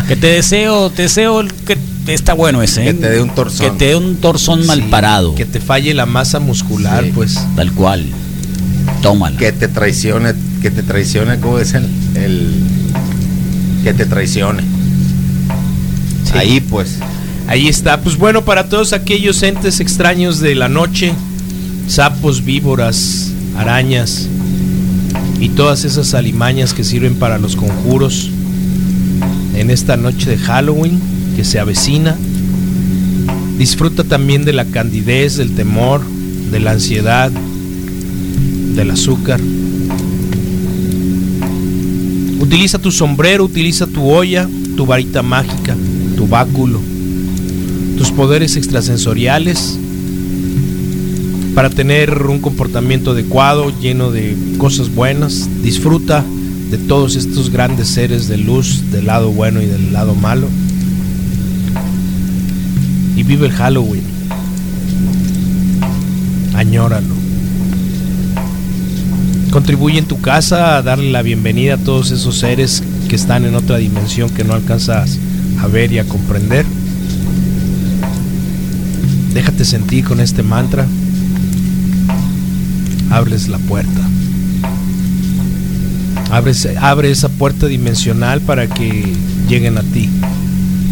Speaker 4: Que te deseo, te deseo el- que te- está bueno ese. Que te dé un torzón. Que te dé un torzón mal parado.
Speaker 6: Que te falle la masa muscular, pues.
Speaker 4: Tal cual. Tómala.
Speaker 7: Que te traicione, que te traicione, como es el, el- que te traicione.
Speaker 6: Ahí pues. Ahí está. Pues bueno, para todos aquellos entes extraños de la noche, sapos, víboras, arañas y todas esas alimañas que sirven para los conjuros en esta noche de Halloween que se avecina. Disfruta también de la candidez, del temor, de la ansiedad, del azúcar. Utiliza tu sombrero, utiliza tu olla, tu varita mágica, tu báculo, tus poderes extrasensoriales para tener un comportamiento adecuado, lleno de cosas buenas. Disfruta de todos estos grandes seres de luz, del lado bueno y del lado malo. Y vive el Halloween. Añóralo. Contribuye en tu casa a darle la bienvenida a todos esos seres que están en otra dimensión que no alcanzas a ver y a comprender. Déjate sentir con este mantra. Abres la puerta. Abres, abre esa puerta dimensional para que lleguen a ti.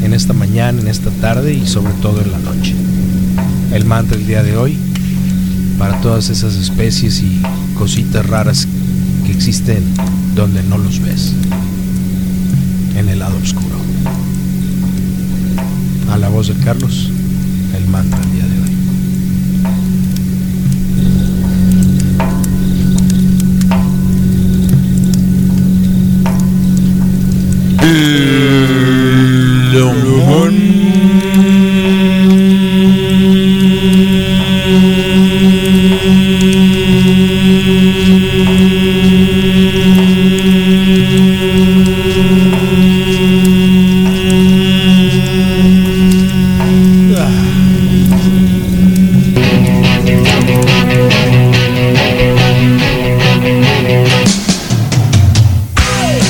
Speaker 6: En esta mañana, en esta tarde y sobre todo en la noche. El mantra el día de hoy para todas esas especies y cositas raras que existen donde no los ves, en el lado oscuro. A la voz de Carlos, el mantra el día de hoy.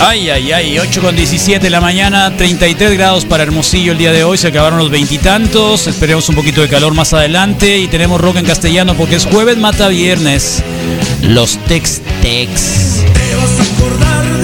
Speaker 4: Ay, ay, ay, 8 con 17 de la mañana, 33 grados para Hermosillo el día de hoy, se acabaron los veintitantos, esperemos un poquito de calor más adelante y tenemos rock en castellano porque es jueves, mata viernes, los Tex Tex.
Speaker 3: Te vas a acordar